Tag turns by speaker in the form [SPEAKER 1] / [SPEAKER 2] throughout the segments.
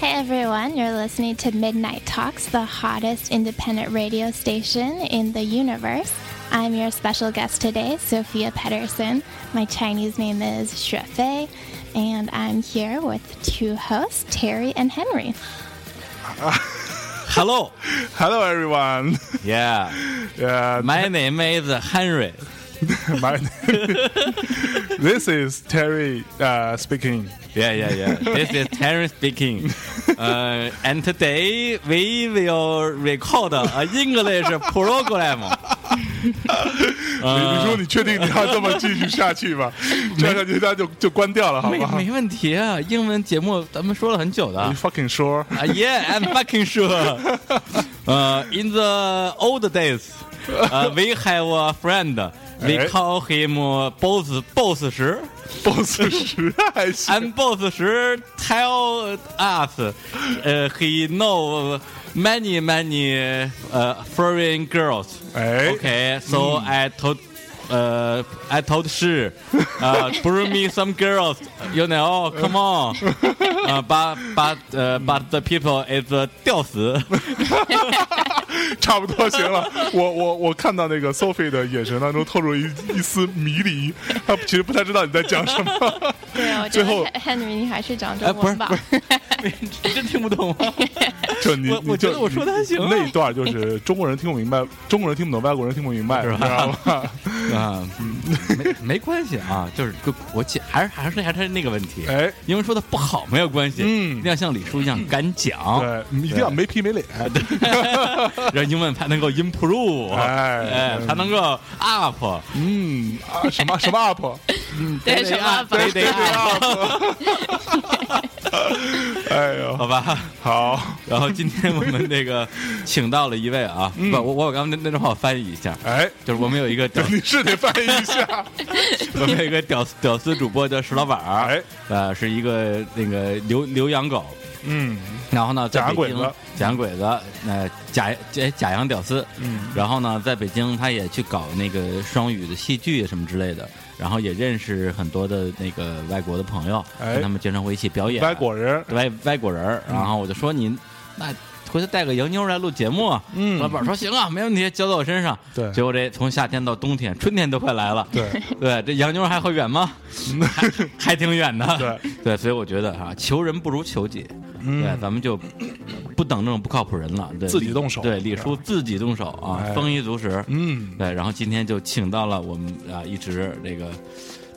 [SPEAKER 1] Hey everyone, you're listening to Midnight Talks, the hottest independent radio station in the universe. I'm your special guest today, Sophia Pedersen. My Chinese name is Shuifei, and I'm here with two hosts, Terry and Henry.
[SPEAKER 2] Hello.
[SPEAKER 3] Hello, everyone.
[SPEAKER 2] Yeah.
[SPEAKER 3] Yeah,
[SPEAKER 2] My name is Henry.
[SPEAKER 3] my this is Terry uh, speaking.
[SPEAKER 2] Yeah, yeah, yeah. This is Terry speaking. Uh, and today we will record a English program. 啊
[SPEAKER 3] 你你说你确定你要这么继续下去吗？这样下去他就就关掉了，好
[SPEAKER 2] 没
[SPEAKER 3] 不好？
[SPEAKER 2] 没问题啊，英文节目咱们说了很久的
[SPEAKER 3] 你。fucking 说
[SPEAKER 2] Uh, yeah, I'm fucking sure. Uh, in the old days, uh, we have a friend. We
[SPEAKER 3] Hey.
[SPEAKER 2] call him uh, Boss Boss 石
[SPEAKER 3] boss 实在是
[SPEAKER 2] and Boss 石 tell us, uh, he know many many uh, foreign girls.
[SPEAKER 3] 哎
[SPEAKER 2] Okay, so I told. Uh, I told she, uh, bring me some girls, you know, come on. Uh, but but uh, but the people is uh, 吊死。
[SPEAKER 3] 差不多行了。我我我看到那个 Sophie 的眼神当中透露一一丝迷离，她其实不太知道你在讲什 么。最后
[SPEAKER 1] Henry，你还是讲
[SPEAKER 2] 哎，
[SPEAKER 1] 中
[SPEAKER 2] 不是
[SPEAKER 1] 文吧
[SPEAKER 2] 不。 是， 你真听不懂吗？
[SPEAKER 3] 就你，
[SPEAKER 2] 我
[SPEAKER 3] 你
[SPEAKER 2] 我觉
[SPEAKER 3] 就
[SPEAKER 2] 得我说得还行啊
[SPEAKER 3] 那一段就是中国人听不明白，中国人听不懂，外国人听不明白，
[SPEAKER 2] 是吧
[SPEAKER 3] 你知道吗？
[SPEAKER 2] 啊，没没关系啊，就是跟我解还是还是还是那个问 题，
[SPEAKER 3] 哎，
[SPEAKER 2] 因为说的不好没有关系，
[SPEAKER 3] 嗯
[SPEAKER 2] 一定要像李叔一样敢讲，
[SPEAKER 3] 对，嗯一定要没皮没脸。
[SPEAKER 2] 让英文才能够 improve，
[SPEAKER 3] 哎
[SPEAKER 2] 哎，才能够 up，
[SPEAKER 3] 嗯啊，什么什么 up？
[SPEAKER 1] 对
[SPEAKER 2] 得
[SPEAKER 1] 什么 up？
[SPEAKER 2] 得得 up，
[SPEAKER 3] 哎呦，
[SPEAKER 2] 好吧。
[SPEAKER 3] 好，
[SPEAKER 2] 然后今天我们那个请到了一位啊，
[SPEAKER 3] 嗯
[SPEAKER 2] 不，我我把刚刚那那段话我翻译一下，
[SPEAKER 3] 哎，
[SPEAKER 2] 就是我们有一个 屌，
[SPEAKER 3] 你是得翻译一下。
[SPEAKER 2] 我们有一个屌丝屌丝主播叫石老板儿，
[SPEAKER 3] 哎，
[SPEAKER 2] 呃，是一个那个留留洋狗，
[SPEAKER 3] 嗯
[SPEAKER 2] 然后呢，在
[SPEAKER 3] 假洋
[SPEAKER 2] 北
[SPEAKER 3] 鬼
[SPEAKER 2] 京
[SPEAKER 3] 子，
[SPEAKER 2] 假洋鬼子，呃，假假假洋屌丝，
[SPEAKER 3] 嗯，
[SPEAKER 2] 然后呢，在北京他也去搞那个双语的戏剧什么之类的，然后也认识很多的那个外国的朋友，
[SPEAKER 3] 哎
[SPEAKER 2] 跟他们经常会一起表演，
[SPEAKER 3] 外国人，
[SPEAKER 2] 外外国人儿，然后我就说你那回头带个洋妞儿来录节目啊，
[SPEAKER 3] 嗯
[SPEAKER 2] 老板说行啊，没问题，交到我身上，
[SPEAKER 3] 对
[SPEAKER 2] 结果这从夏天到冬天，春天都快来了，
[SPEAKER 3] 对，
[SPEAKER 2] 对，这洋妞儿还会远 吗？还还挺远的，
[SPEAKER 3] 对嗯
[SPEAKER 2] 对，所以我觉得啊，求人不如求己，对，咱们就不等这种不靠谱人了，对，
[SPEAKER 3] 自己动手
[SPEAKER 2] 对，李叔自己动手啊，
[SPEAKER 3] 哎
[SPEAKER 2] 丰衣足食，
[SPEAKER 3] 嗯，
[SPEAKER 2] 对，然后今天就请到了我们啊，一直这个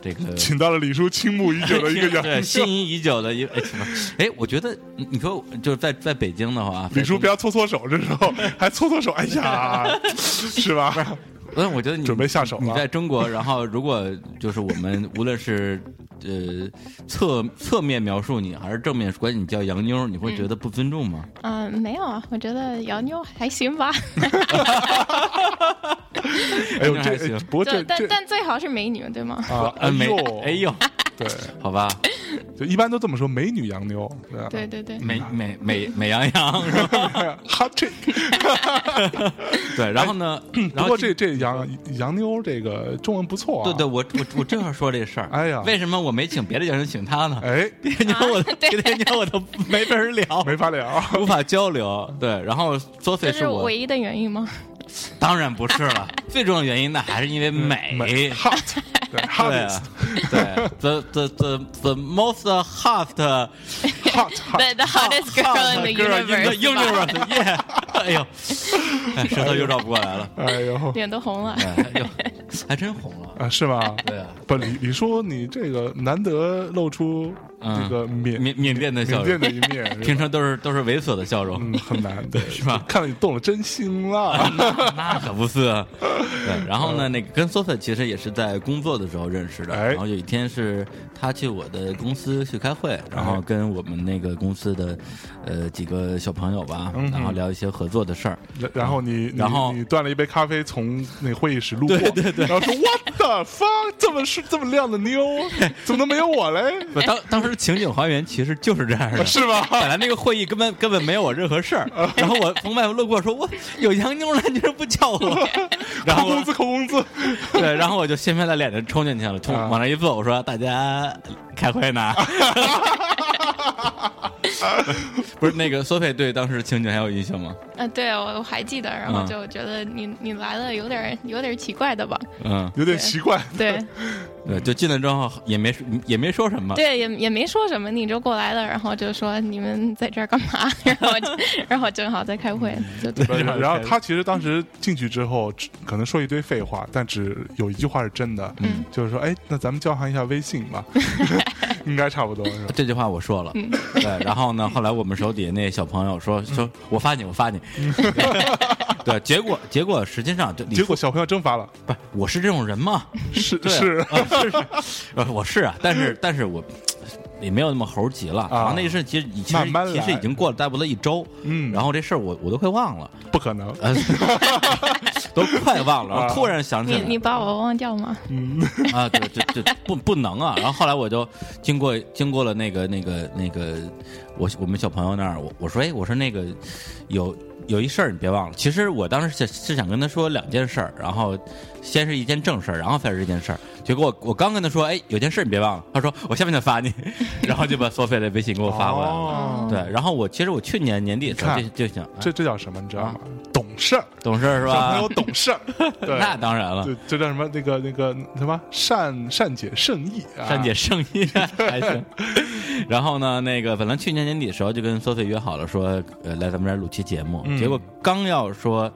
[SPEAKER 2] 这个
[SPEAKER 3] 请到了李叔倾慕已久的一个
[SPEAKER 2] 对
[SPEAKER 3] 杨
[SPEAKER 2] 心仪已久的一个哎什么哎，我觉得你你说就是在在北京的话，啊
[SPEAKER 3] 李叔
[SPEAKER 2] 在
[SPEAKER 3] 不要搓搓手，这时候还搓搓手，哎呀，是吧？
[SPEAKER 2] 嗯，我觉得你
[SPEAKER 3] 准备下手了
[SPEAKER 2] 你在中国，然后如果就是我们无论是呃侧侧面描述你，还是正面管你叫洋妞，你会觉得不尊重吗？
[SPEAKER 1] 嗯，Uh, 没有啊，我觉得洋妞还行吧，
[SPEAKER 3] 哎呦，
[SPEAKER 2] 那还
[SPEAKER 3] 这
[SPEAKER 2] 行
[SPEAKER 3] 不过
[SPEAKER 1] 就
[SPEAKER 3] 这
[SPEAKER 1] 但
[SPEAKER 3] 这
[SPEAKER 1] 但最好是美女，对吗？
[SPEAKER 3] 啊，
[SPEAKER 2] 呃，没
[SPEAKER 3] 呦，，哎
[SPEAKER 2] 哎呦，
[SPEAKER 3] 对，
[SPEAKER 2] 好吧，
[SPEAKER 3] 就一般都这么说，美女洋妞，对吧
[SPEAKER 1] 对对对，
[SPEAKER 2] 美美美美羊羊是吧？
[SPEAKER 3] 哈这，
[SPEAKER 2] 对，然后呢，然
[SPEAKER 3] 不
[SPEAKER 2] 后
[SPEAKER 3] 哎过这这洋洋妞这个中文不错啊，
[SPEAKER 2] 对对，，我我我正要说这事儿，
[SPEAKER 3] 哎呀
[SPEAKER 2] 为什么我没请别的洋人，请他呢？
[SPEAKER 3] 哎，
[SPEAKER 2] 别的洋我都别的洋我都没法儿 聊，
[SPEAKER 3] 没法聊，
[SPEAKER 2] 无法交流。对，然后 Sophie
[SPEAKER 1] 这
[SPEAKER 2] 是
[SPEAKER 1] 是
[SPEAKER 2] 我，
[SPEAKER 1] 唯一的原因吗？
[SPEAKER 2] 当然不是了。最重要的原因呢，还是因
[SPEAKER 3] 嗯
[SPEAKER 2] 为美。
[SPEAKER 3] hot，对
[SPEAKER 2] 哎对啊
[SPEAKER 3] hot，
[SPEAKER 2] 对，the the the the most hot
[SPEAKER 3] hot hot，
[SPEAKER 1] The the hottest girl in the
[SPEAKER 2] girl in the
[SPEAKER 1] universe，吧
[SPEAKER 2] universe，耶！哎 呦，哎舌头又绕不过来了，
[SPEAKER 3] 哎呦
[SPEAKER 1] 脸都红了。
[SPEAKER 2] 哎呦，还真红了。
[SPEAKER 3] 啊，是吗？
[SPEAKER 2] 对啊，
[SPEAKER 3] 不，李李叔，你这个难得露出这个缅
[SPEAKER 2] 嗯缅缅甸的笑
[SPEAKER 3] 缅甸
[SPEAKER 2] 容，
[SPEAKER 3] 的一面，是吧
[SPEAKER 2] 平常都是都是猥琐的笑容。
[SPEAKER 3] 嗯很难，对，是
[SPEAKER 2] 吧
[SPEAKER 3] 看到你动了真心了，
[SPEAKER 2] 那可不是。啊对，然后呢，那个跟 Sophie 其实也是在工作的时候认识的。
[SPEAKER 3] 嗯哎
[SPEAKER 2] 然后有一天是他去我的公司去开会，
[SPEAKER 3] 哎
[SPEAKER 2] 然后跟我们那个公司的呃几个小朋友吧，
[SPEAKER 3] 嗯
[SPEAKER 2] 然后聊一些合作的事儿。
[SPEAKER 3] 然然后你，你
[SPEAKER 2] 然后
[SPEAKER 3] 你端了一杯咖啡从那会议室路过，
[SPEAKER 2] 对对对
[SPEAKER 3] 然后说 What the the fuck，这么是这么亮的妞，怎么能没有我嘞？
[SPEAKER 2] 不当当时情景还原其实就是这样的，
[SPEAKER 3] 是吧
[SPEAKER 2] 本来那个会议根本根本没有我任 何事儿，然后我从外面路过说，我有洋妞了，你这不叫我？ 然
[SPEAKER 3] 扣
[SPEAKER 2] 后
[SPEAKER 3] 工
[SPEAKER 2] 我
[SPEAKER 3] 资，扣工资，
[SPEAKER 2] 对，然后我就掀开了脸就冲进去了，冲
[SPEAKER 3] 啊
[SPEAKER 2] 往那一坐，我说大家开会呢。 不是那个 Sophie 对当时情景还有印象吗？
[SPEAKER 1] 嗯，对我我还记得，然后
[SPEAKER 2] 嗯
[SPEAKER 1] 就觉得你你来了有点儿有点儿奇怪的吧？
[SPEAKER 2] 嗯，
[SPEAKER 3] 有点奇怪。
[SPEAKER 1] 对
[SPEAKER 2] 对，就进来之后也没也没说什么，
[SPEAKER 1] 对，也也没说什么，你就过来了，然后就说你们在这儿干嘛？ 然后就然后正好在开会，
[SPEAKER 2] 嗯
[SPEAKER 1] 就
[SPEAKER 3] 不是然后他其实当时进去之后，只可能说一堆废话，但只有一句话是真的，
[SPEAKER 2] 嗯
[SPEAKER 3] 就是说，哎，那咱们交换一下微信 吧，应该差不多是吧？
[SPEAKER 2] 这句话我说了，
[SPEAKER 1] 嗯
[SPEAKER 2] 对，然后呢，后来我们手底下那小朋友说
[SPEAKER 3] 嗯
[SPEAKER 2] 说，我发你，我发你， 对，结果结果实际上就你
[SPEAKER 3] 结果小朋友真发了，
[SPEAKER 2] 不是我 是这种人吗？
[SPEAKER 3] 是
[SPEAKER 2] 对啊
[SPEAKER 3] 是，
[SPEAKER 2] 啊是是，呃我是啊，但是但是我也没有那么猴急了
[SPEAKER 3] 啊
[SPEAKER 2] 那一阵其实已其实
[SPEAKER 3] 慢慢
[SPEAKER 2] 其
[SPEAKER 3] 来
[SPEAKER 2] 实已经过了差不多一周，
[SPEAKER 3] 嗯
[SPEAKER 2] 然后这事儿我我都快忘了，
[SPEAKER 3] 不可能，
[SPEAKER 2] 呃都快忘了，
[SPEAKER 3] 啊
[SPEAKER 2] 我突然想起
[SPEAKER 1] 你
[SPEAKER 2] 来，
[SPEAKER 1] 你把我忘掉吗？
[SPEAKER 3] 嗯，
[SPEAKER 2] 啊，对对对，不不能啊。然后后来我就经过经过了那个那个那个我我们小朋友那儿，我我说哎，我说那个有有一事儿你别忘了。其实我当时是是想跟他说两件事儿，然后先是一件正事儿，然后再是一件事儿。结果我我刚跟他说哎，有件事儿你别忘了，他说我下面就发你， 然后就把索菲的微信给我发过来了。嗯
[SPEAKER 3] 哦
[SPEAKER 2] 对，然后我其实我去年年底的时候就
[SPEAKER 3] 你
[SPEAKER 2] 就想，哎
[SPEAKER 3] 这这叫什么？你知道吗？懂事儿，
[SPEAKER 2] 懂事儿嗯是
[SPEAKER 3] 小朋
[SPEAKER 2] 吧
[SPEAKER 3] 友？懂 事儿，对
[SPEAKER 2] 那当然了
[SPEAKER 3] 对，，这叫什么？那个那个什么善善解甚意啊，
[SPEAKER 2] 善解圣意还行。然后呢，那个本来去年年底的时候就跟 Sophie 约好了说，呃，来咱们这儿录期节目。
[SPEAKER 3] 嗯
[SPEAKER 2] 结果刚要说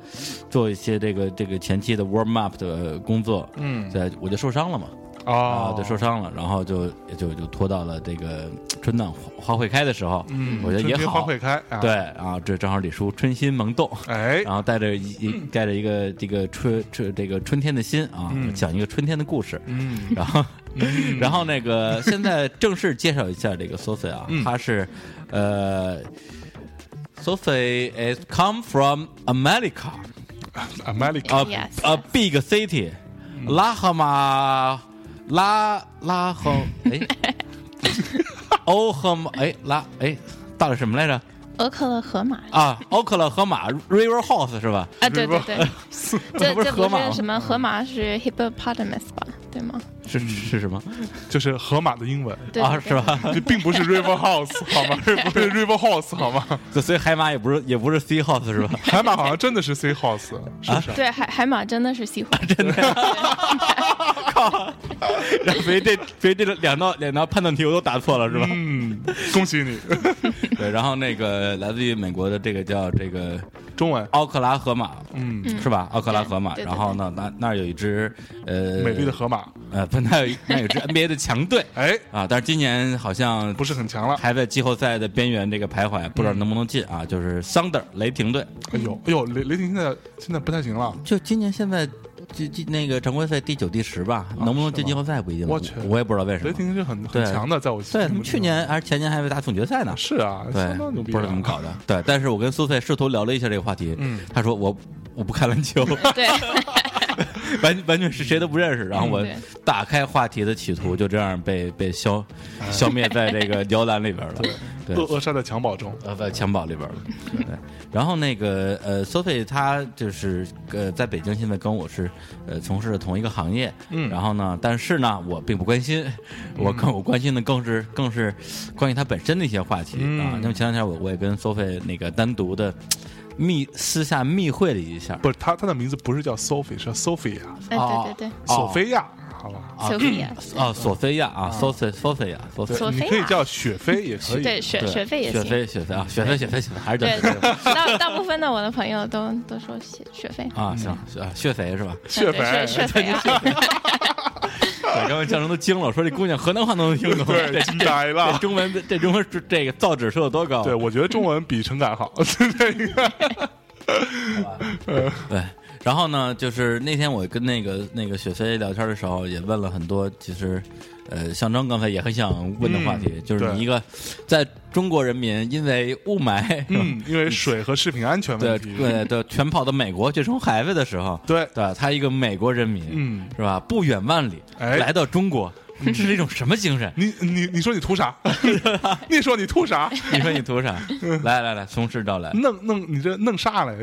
[SPEAKER 2] 做一些这个这个前期的 warm up 的工作，
[SPEAKER 3] 嗯
[SPEAKER 2] 对，我就受伤了嘛，啊
[SPEAKER 3] 哦，，
[SPEAKER 2] 就受伤了，然后就就就拖到了这个春暖花会开的时候，
[SPEAKER 3] 嗯，
[SPEAKER 2] 我觉得也
[SPEAKER 3] 春天花
[SPEAKER 2] 好，
[SPEAKER 3] 会开，啊
[SPEAKER 2] 对，，啊，这正好李叔春心萌动。
[SPEAKER 3] 哎，
[SPEAKER 2] 然后带着一一带着一个这个春春这个春天的心啊，
[SPEAKER 3] 嗯
[SPEAKER 2] 讲一个春天的故事，
[SPEAKER 3] 嗯，
[SPEAKER 2] 然后
[SPEAKER 3] 嗯
[SPEAKER 2] 然后那个现在正式介绍一下这个 Sophie 啊，
[SPEAKER 3] 嗯
[SPEAKER 2] 她是呃，Sophie is come from America,
[SPEAKER 3] America，
[SPEAKER 2] a
[SPEAKER 1] Yes,
[SPEAKER 2] a big city，拉
[SPEAKER 3] 嗯
[SPEAKER 2] 赫玛拉拉赫 哎，欧赫马哎拉哎到底什么来着
[SPEAKER 1] 俄克勒河马
[SPEAKER 2] 啊？奥克拉荷马 River House 是吧？
[SPEAKER 1] 啊，对对对，这
[SPEAKER 2] 不是
[SPEAKER 1] 这
[SPEAKER 2] 河
[SPEAKER 1] 不
[SPEAKER 2] 马吗嗯
[SPEAKER 1] 是什么河马是 hippopotamus 吧？对吗？
[SPEAKER 2] 是是什么
[SPEAKER 3] 就是河马的英文，
[SPEAKER 1] 对
[SPEAKER 2] 啊？
[SPEAKER 1] 对
[SPEAKER 2] 是吧？
[SPEAKER 3] 这并不是 River House 好吗？不是 River House 好 吗？
[SPEAKER 2] 所所以海马也不是也不是 Sea House 是吧？
[SPEAKER 3] 海马好像真的是 C House，是不是？
[SPEAKER 1] 对，海海马真的是西湖，
[SPEAKER 2] 啊 然后所以这所以这两道两道判断题我都答错了是吧？
[SPEAKER 3] 嗯，恭喜你，
[SPEAKER 2] 对，然后那个来自于美国的这个叫这个
[SPEAKER 3] 中文，
[SPEAKER 2] 奥克拉荷马，
[SPEAKER 3] 嗯，
[SPEAKER 2] 是吧？奥克拉荷马，
[SPEAKER 1] 对对对
[SPEAKER 2] 然后呢，那那儿有一支呃
[SPEAKER 3] 美丽的河马，
[SPEAKER 2] 呃，不，那有一那有一支 NBA 的 强队
[SPEAKER 3] 哎，
[SPEAKER 2] 啊，但是今年好像
[SPEAKER 3] 不是很强了，
[SPEAKER 2] 还在季后赛的边缘这个徘徊，不知道
[SPEAKER 3] 嗯
[SPEAKER 2] 能不能进啊？就是 Thunder 雷霆队，
[SPEAKER 3] 哎呦，哎呦，雷雷霆现在现在不太行了，
[SPEAKER 2] 就今年现在就就那个常规赛第九第十吧，能不能进季后赛不一定，
[SPEAKER 3] 哦我
[SPEAKER 2] 我
[SPEAKER 3] 去
[SPEAKER 2] 我也不知道为什
[SPEAKER 3] 雷
[SPEAKER 2] 么。
[SPEAKER 3] 霆是很很
[SPEAKER 2] 对
[SPEAKER 3] 强的，在我心
[SPEAKER 2] 对，
[SPEAKER 3] 目
[SPEAKER 2] 他们
[SPEAKER 3] 中
[SPEAKER 2] 去年还是前年还在打总决赛呢。
[SPEAKER 3] 是啊，
[SPEAKER 2] 对
[SPEAKER 3] 相，当牛逼，
[SPEAKER 2] 不知道怎么搞，的。 对，但是我跟苏菲试图聊了一下这个话题，
[SPEAKER 3] 嗯
[SPEAKER 2] 他说我我不看篮 球，
[SPEAKER 1] 对
[SPEAKER 2] 完完全是谁都不认识。然后我
[SPEAKER 1] 对
[SPEAKER 2] 打开话题的企图就这样被被消消灭在这个摇篮里边了。啊对，
[SPEAKER 3] 扼扼杀在襁褓中，
[SPEAKER 2] 呃，在襁褓里边了。对，然后那个呃，Sophie 她就是呃，在北京现在跟我是呃从事的同一个行业，
[SPEAKER 3] 嗯
[SPEAKER 2] 然后呢，但是呢，我并不关心，我更我关心的更是更是关于她本身的一些话题、
[SPEAKER 3] 嗯
[SPEAKER 2] 啊。那么前两天我我也跟 Sophie 那个单独的密私下密会了一下，
[SPEAKER 3] 不是他他的名字不是叫 Sophie，是 Sophia，
[SPEAKER 1] 哎
[SPEAKER 2] 哦
[SPEAKER 1] 对对对，
[SPEAKER 2] 哦
[SPEAKER 3] 索菲亚，好吧，
[SPEAKER 2] 啊
[SPEAKER 1] Sophia，
[SPEAKER 2] 哦，索菲亚啊，Sophie Sophia Sophie。
[SPEAKER 3] 对，
[SPEAKER 1] 索菲
[SPEAKER 3] 你
[SPEAKER 1] 亚
[SPEAKER 3] 可以叫雪菲也 可以，
[SPEAKER 1] 对学
[SPEAKER 2] 对
[SPEAKER 1] 学费也
[SPEAKER 2] 雪
[SPEAKER 1] 行。
[SPEAKER 2] 飞，雪飞啊，雪飞，雪飞，雪飞，还是叫雪
[SPEAKER 1] 对
[SPEAKER 2] 飞吧，
[SPEAKER 1] 大大部分的我的朋友都都说学学费，
[SPEAKER 2] 啊，行，啊，雪飞是吧？
[SPEAKER 3] 雪
[SPEAKER 1] 对
[SPEAKER 3] 菲，
[SPEAKER 1] 学学费 啊，
[SPEAKER 2] 对，刚才教授都惊了，我说这姑娘河南话都能听懂，
[SPEAKER 3] 对， 惊呆
[SPEAKER 2] 这
[SPEAKER 3] 了。
[SPEAKER 2] 中文这中文这个造纸说有多 高？
[SPEAKER 3] 对，我觉得中文比陈感好。
[SPEAKER 2] 对，然后呢，就是那天我跟那个那个雪飞聊天的时候，也问了很多，其实，呃，象征刚才也很想问的话题，
[SPEAKER 3] 嗯
[SPEAKER 2] 就是
[SPEAKER 3] 对
[SPEAKER 2] 你一个在中国人民因为雾霾，
[SPEAKER 3] 嗯，因为水和食品安全
[SPEAKER 2] 对
[SPEAKER 3] 问题，
[SPEAKER 2] 对对，全跑到美国去生孩子的时候，
[SPEAKER 3] 对
[SPEAKER 2] 对，他一个美国人民，
[SPEAKER 3] 嗯
[SPEAKER 2] 是吧？不远万里
[SPEAKER 3] 哎嗯
[SPEAKER 2] 来到中国，这是一种什么 精神？
[SPEAKER 3] 你你你说你图 啥？你说你图啥？
[SPEAKER 2] 你说你 图啥？来来来，从实招来。
[SPEAKER 3] 弄弄你这弄啥 来？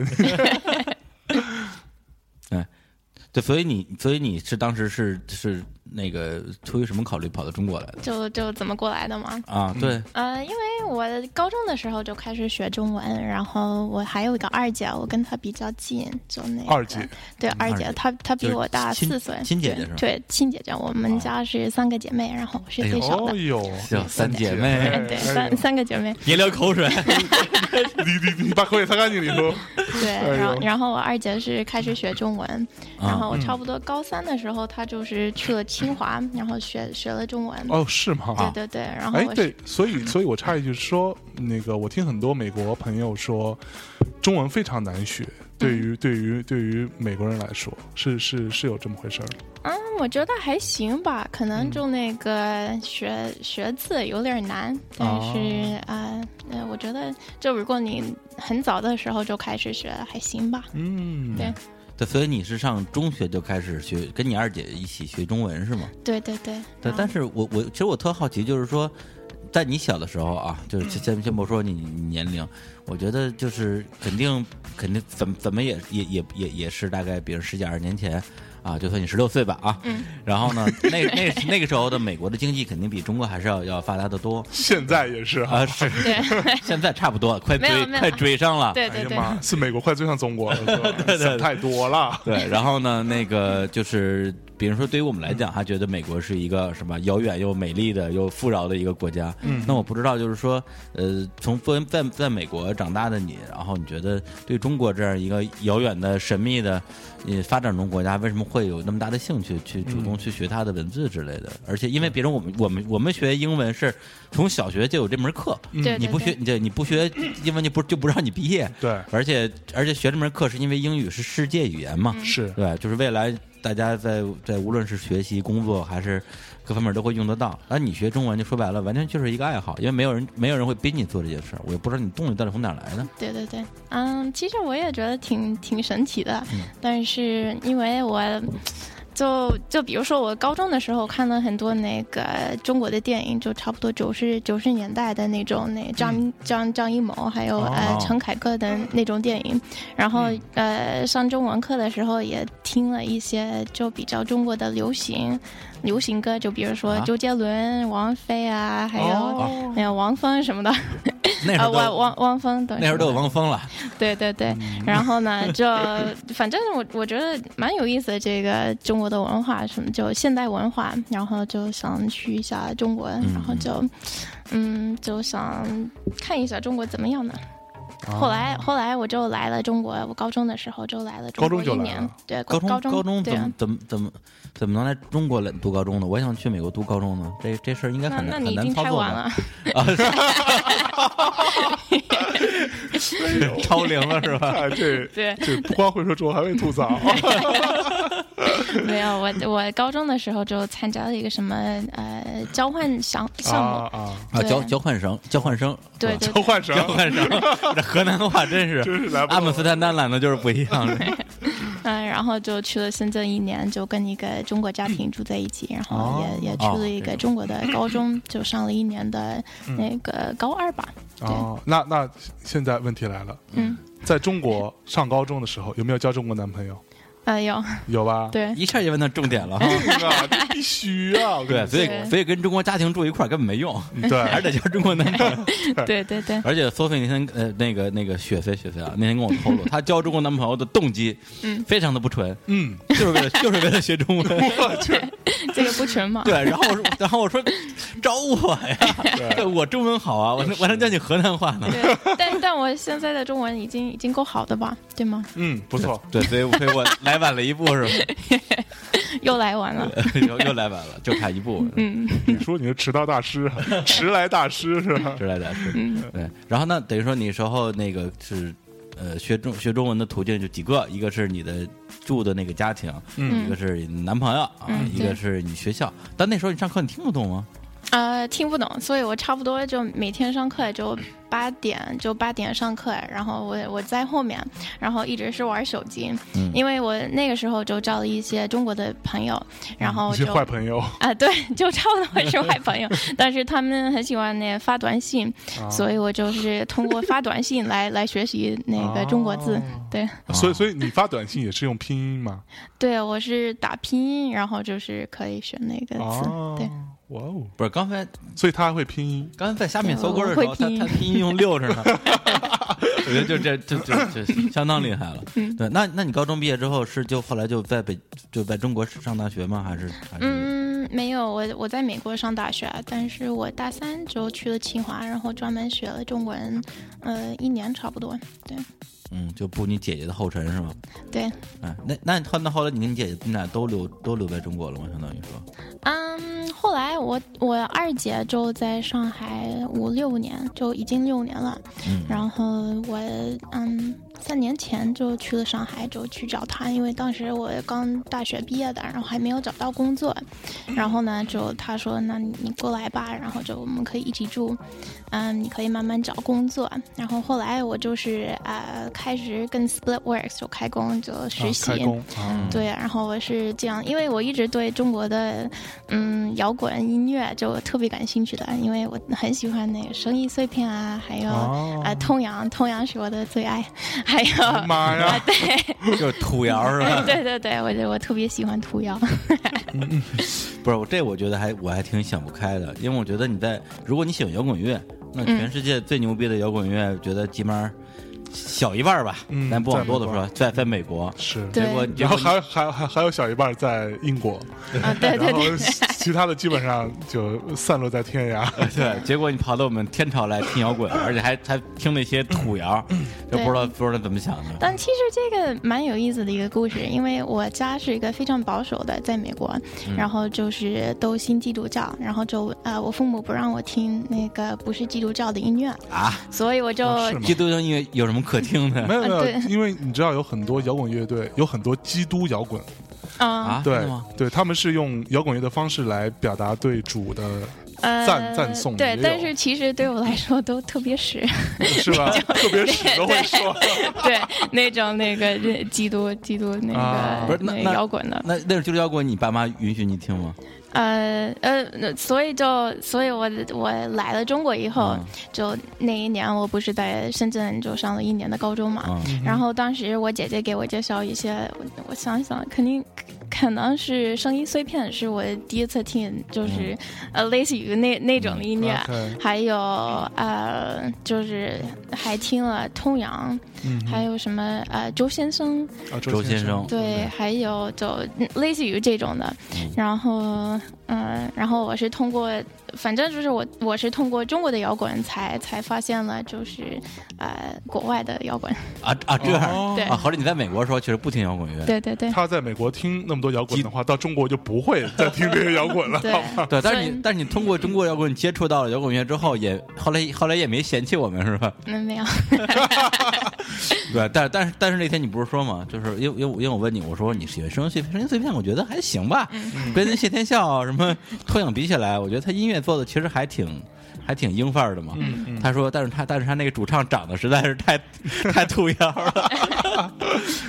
[SPEAKER 2] 对，所以你所以你是当时是是那个出于什么考虑跑到中国来的
[SPEAKER 1] 就就怎么过来的嘛？
[SPEAKER 2] 啊？对，
[SPEAKER 1] 呃，因为我高中的时候就开始学中文，然后我还有一个二姐，我跟她比较近，就那个
[SPEAKER 3] 二姐，
[SPEAKER 1] 对二
[SPEAKER 2] 二姐
[SPEAKER 1] 姐，她她比
[SPEAKER 2] 就是
[SPEAKER 1] 我大
[SPEAKER 2] 亲
[SPEAKER 1] 四岁，
[SPEAKER 2] 亲姐姐是吧？
[SPEAKER 1] 对亲姐姐，我
[SPEAKER 2] 哦
[SPEAKER 1] 们家是三个姐妹，然后我是
[SPEAKER 2] 哎呦
[SPEAKER 1] 最小
[SPEAKER 3] 哦
[SPEAKER 1] 的，嗯
[SPEAKER 3] 呦，
[SPEAKER 2] 就三姐
[SPEAKER 3] 哎
[SPEAKER 2] 妹，
[SPEAKER 3] 呦
[SPEAKER 1] 对三三个姐妹，
[SPEAKER 2] 别流口水。
[SPEAKER 3] 你你你把口水擦干净，你 说，
[SPEAKER 1] 对，
[SPEAKER 3] 哎
[SPEAKER 1] 然后
[SPEAKER 3] 呦
[SPEAKER 1] 然后我二姐是开始学中文，然后
[SPEAKER 2] 啊
[SPEAKER 1] 我差不多高三的时候，她就是去了清华，然后学学了中文，
[SPEAKER 3] 哦，是吗？
[SPEAKER 1] 对对对，然后
[SPEAKER 3] 哎，
[SPEAKER 1] 我是
[SPEAKER 3] 对，所以，所以我插一句说，那个我听很多美国朋友说，中文非常难学，
[SPEAKER 1] 嗯
[SPEAKER 3] 对于对于对于美国人来说，是是是有这么回事儿。
[SPEAKER 1] 嗯，我觉得还行吧，可能就那个学、学字有点难，但是啊、呃，我觉得就如果你很早的时候就开始学，还行吧。
[SPEAKER 3] 嗯，
[SPEAKER 1] 对
[SPEAKER 2] 对，所以你是上中学就开始学，跟你二姐一起学中文是吗？
[SPEAKER 1] 对对对，
[SPEAKER 2] 对，
[SPEAKER 1] 啊
[SPEAKER 2] 但是我我其实我特好奇，就是说，在你小的时候啊，就是先先先不说你你年龄，我觉得就是肯定肯定怎么怎么也也也也也是大概比如十几二十年前啊，就算你十六岁吧啊，然后呢，那那那个时候的美国的经济肯定比中国还是要要发达的多
[SPEAKER 3] 现在也是哈，
[SPEAKER 2] 啊，是，现在差不多了，快
[SPEAKER 1] 没有
[SPEAKER 2] 追
[SPEAKER 1] 没有
[SPEAKER 2] 快追上了，
[SPEAKER 1] 对
[SPEAKER 3] 哎
[SPEAKER 1] 对
[SPEAKER 3] 呀
[SPEAKER 1] 对，
[SPEAKER 3] 妈，是美国快追上中国了，是 吧想太多了。
[SPEAKER 2] 对，然后呢，那个就是，比如说对于我们来讲，还觉得美国是一个什么遥远又美丽的又富饶的一个国家。嗯，那我不知道，就是说，呃，从作为在在美国长大的你，然后你觉得对中国这样一个遥远的、神秘的、呃发展中国家，为什么会有那么大的兴趣去主动去学它的文字之类的？而且，因为比如我们我们我们学英文是从小学就有这门课，
[SPEAKER 1] 对对
[SPEAKER 2] 你不学，
[SPEAKER 1] 对
[SPEAKER 2] 你这你不学英文，你不就不让你毕业。
[SPEAKER 3] 对，
[SPEAKER 2] 而且而且学这门课是因为英语是世界语言嘛，
[SPEAKER 1] 嗯
[SPEAKER 3] 是，
[SPEAKER 2] 对，就是未来大家在在无论是学习、工作还是各方面都会用得到。而你学中文，就说白了，完全就是一个爱好，因为没有人没有人会逼你做这件事儿。我也不知道你动力到底从哪儿 来的。
[SPEAKER 1] 对对对，嗯，其实我也觉得挺挺神奇的，
[SPEAKER 2] 嗯
[SPEAKER 1] 但是因为我。就就比如说，我高中的时候看了很多那个中国的电影，就差不多九十九十年代的那种，那张、张张艺谋还有、
[SPEAKER 2] 嗯哦嗯
[SPEAKER 1] 呃陈凯歌的那种电影。然后、呃上中文课的时候也听了一些就比较中国的流行流行歌，就比如说
[SPEAKER 2] 啊
[SPEAKER 1] 周杰伦、王菲啊，还有、
[SPEAKER 3] 哦
[SPEAKER 1] 还有王峰什么的。
[SPEAKER 2] 那时
[SPEAKER 1] 啊，
[SPEAKER 2] 候都、
[SPEAKER 1] 王王汪峰等
[SPEAKER 2] 那时候都有汪峰了，
[SPEAKER 1] 对对对，然后呢，就反正我我觉得蛮有意思的，这个中国的文化什么就现代文化，然后就想去一下中国，然后就嗯就想看一下中国怎么样呢。后来后来我就来了中国，我高中的时候就来了中国
[SPEAKER 3] 高中就
[SPEAKER 1] 一
[SPEAKER 3] 来
[SPEAKER 1] 年
[SPEAKER 3] 了，
[SPEAKER 1] 对
[SPEAKER 2] 高中
[SPEAKER 1] 高中对
[SPEAKER 2] 怎
[SPEAKER 1] 啊
[SPEAKER 2] 么怎么怎么怎么能来中国来读高中呢？我想去美国读高中呢，这这事儿应该
[SPEAKER 1] 那
[SPEAKER 2] 很
[SPEAKER 1] 那你
[SPEAKER 2] 难很
[SPEAKER 1] 已
[SPEAKER 2] 难
[SPEAKER 1] 经
[SPEAKER 2] 操
[SPEAKER 1] 太
[SPEAKER 2] 作
[SPEAKER 1] 晚
[SPEAKER 2] 吧？
[SPEAKER 1] 了，
[SPEAKER 2] 超龄了是吧？
[SPEAKER 3] 啊，哎这
[SPEAKER 1] 对哎
[SPEAKER 3] 这不光会说中文，还会吐 槽。
[SPEAKER 1] 没有我我高中的时候就参加了一个什么呃交换项项目，
[SPEAKER 3] 啊啊，
[SPEAKER 2] 啊，
[SPEAKER 1] 对
[SPEAKER 2] 交交换生，交换生，
[SPEAKER 1] 对
[SPEAKER 2] 是吧
[SPEAKER 1] 对
[SPEAKER 3] 交换生
[SPEAKER 2] 交换生， 这河南话真是，
[SPEAKER 3] 真是来不
[SPEAKER 2] 阿姆斯特丹懒的就是不一样。
[SPEAKER 1] 嗯，然后就去了深圳一年，就跟一个中国家庭住在一起，然后也、
[SPEAKER 3] 哦嗯
[SPEAKER 1] 也去了一个中国的高中，就上了一年的那个高二吧。
[SPEAKER 3] 哦，那那现在问题来了，
[SPEAKER 1] 嗯，
[SPEAKER 3] 在中国上高中的时候，有没有交中国男朋友？
[SPEAKER 1] 哎呦，
[SPEAKER 3] 有吧？
[SPEAKER 1] 对
[SPEAKER 2] 一下就问到重点了哈。
[SPEAKER 3] 啊，这必须啊！我跟
[SPEAKER 2] 对，
[SPEAKER 3] 你
[SPEAKER 2] 所以
[SPEAKER 1] 对
[SPEAKER 2] 所以跟中国家庭住一块儿根本没用，
[SPEAKER 3] 说对，
[SPEAKER 2] 还是得交中国男朋友。
[SPEAKER 1] 对 对对，
[SPEAKER 2] 而且索菲那天呃那个那个雪菲雪菲啊，那天跟我透露，她交中国男朋友的动机，嗯，非常的不纯，
[SPEAKER 3] 嗯，
[SPEAKER 2] 就是为了就是为了学中文。
[SPEAKER 3] 我去，
[SPEAKER 1] 这个不纯嘛。
[SPEAKER 2] 对，然后我说然后我说找我呀，对我中文好啊，我能我能教你河南话呢。
[SPEAKER 1] 对，但但我现在的中文已经已经够好的吧，对吗？
[SPEAKER 3] 嗯，不错，
[SPEAKER 2] 对，所以所以我来晚了一步是吧？
[SPEAKER 1] 又来晚了。
[SPEAKER 2] 又又来晚了，就差一步。嗯，
[SPEAKER 3] 你说你是迟到大师， 迟来大师是吧？
[SPEAKER 2] 之类的是。对，然后呢，等于说你时候那个是呃学中学中文的途径就几个，一个是你的住的那个家庭，
[SPEAKER 3] 嗯
[SPEAKER 2] 一个是你男朋友啊，一个是你学校。但那时候你上课你听不懂吗？
[SPEAKER 1] 呃，听不懂，所以我差不多就每天上课就八点，就八点上课，然后我我在后面，然后一直是玩手机，
[SPEAKER 2] 嗯
[SPEAKER 1] 因为我那个时候就交了一些中国的朋友，然后
[SPEAKER 3] 嗯一些
[SPEAKER 1] 哦就
[SPEAKER 3] 坏朋友，
[SPEAKER 1] 啊、对，就差不多是 坏朋友，但是他们很喜欢那个发短信，
[SPEAKER 3] 啊
[SPEAKER 1] 所以我就是通过发短信来来学习那个中国字。
[SPEAKER 3] 哦
[SPEAKER 1] 对，
[SPEAKER 3] 所以
[SPEAKER 2] 啊
[SPEAKER 3] 所以你发短信也是用拼音吗？
[SPEAKER 1] 对我是打拼音，然后就是可以选那个字。
[SPEAKER 3] 哦
[SPEAKER 1] 对，，
[SPEAKER 3] 哇哦，
[SPEAKER 2] 不是，刚才
[SPEAKER 3] 所以他还会拼音，
[SPEAKER 2] 刚才在下面搜歌的时候，他他拼音用六着呢。我觉得就这就就就相当厉害了。对，那那你高中毕业之后是就后来就在北就在中国上大学吗？还是还是
[SPEAKER 1] 嗯，没有，我我在美国上大学，但是我大三就去了清华，然后专门学了中文，呃，一年差不多。对
[SPEAKER 2] 嗯，就步你姐姐的后尘是吗？
[SPEAKER 1] 对，
[SPEAKER 2] 哎，那那后那后来你跟你姐姐你俩都留都留在中国了吗？相当于说，
[SPEAKER 1] 嗯，后来我我二姐就在上海五六年，就已经六年了。
[SPEAKER 2] 嗯，
[SPEAKER 1] 然后我嗯三年前就去了上海，就去找他，因为当时我刚大学毕业的，然后还没有找到工作。然后呢，就他说：“那你你过来吧，然后就我们可以一起住，嗯，你可以慢慢找工作。”然后后来我就是呃开始跟 SplitWorks 就开工就
[SPEAKER 3] 啊
[SPEAKER 1] 实习。
[SPEAKER 3] 开工
[SPEAKER 2] 嗯
[SPEAKER 3] 啊，
[SPEAKER 1] 对，然后我是这样，因为我一直对中国的嗯摇滚音乐就特别感兴趣的，因为我很喜欢那个生意碎片啊，还有啊、
[SPEAKER 3] 哦
[SPEAKER 1] 呃、通阳，通阳是我的最爱，还有。
[SPEAKER 3] 妈呀，
[SPEAKER 2] 就是土窑是吧？
[SPEAKER 1] 对对对，我就我特别喜欢土窑，
[SPEAKER 2] 不是，我这我觉得还我还挺想不开的，因为我觉得你在如果你喜欢摇滚乐，那
[SPEAKER 1] 嗯
[SPEAKER 2] 全世界最牛逼的摇滚乐，觉得起码小一半儿吧，
[SPEAKER 3] 嗯
[SPEAKER 2] 咱不往
[SPEAKER 3] 在
[SPEAKER 2] 多的
[SPEAKER 3] 美
[SPEAKER 2] 说，在在美国，
[SPEAKER 3] 是。
[SPEAKER 1] 对
[SPEAKER 2] 结果结
[SPEAKER 3] 然后
[SPEAKER 2] 果
[SPEAKER 3] 还还还还有小一半在英国，
[SPEAKER 1] 啊，对对
[SPEAKER 3] 然后
[SPEAKER 1] 对，
[SPEAKER 3] 其他的基本上就散落在天 涯。
[SPEAKER 2] 你 对，结果你跑到我们天朝来听摇滚，而且还还听那些土窑，就
[SPEAKER 1] 对
[SPEAKER 2] 不知道不知道怎么想的。
[SPEAKER 1] 但其实这个蛮有意思的一个故事，因为我家是一个非常保守的，在美国，
[SPEAKER 3] 嗯
[SPEAKER 1] 然后就是都信基督教，然后就呃，我父母不让我听那个不是基督教的音乐
[SPEAKER 2] 啊，
[SPEAKER 1] 所以我就、
[SPEAKER 3] 啊是吗
[SPEAKER 2] 基督教音乐有什么可听
[SPEAKER 3] 没
[SPEAKER 2] 的
[SPEAKER 3] 有没
[SPEAKER 1] 哦啊
[SPEAKER 3] 有
[SPEAKER 1] 对，
[SPEAKER 3] 因为你知道有很多摇滚乐队，有很多基督摇滚，
[SPEAKER 1] 嗯、
[SPEAKER 2] 啊？真
[SPEAKER 3] 对
[SPEAKER 2] 的吗？
[SPEAKER 3] 对，他们是用摇滚乐的方式来表达对主 的，
[SPEAKER 1] 呃，
[SPEAKER 3] 赞赞颂也
[SPEAKER 1] 对
[SPEAKER 3] 有，
[SPEAKER 1] 但是其实对我来说都特别屎，
[SPEAKER 3] 是吧？特别屎都会说，
[SPEAKER 1] 对那种那个呃基督基督那个、
[SPEAKER 3] 啊
[SPEAKER 2] 不是那
[SPEAKER 1] 那
[SPEAKER 2] 那
[SPEAKER 1] 个摇滚的，
[SPEAKER 2] 那那种基督摇滚，你爸妈允许你听吗？
[SPEAKER 1] 呃呃，那所以就所以我我来了中国以后，
[SPEAKER 2] 嗯
[SPEAKER 1] 就那一年我不是在深圳就上了一年的高中嘛，
[SPEAKER 2] 啊，
[SPEAKER 1] 然后当时我姐姐给我介绍一些，我我想想，肯定可能是声音碎片是我第一次听，就是、呃类似于那那种的音乐。
[SPEAKER 3] 啊 OK，
[SPEAKER 1] 还有呃，就是还听了通阳，
[SPEAKER 3] 嗯哼
[SPEAKER 1] 还有什么呃周先生，
[SPEAKER 3] 啊，
[SPEAKER 2] 周先生，
[SPEAKER 1] 对，还有就嗯类似于这种的，然后嗯、呃然后我是通过，反正就是我我是通过中国的摇滚才才发现了就是呃国外的摇滚，
[SPEAKER 2] 啊啊，这样
[SPEAKER 1] 对
[SPEAKER 2] 啊，合着你在美国的时候其实不听摇滚乐，
[SPEAKER 1] 对 对对
[SPEAKER 3] 他在美国听那么多摇滚的话，到中国就不会再听这些摇滚了。
[SPEAKER 1] 对
[SPEAKER 2] 对，但是
[SPEAKER 1] 所以
[SPEAKER 2] 你但是你通过中国摇滚接触到了摇滚乐之后也，后来后来也没嫌弃我们是吧？
[SPEAKER 1] 嗯没有，
[SPEAKER 2] 对，但是但是但是那天你不是说吗？就是因为因为我因为我问你，我说你喜欢声音碎片，声音碎片我觉得还行吧，
[SPEAKER 3] 嗯
[SPEAKER 2] 跟那谢天笑什么 脱氧比起来，我觉得他音乐做的其实还挺还挺英范儿的嘛。
[SPEAKER 3] 嗯
[SPEAKER 2] 他说，但是他但是他那个主唱长得实在是太太土腰了。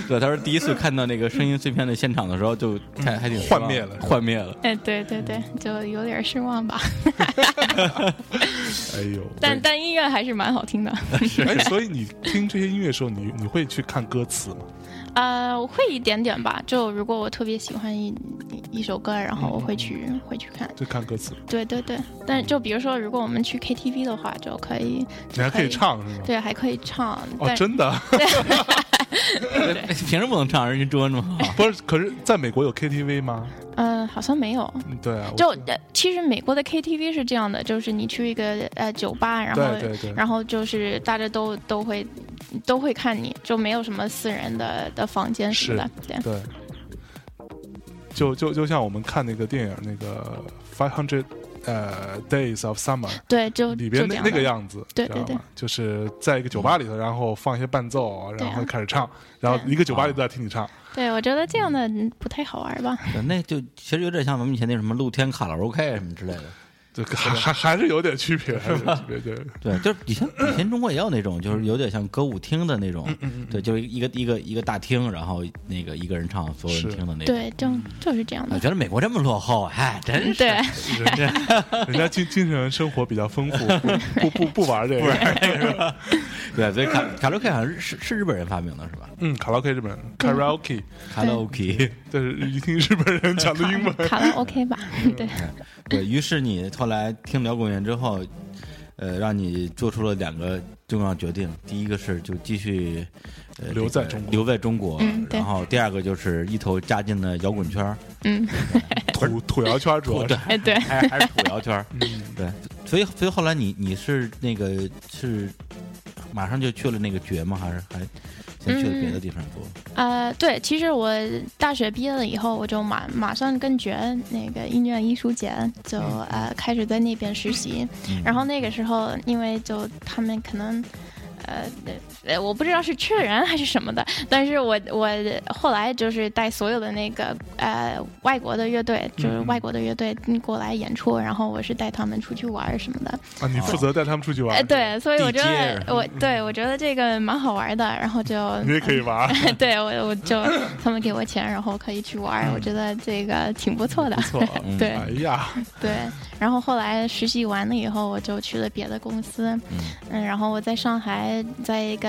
[SPEAKER 2] 对，他说第一次看到那个声音碎片的现场的时候，就还还挺失望
[SPEAKER 3] 嗯幻灭了
[SPEAKER 2] 幻灭了。
[SPEAKER 1] 哎对对对，就有点失望吧，
[SPEAKER 3] 哎呦，
[SPEAKER 1] 但但音乐还是蛮好听的，
[SPEAKER 3] 哎，所以你听这些音乐的时候，你你会去看歌词吗？
[SPEAKER 1] 呃我会一点点吧，就如果我特别喜欢一一一首歌，然后我会去会去看，
[SPEAKER 3] 就看歌词，
[SPEAKER 1] 对对对，但就比如说如果我们去 KTV 的话，就可以
[SPEAKER 3] 你还可以唱是吗？
[SPEAKER 1] 对还可以唱，
[SPEAKER 3] 哦，
[SPEAKER 1] 但
[SPEAKER 3] 真的
[SPEAKER 2] 哎凭什么不能唱？人家啊中文这么好。
[SPEAKER 3] 不是？可是在美国有 KTV 吗？
[SPEAKER 1] 嗯、好像没有。
[SPEAKER 3] 嗯对啊，我
[SPEAKER 1] 就
[SPEAKER 3] 记得
[SPEAKER 1] 呃，其实美国的 KTV 是这样的，就是你去一个呃酒吧，然后
[SPEAKER 3] 对对对
[SPEAKER 1] 然后就是大家都都会都会看你，就没有什么私人的的房间什么的。对，
[SPEAKER 3] 对，就就就像我们看那个电影那个 Five Hundred 呃 Days of Summer
[SPEAKER 1] 对，就
[SPEAKER 3] 里边
[SPEAKER 1] 就
[SPEAKER 3] 那
[SPEAKER 1] 这样
[SPEAKER 3] 那个
[SPEAKER 1] 的
[SPEAKER 3] 样子，
[SPEAKER 1] 对
[SPEAKER 3] 知道
[SPEAKER 1] 对
[SPEAKER 3] 吗就是在一个酒吧里头，然后放一些伴奏，
[SPEAKER 1] 对
[SPEAKER 3] 然
[SPEAKER 1] 啊
[SPEAKER 3] 后开始唱，然后一个酒吧里都在听你唱，
[SPEAKER 1] 对，我觉得这样的
[SPEAKER 3] 嗯
[SPEAKER 1] 不太好玩
[SPEAKER 3] 哎
[SPEAKER 1] 吧？
[SPEAKER 2] 对那就其实有点像我们以前那什么露天卡拉 OK 什么之类的。
[SPEAKER 3] 这个还还还是有点区别，还是有点区别，对。
[SPEAKER 2] 对，就是以前以前中国也有那种，就是有点像歌舞厅的那
[SPEAKER 3] 嗯
[SPEAKER 2] 种，对，就是一个一个一个大厅，然后那个一个人唱，所有人
[SPEAKER 3] 是
[SPEAKER 2] 听的那种。
[SPEAKER 1] 对，
[SPEAKER 3] 嗯
[SPEAKER 1] 就就是这样
[SPEAKER 2] 我
[SPEAKER 1] 的。
[SPEAKER 2] 觉得美国这么落后，哎，真是
[SPEAKER 1] 对，
[SPEAKER 3] 人家精精神生活比较丰 富，不不不玩这个。
[SPEAKER 2] 对，所以卡卡拉 OK 好像是是日本人发明的，是吧？
[SPEAKER 3] 嗯，卡拉 OK 日本人 karaoke，
[SPEAKER 2] 卡拉 OK，
[SPEAKER 3] 但是一听日本人讲的英 文，
[SPEAKER 1] 卡拉 OK 吧？对，
[SPEAKER 2] 对于是你后来听摇滚乐之后，呃，让你做出了两个重要决定，第一个是就继续、呃、
[SPEAKER 3] 留在
[SPEAKER 2] 这个
[SPEAKER 3] 中国
[SPEAKER 2] 留在中国，
[SPEAKER 1] 嗯对
[SPEAKER 2] 然后第二个就是一头扎进了摇滚圈儿，
[SPEAKER 1] 嗯，
[SPEAKER 3] 土土窑圈主要是 嗯
[SPEAKER 2] 对，
[SPEAKER 1] 哎，对，
[SPEAKER 2] 还还是土窑圈儿，对，所以所以后来你你是那个是马上就去了那个爵吗？还是还先去了
[SPEAKER 1] 嗯
[SPEAKER 2] 别的地方做？
[SPEAKER 1] 呃，对，其实我大学毕业了以后，我就马马上跟觉那个音乐艺术节就
[SPEAKER 3] 嗯
[SPEAKER 1] 呃开始在那边实习，
[SPEAKER 2] 嗯
[SPEAKER 1] 然后那个时候因为就他们可能。呃呃，我不知道是缺人还是什么的，但是我我后来就是带所有的那个呃外国的乐队，就是外国的乐队嗯过来演出，然后我是带他们出去玩儿什么的，
[SPEAKER 3] 啊，你负责带他们出去
[SPEAKER 1] 哎，
[SPEAKER 3] 玩，，
[SPEAKER 1] 对，所以我觉
[SPEAKER 2] 地接
[SPEAKER 1] 得我对我觉得这个蛮好玩的，然后就
[SPEAKER 3] 你也可以玩，
[SPEAKER 1] 对我，我就他们给我钱，然后可以去玩儿，我觉得这个挺不错的
[SPEAKER 3] 嗯不。 错。
[SPEAKER 2] 嗯
[SPEAKER 1] 对
[SPEAKER 3] 哎呀，
[SPEAKER 1] 对，然后后来实习完了以后，我就去了别的公司，嗯，然后我在上海，在一个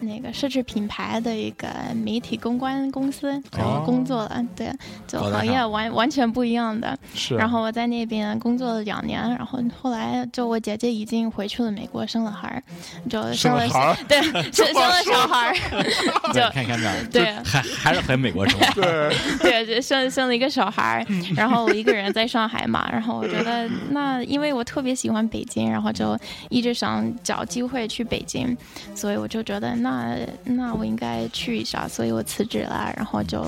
[SPEAKER 1] 那个奢侈品牌的一个媒体公关公司，然
[SPEAKER 3] 哦
[SPEAKER 1] 后工作了，对，就
[SPEAKER 2] 高大
[SPEAKER 1] 行业完完全不一样的。
[SPEAKER 3] 是。
[SPEAKER 1] 然后我在那边工作了两年，然后后来就我姐姐已经回去了美国，生了孩儿，就
[SPEAKER 3] 生了
[SPEAKER 1] 了
[SPEAKER 3] 孩儿
[SPEAKER 1] 对，生生了小孩儿，就
[SPEAKER 2] 对看看到
[SPEAKER 1] 对
[SPEAKER 2] 还还是回美国生活。
[SPEAKER 3] 对，
[SPEAKER 1] 对，就生生了一个小孩儿，
[SPEAKER 3] 嗯
[SPEAKER 1] 然后我一个人在上海嘛，然后我觉得那因为我特别喜欢北京，然后就一直想找机会去北京，所以我就觉得那那我应该去一下，所以我辞职了，然后就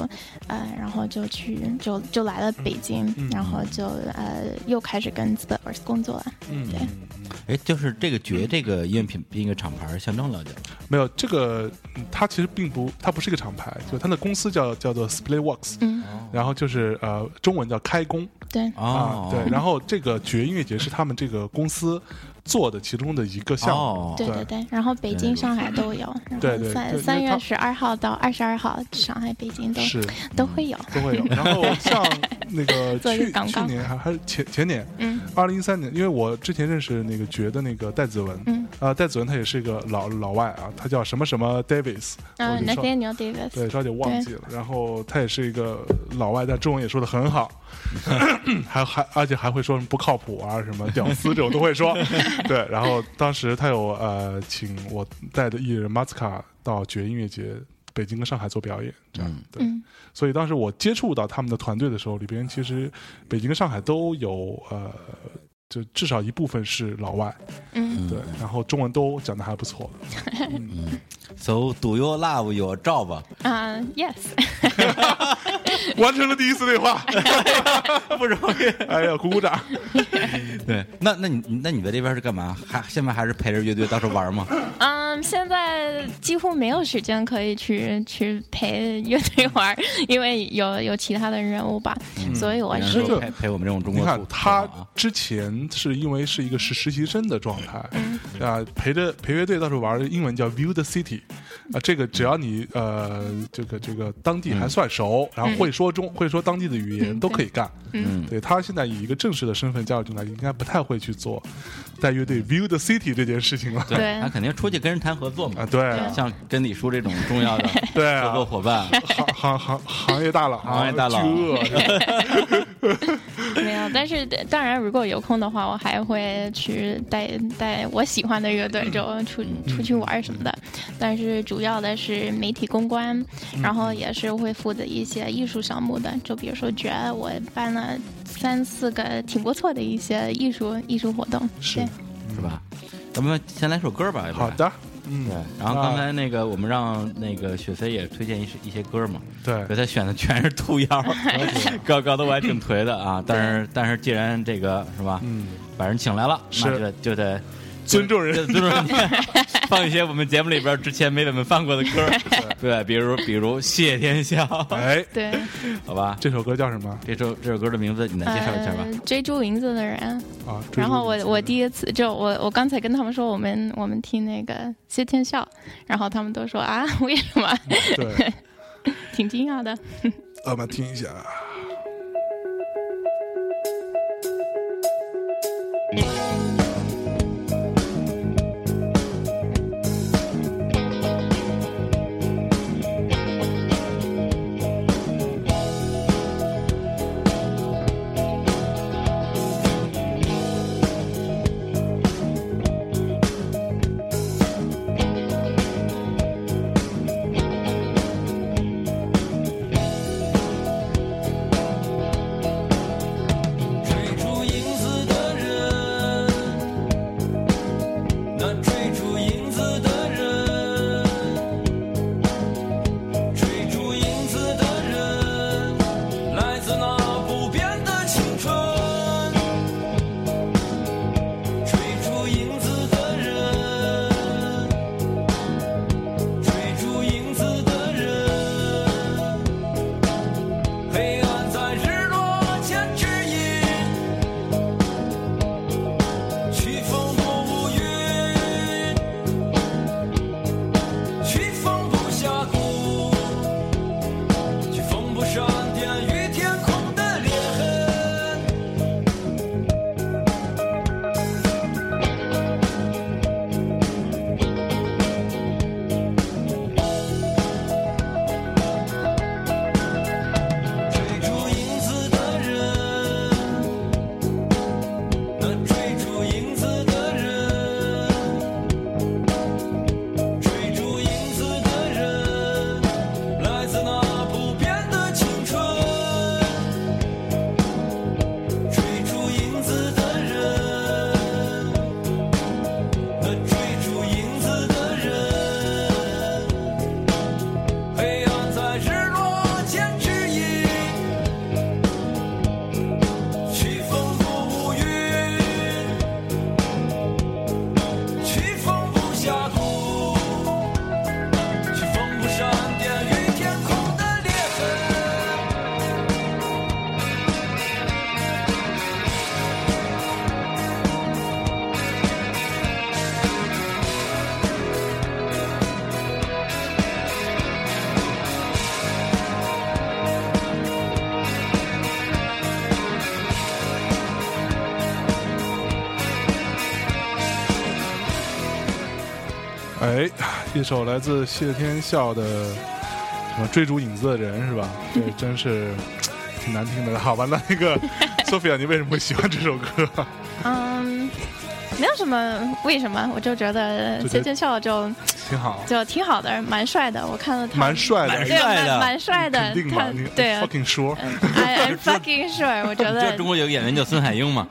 [SPEAKER 1] 呃，然后就去就就来了北
[SPEAKER 3] 嗯
[SPEAKER 1] 京，然后就呃又开始跟 Spurs 工作了，
[SPEAKER 3] 嗯，
[SPEAKER 2] 哎，就是这个爵这个音乐品那个厂牌向正了解吗？
[SPEAKER 3] 没有这个，嗯它其实并不，它不是一个厂牌，就它的公司叫叫做 Splayworks，
[SPEAKER 1] 嗯，
[SPEAKER 3] 然后就是呃，中文叫开工
[SPEAKER 1] 对，
[SPEAKER 3] 啊，，
[SPEAKER 2] 哦
[SPEAKER 3] 对，然后这个爵音乐节是他们这个公司做的其中的一个项目，
[SPEAKER 2] 哦，
[SPEAKER 1] 对对对，然后北京、上海都有，然
[SPEAKER 3] 对
[SPEAKER 1] 后
[SPEAKER 3] 对
[SPEAKER 1] 三
[SPEAKER 3] 对
[SPEAKER 1] 三
[SPEAKER 3] 因为
[SPEAKER 1] 月
[SPEAKER 3] 他
[SPEAKER 1] 十二号到二十二号，上海、北京都
[SPEAKER 3] 是
[SPEAKER 1] 都会有，
[SPEAKER 3] 都 会有。然后像那个
[SPEAKER 1] 做一
[SPEAKER 3] 去
[SPEAKER 1] 个广
[SPEAKER 3] 去
[SPEAKER 1] 告
[SPEAKER 3] 年还还是前前年，
[SPEAKER 1] 嗯
[SPEAKER 3] 二零一三年，因为我之前认识那个爵的那个戴子文，
[SPEAKER 1] 嗯。
[SPEAKER 3] 啊，戴子文他也是一个老老外啊，他叫什么什么 Davis，
[SPEAKER 1] 嗯
[SPEAKER 3] 我就说
[SPEAKER 1] Nathaniel Davis，
[SPEAKER 3] 对，稍微忘记了。然后他也是一个老外，但中文也说的很 好，还还而且还会说什么不靠谱啊、什么屌丝这种都会 说。对，然后当时他有呃请我带的艺人马斯卡到爵音乐节。北京跟上海做表演，这样、
[SPEAKER 2] 嗯
[SPEAKER 3] 对，
[SPEAKER 1] 嗯
[SPEAKER 3] 所以当时我接触到他们的团队的时候，里边其实北京跟上海都有呃，就至少一部分是老外，
[SPEAKER 1] 嗯，
[SPEAKER 3] 对，然后中文都讲的还不错的，
[SPEAKER 2] So do you love your job？
[SPEAKER 1] 啊，Yes，
[SPEAKER 3] 完成了第一次对话，
[SPEAKER 2] 不容易。
[SPEAKER 3] 哎呀，鼓鼓掌。
[SPEAKER 2] 对，那那你那你在这边是干嘛？还现在还是陪着乐队到处玩吗？
[SPEAKER 1] 嗯，现在几乎没有时间可以去去陪乐队玩儿，因为有有其他的任务吧，
[SPEAKER 3] 嗯
[SPEAKER 1] 所以我
[SPEAKER 2] 有人
[SPEAKER 1] 是
[SPEAKER 2] 说陪陪我们这种中
[SPEAKER 3] 你
[SPEAKER 2] 国
[SPEAKER 3] 看
[SPEAKER 2] 土
[SPEAKER 3] 他
[SPEAKER 2] 土豪啊
[SPEAKER 3] 之前是因为是一个是实习生的状态，
[SPEAKER 1] 嗯
[SPEAKER 3] 啊，陪着陪乐队到处玩儿，英文叫 View the City，啊，这个只要你呃这个这个当地还算熟，然后会说中会说当地的语言
[SPEAKER 1] 嗯
[SPEAKER 3] 都可以干。
[SPEAKER 2] 嗯
[SPEAKER 3] 对他现在以一个正式的身份加入进来，应该不太会去做带乐
[SPEAKER 2] 嗯
[SPEAKER 3] 队 View the City 这件事情了。
[SPEAKER 1] 对
[SPEAKER 2] 他肯定出去跟人谈合作
[SPEAKER 3] 啊，
[SPEAKER 2] 嘛。
[SPEAKER 3] 对
[SPEAKER 1] 对
[SPEAKER 2] 像跟李叔这种重要的
[SPEAKER 3] 对
[SPEAKER 2] 合作
[SPEAKER 3] 啊，
[SPEAKER 2] 伙伴，
[SPEAKER 3] 行行行行业大佬啊，
[SPEAKER 2] 行业大佬
[SPEAKER 3] 巨鳄
[SPEAKER 1] 没有，但是当然如果有空的话，我还会去带带我喜欢的乐队
[SPEAKER 3] 嗯
[SPEAKER 1] 就出出去玩儿什么的，但是主要的是媒体公关，
[SPEAKER 3] 嗯
[SPEAKER 1] 然后也是会负责一些艺术项目的，就比如说觉得我办了三四个挺不错的一些艺术艺术活动，
[SPEAKER 3] 是
[SPEAKER 1] 对。
[SPEAKER 2] 是吧？咱们先来首歌吧。要不
[SPEAKER 3] 好
[SPEAKER 2] 然，
[SPEAKER 3] 的，嗯
[SPEAKER 2] 对，然后刚才那个我们让那个雪飞也推荐一些一些歌嘛，
[SPEAKER 3] 对
[SPEAKER 2] 可他选的全是兔 腰，搞搞得我还挺颓的啊。但是但是既然这个是吧，
[SPEAKER 3] 嗯，
[SPEAKER 2] 把人请来了，那
[SPEAKER 3] 是
[SPEAKER 2] 就就得
[SPEAKER 3] 尊重人
[SPEAKER 2] 就得尊重人，放一些我们节目里边之前没怎么放过的歌， 对，比如比如谢天笑，
[SPEAKER 3] 哎，
[SPEAKER 1] 对，
[SPEAKER 2] 好吧。
[SPEAKER 3] 这首歌叫什么
[SPEAKER 2] 这首这首歌的名字你来介绍一下吧
[SPEAKER 3] 嗯
[SPEAKER 1] 呃。，追逐名字的人。
[SPEAKER 3] 啊？追
[SPEAKER 1] 然后
[SPEAKER 3] 逐
[SPEAKER 1] 我
[SPEAKER 3] 你
[SPEAKER 1] 我第一次就我我刚才跟他们说我们我们听那个谢天笑，然后他们都说啊 为什么？
[SPEAKER 3] 对，
[SPEAKER 1] 挺惊讶的。
[SPEAKER 3] 啊我们听一下啊。
[SPEAKER 4] 追逐影子的人，那追逐影子的人，追逐影子的人，来自那不变的青春。追逐影子的人，追逐影子的人。黑暗在日落前指引，去风不乌云，去风不峡谷，去风不闪电与天空的裂痕。追逐影子的人，那追逐影子的人，追逐影子的人，来自那不变的青春。追逐影子的人，那追逐影子的人。黑暗在哎日落前指引，去风不乌云，去风不峡谷，去风不闪电与天空的裂痕。
[SPEAKER 3] 哎，一首来自谢天笑的什么《追逐影子的人》是吧？ 这真是挺难听的。好吧，那那 个 Sophia，你为什么会喜欢这首歌？
[SPEAKER 1] 嗯，没有什么为什么，我就觉
[SPEAKER 3] 就觉
[SPEAKER 1] 得
[SPEAKER 3] 得
[SPEAKER 1] 谢天笑就
[SPEAKER 3] 挺好，
[SPEAKER 1] 就挺好的，蛮帅的。我看到他
[SPEAKER 3] 蛮帅的，
[SPEAKER 1] 对，
[SPEAKER 2] 帅的
[SPEAKER 1] 蛮蛮帅的
[SPEAKER 3] 肯定。嘛
[SPEAKER 1] 他
[SPEAKER 3] 你
[SPEAKER 1] 对啊
[SPEAKER 3] fucking 说，
[SPEAKER 1] 嗯，I I'm fucking sure，我觉
[SPEAKER 2] 你知道
[SPEAKER 1] 得
[SPEAKER 2] 中国有个演员叫孙海英嘛？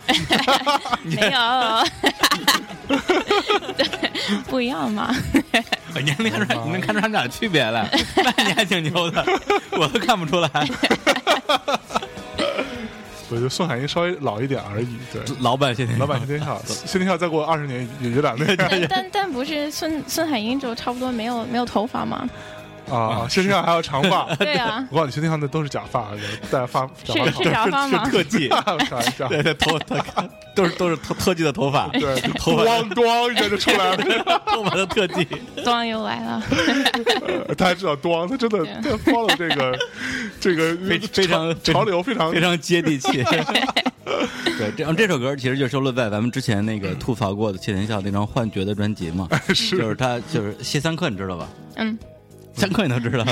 [SPEAKER 1] 没有， 对，不一样嘛。
[SPEAKER 2] 你还能看出你能看出他们俩的区别来？那你还挺牛的， 我都看不出来。
[SPEAKER 3] 我觉得宋海英稍微老一点而已。对，
[SPEAKER 2] 老板谢天笑
[SPEAKER 3] 老板谢天 笑，谢天笑再过二十年也有点那 样
[SPEAKER 1] 但但但不是孙孙海英就差不多没有没有头发嘛？
[SPEAKER 3] 啊。谢天笑还有长 发，
[SPEAKER 1] 对啊，
[SPEAKER 3] 我告诉你，谢天笑那都是假发，戴发假
[SPEAKER 1] 是是
[SPEAKER 3] 发
[SPEAKER 1] 假发吗？
[SPEAKER 2] 特技，
[SPEAKER 3] 套，开 玩笑。
[SPEAKER 2] 对对头头都是都是特特技的头发，
[SPEAKER 3] 对，
[SPEAKER 2] 头发
[SPEAKER 3] 咣咣一下就出来了。
[SPEAKER 2] 头发的特技。
[SPEAKER 1] 装又来 了，
[SPEAKER 3] 呃大家知道多，他真的他 follow 这个这个
[SPEAKER 2] 非非常
[SPEAKER 3] 潮潮流非常
[SPEAKER 2] 非常接地气。 对，这这首歌其实就收录在咱们之前那个吐槽过的谢天笑那张《幻觉》的专辑嘛，就是他就是谢三克，你知道吧？
[SPEAKER 1] 嗯，
[SPEAKER 2] 三克你都知道，